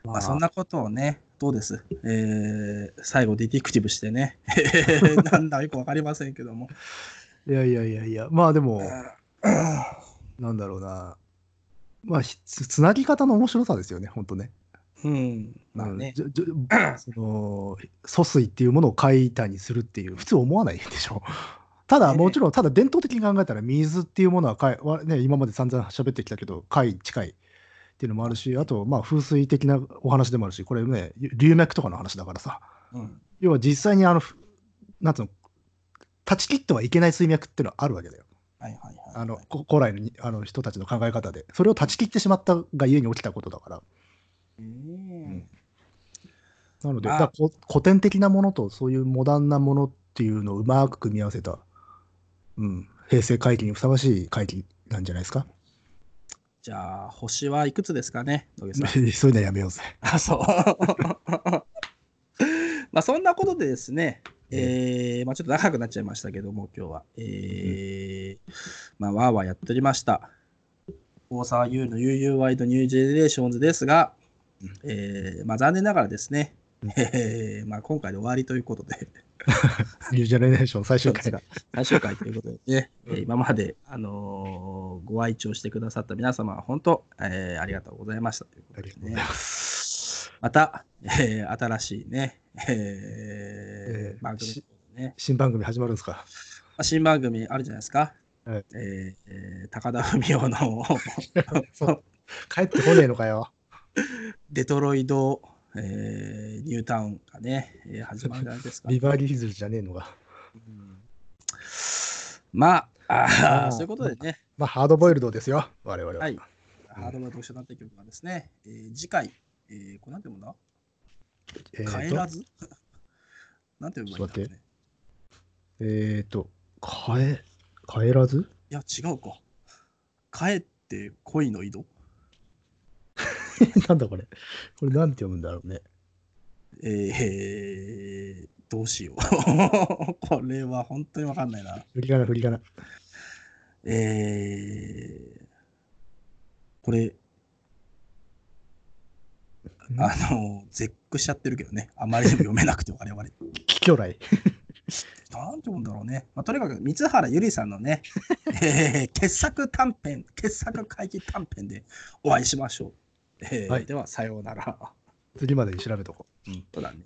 [SPEAKER 2] ま
[SPEAKER 1] まあそんなことをね、どうです、え ー最後ディティクティブしてね、なんだよくわかりませんけども。
[SPEAKER 2] いやいやいやいや、まあでも、
[SPEAKER 1] う
[SPEAKER 2] なんだろうな。まあ、ひつつなぎ方の面白さですよね、本当ね。
[SPEAKER 1] ん。まあね。
[SPEAKER 2] うん。じょじょその、疎水っていうものを解体にするっていう、普通思わないで しょ。ただ、
[SPEAKER 1] ね
[SPEAKER 2] もちろん、ただ伝統的に考えたら、水っていうものは貝、わね、今まで散々喋ってきたけど、貝近いっていうのもあるし、あと、まあ、風水的なお話でもあるし、これね、龍脈とかの話だからさ、
[SPEAKER 1] うん。
[SPEAKER 2] 要は実際に、あの、ふなんつうの、断ち切ってはいけない水脈っていうのはあるわけだよ。
[SPEAKER 1] はいはいはい。
[SPEAKER 2] あのこ古来のにあの人たちの考え方で、それを断ち切ってしまったがゆえに起きたことだから、
[SPEAKER 1] うん。
[SPEAKER 2] なので、
[SPEAKER 1] あ
[SPEAKER 2] だからこ古典的なものとそういうモダンなものっていうのをうまく組み合わせた、うん、平成回帰にふさわしい回帰なんじゃないですか。
[SPEAKER 1] じゃあ、星はいくつですかね、野
[SPEAKER 2] そ
[SPEAKER 1] 毛さん。
[SPEAKER 2] ういうのやめようぜ。
[SPEAKER 1] あ、そう。 まあ、そんなことでですね、えーまあ、ちょっと長くなっちゃいましたけども、今日は。えーまあ、わーわーやっておりました。大沢優の UU ワイドニュージェネレーションズですが、えーまあ、残念ながらですね、えーまあ、今回で終わりということで、
[SPEAKER 2] ニュージェネレーション最 終回が。
[SPEAKER 1] 最終回ということでね、えー今まで、あのーご愛聴してくださった皆様、本当、えーありがとうございましたということでね。また、えー新しいね、え
[SPEAKER 2] え
[SPEAKER 1] ー
[SPEAKER 2] ー
[SPEAKER 1] 番組
[SPEAKER 2] し
[SPEAKER 1] ね、
[SPEAKER 2] 新番組始まるんですか。
[SPEAKER 1] まあ新番組あるじゃないですか。
[SPEAKER 2] はい
[SPEAKER 1] えーえー高田文夫の
[SPEAKER 2] そう帰ってこねえのかよ。
[SPEAKER 1] デトロイド、えーニュータウンがね、えー始まるじゃないですか。
[SPEAKER 2] ビバリーヒルズじゃねえのが。
[SPEAKER 1] うんまああ
[SPEAKER 2] ま
[SPEAKER 1] ー、
[SPEAKER 2] あ
[SPEAKER 1] そういうことでね、
[SPEAKER 2] まあ、ハードボイルドですよ、我々は。
[SPEAKER 1] はい、ハードル特殊なって曲はですね、えー次回、えー、これなんて読むんだ
[SPEAKER 2] えーと
[SPEAKER 1] 帰らず なんて読むんだろうね。
[SPEAKER 2] えっ、と、帰、帰らず
[SPEAKER 1] いや、違うか。帰って恋の井戸
[SPEAKER 2] なんだこれ。これなんて読むんだろうね。
[SPEAKER 1] えー、どう しよう。これは本当にわかんないな。
[SPEAKER 2] 振り仮名、振り仮名。
[SPEAKER 1] えー、これ、あの、絶句しちゃってるけどね。あまりにも読めなくて、我々。
[SPEAKER 2] ききょらい。
[SPEAKER 1] なんて言うんだろうね。まあ、とにかく、三原ゆりさんの ね、えー傑作短編、傑作回帰短編でお会いしましょう。えー
[SPEAKER 2] はい
[SPEAKER 1] では、さようなら。
[SPEAKER 2] 次までに調べとこう。
[SPEAKER 1] そうだね。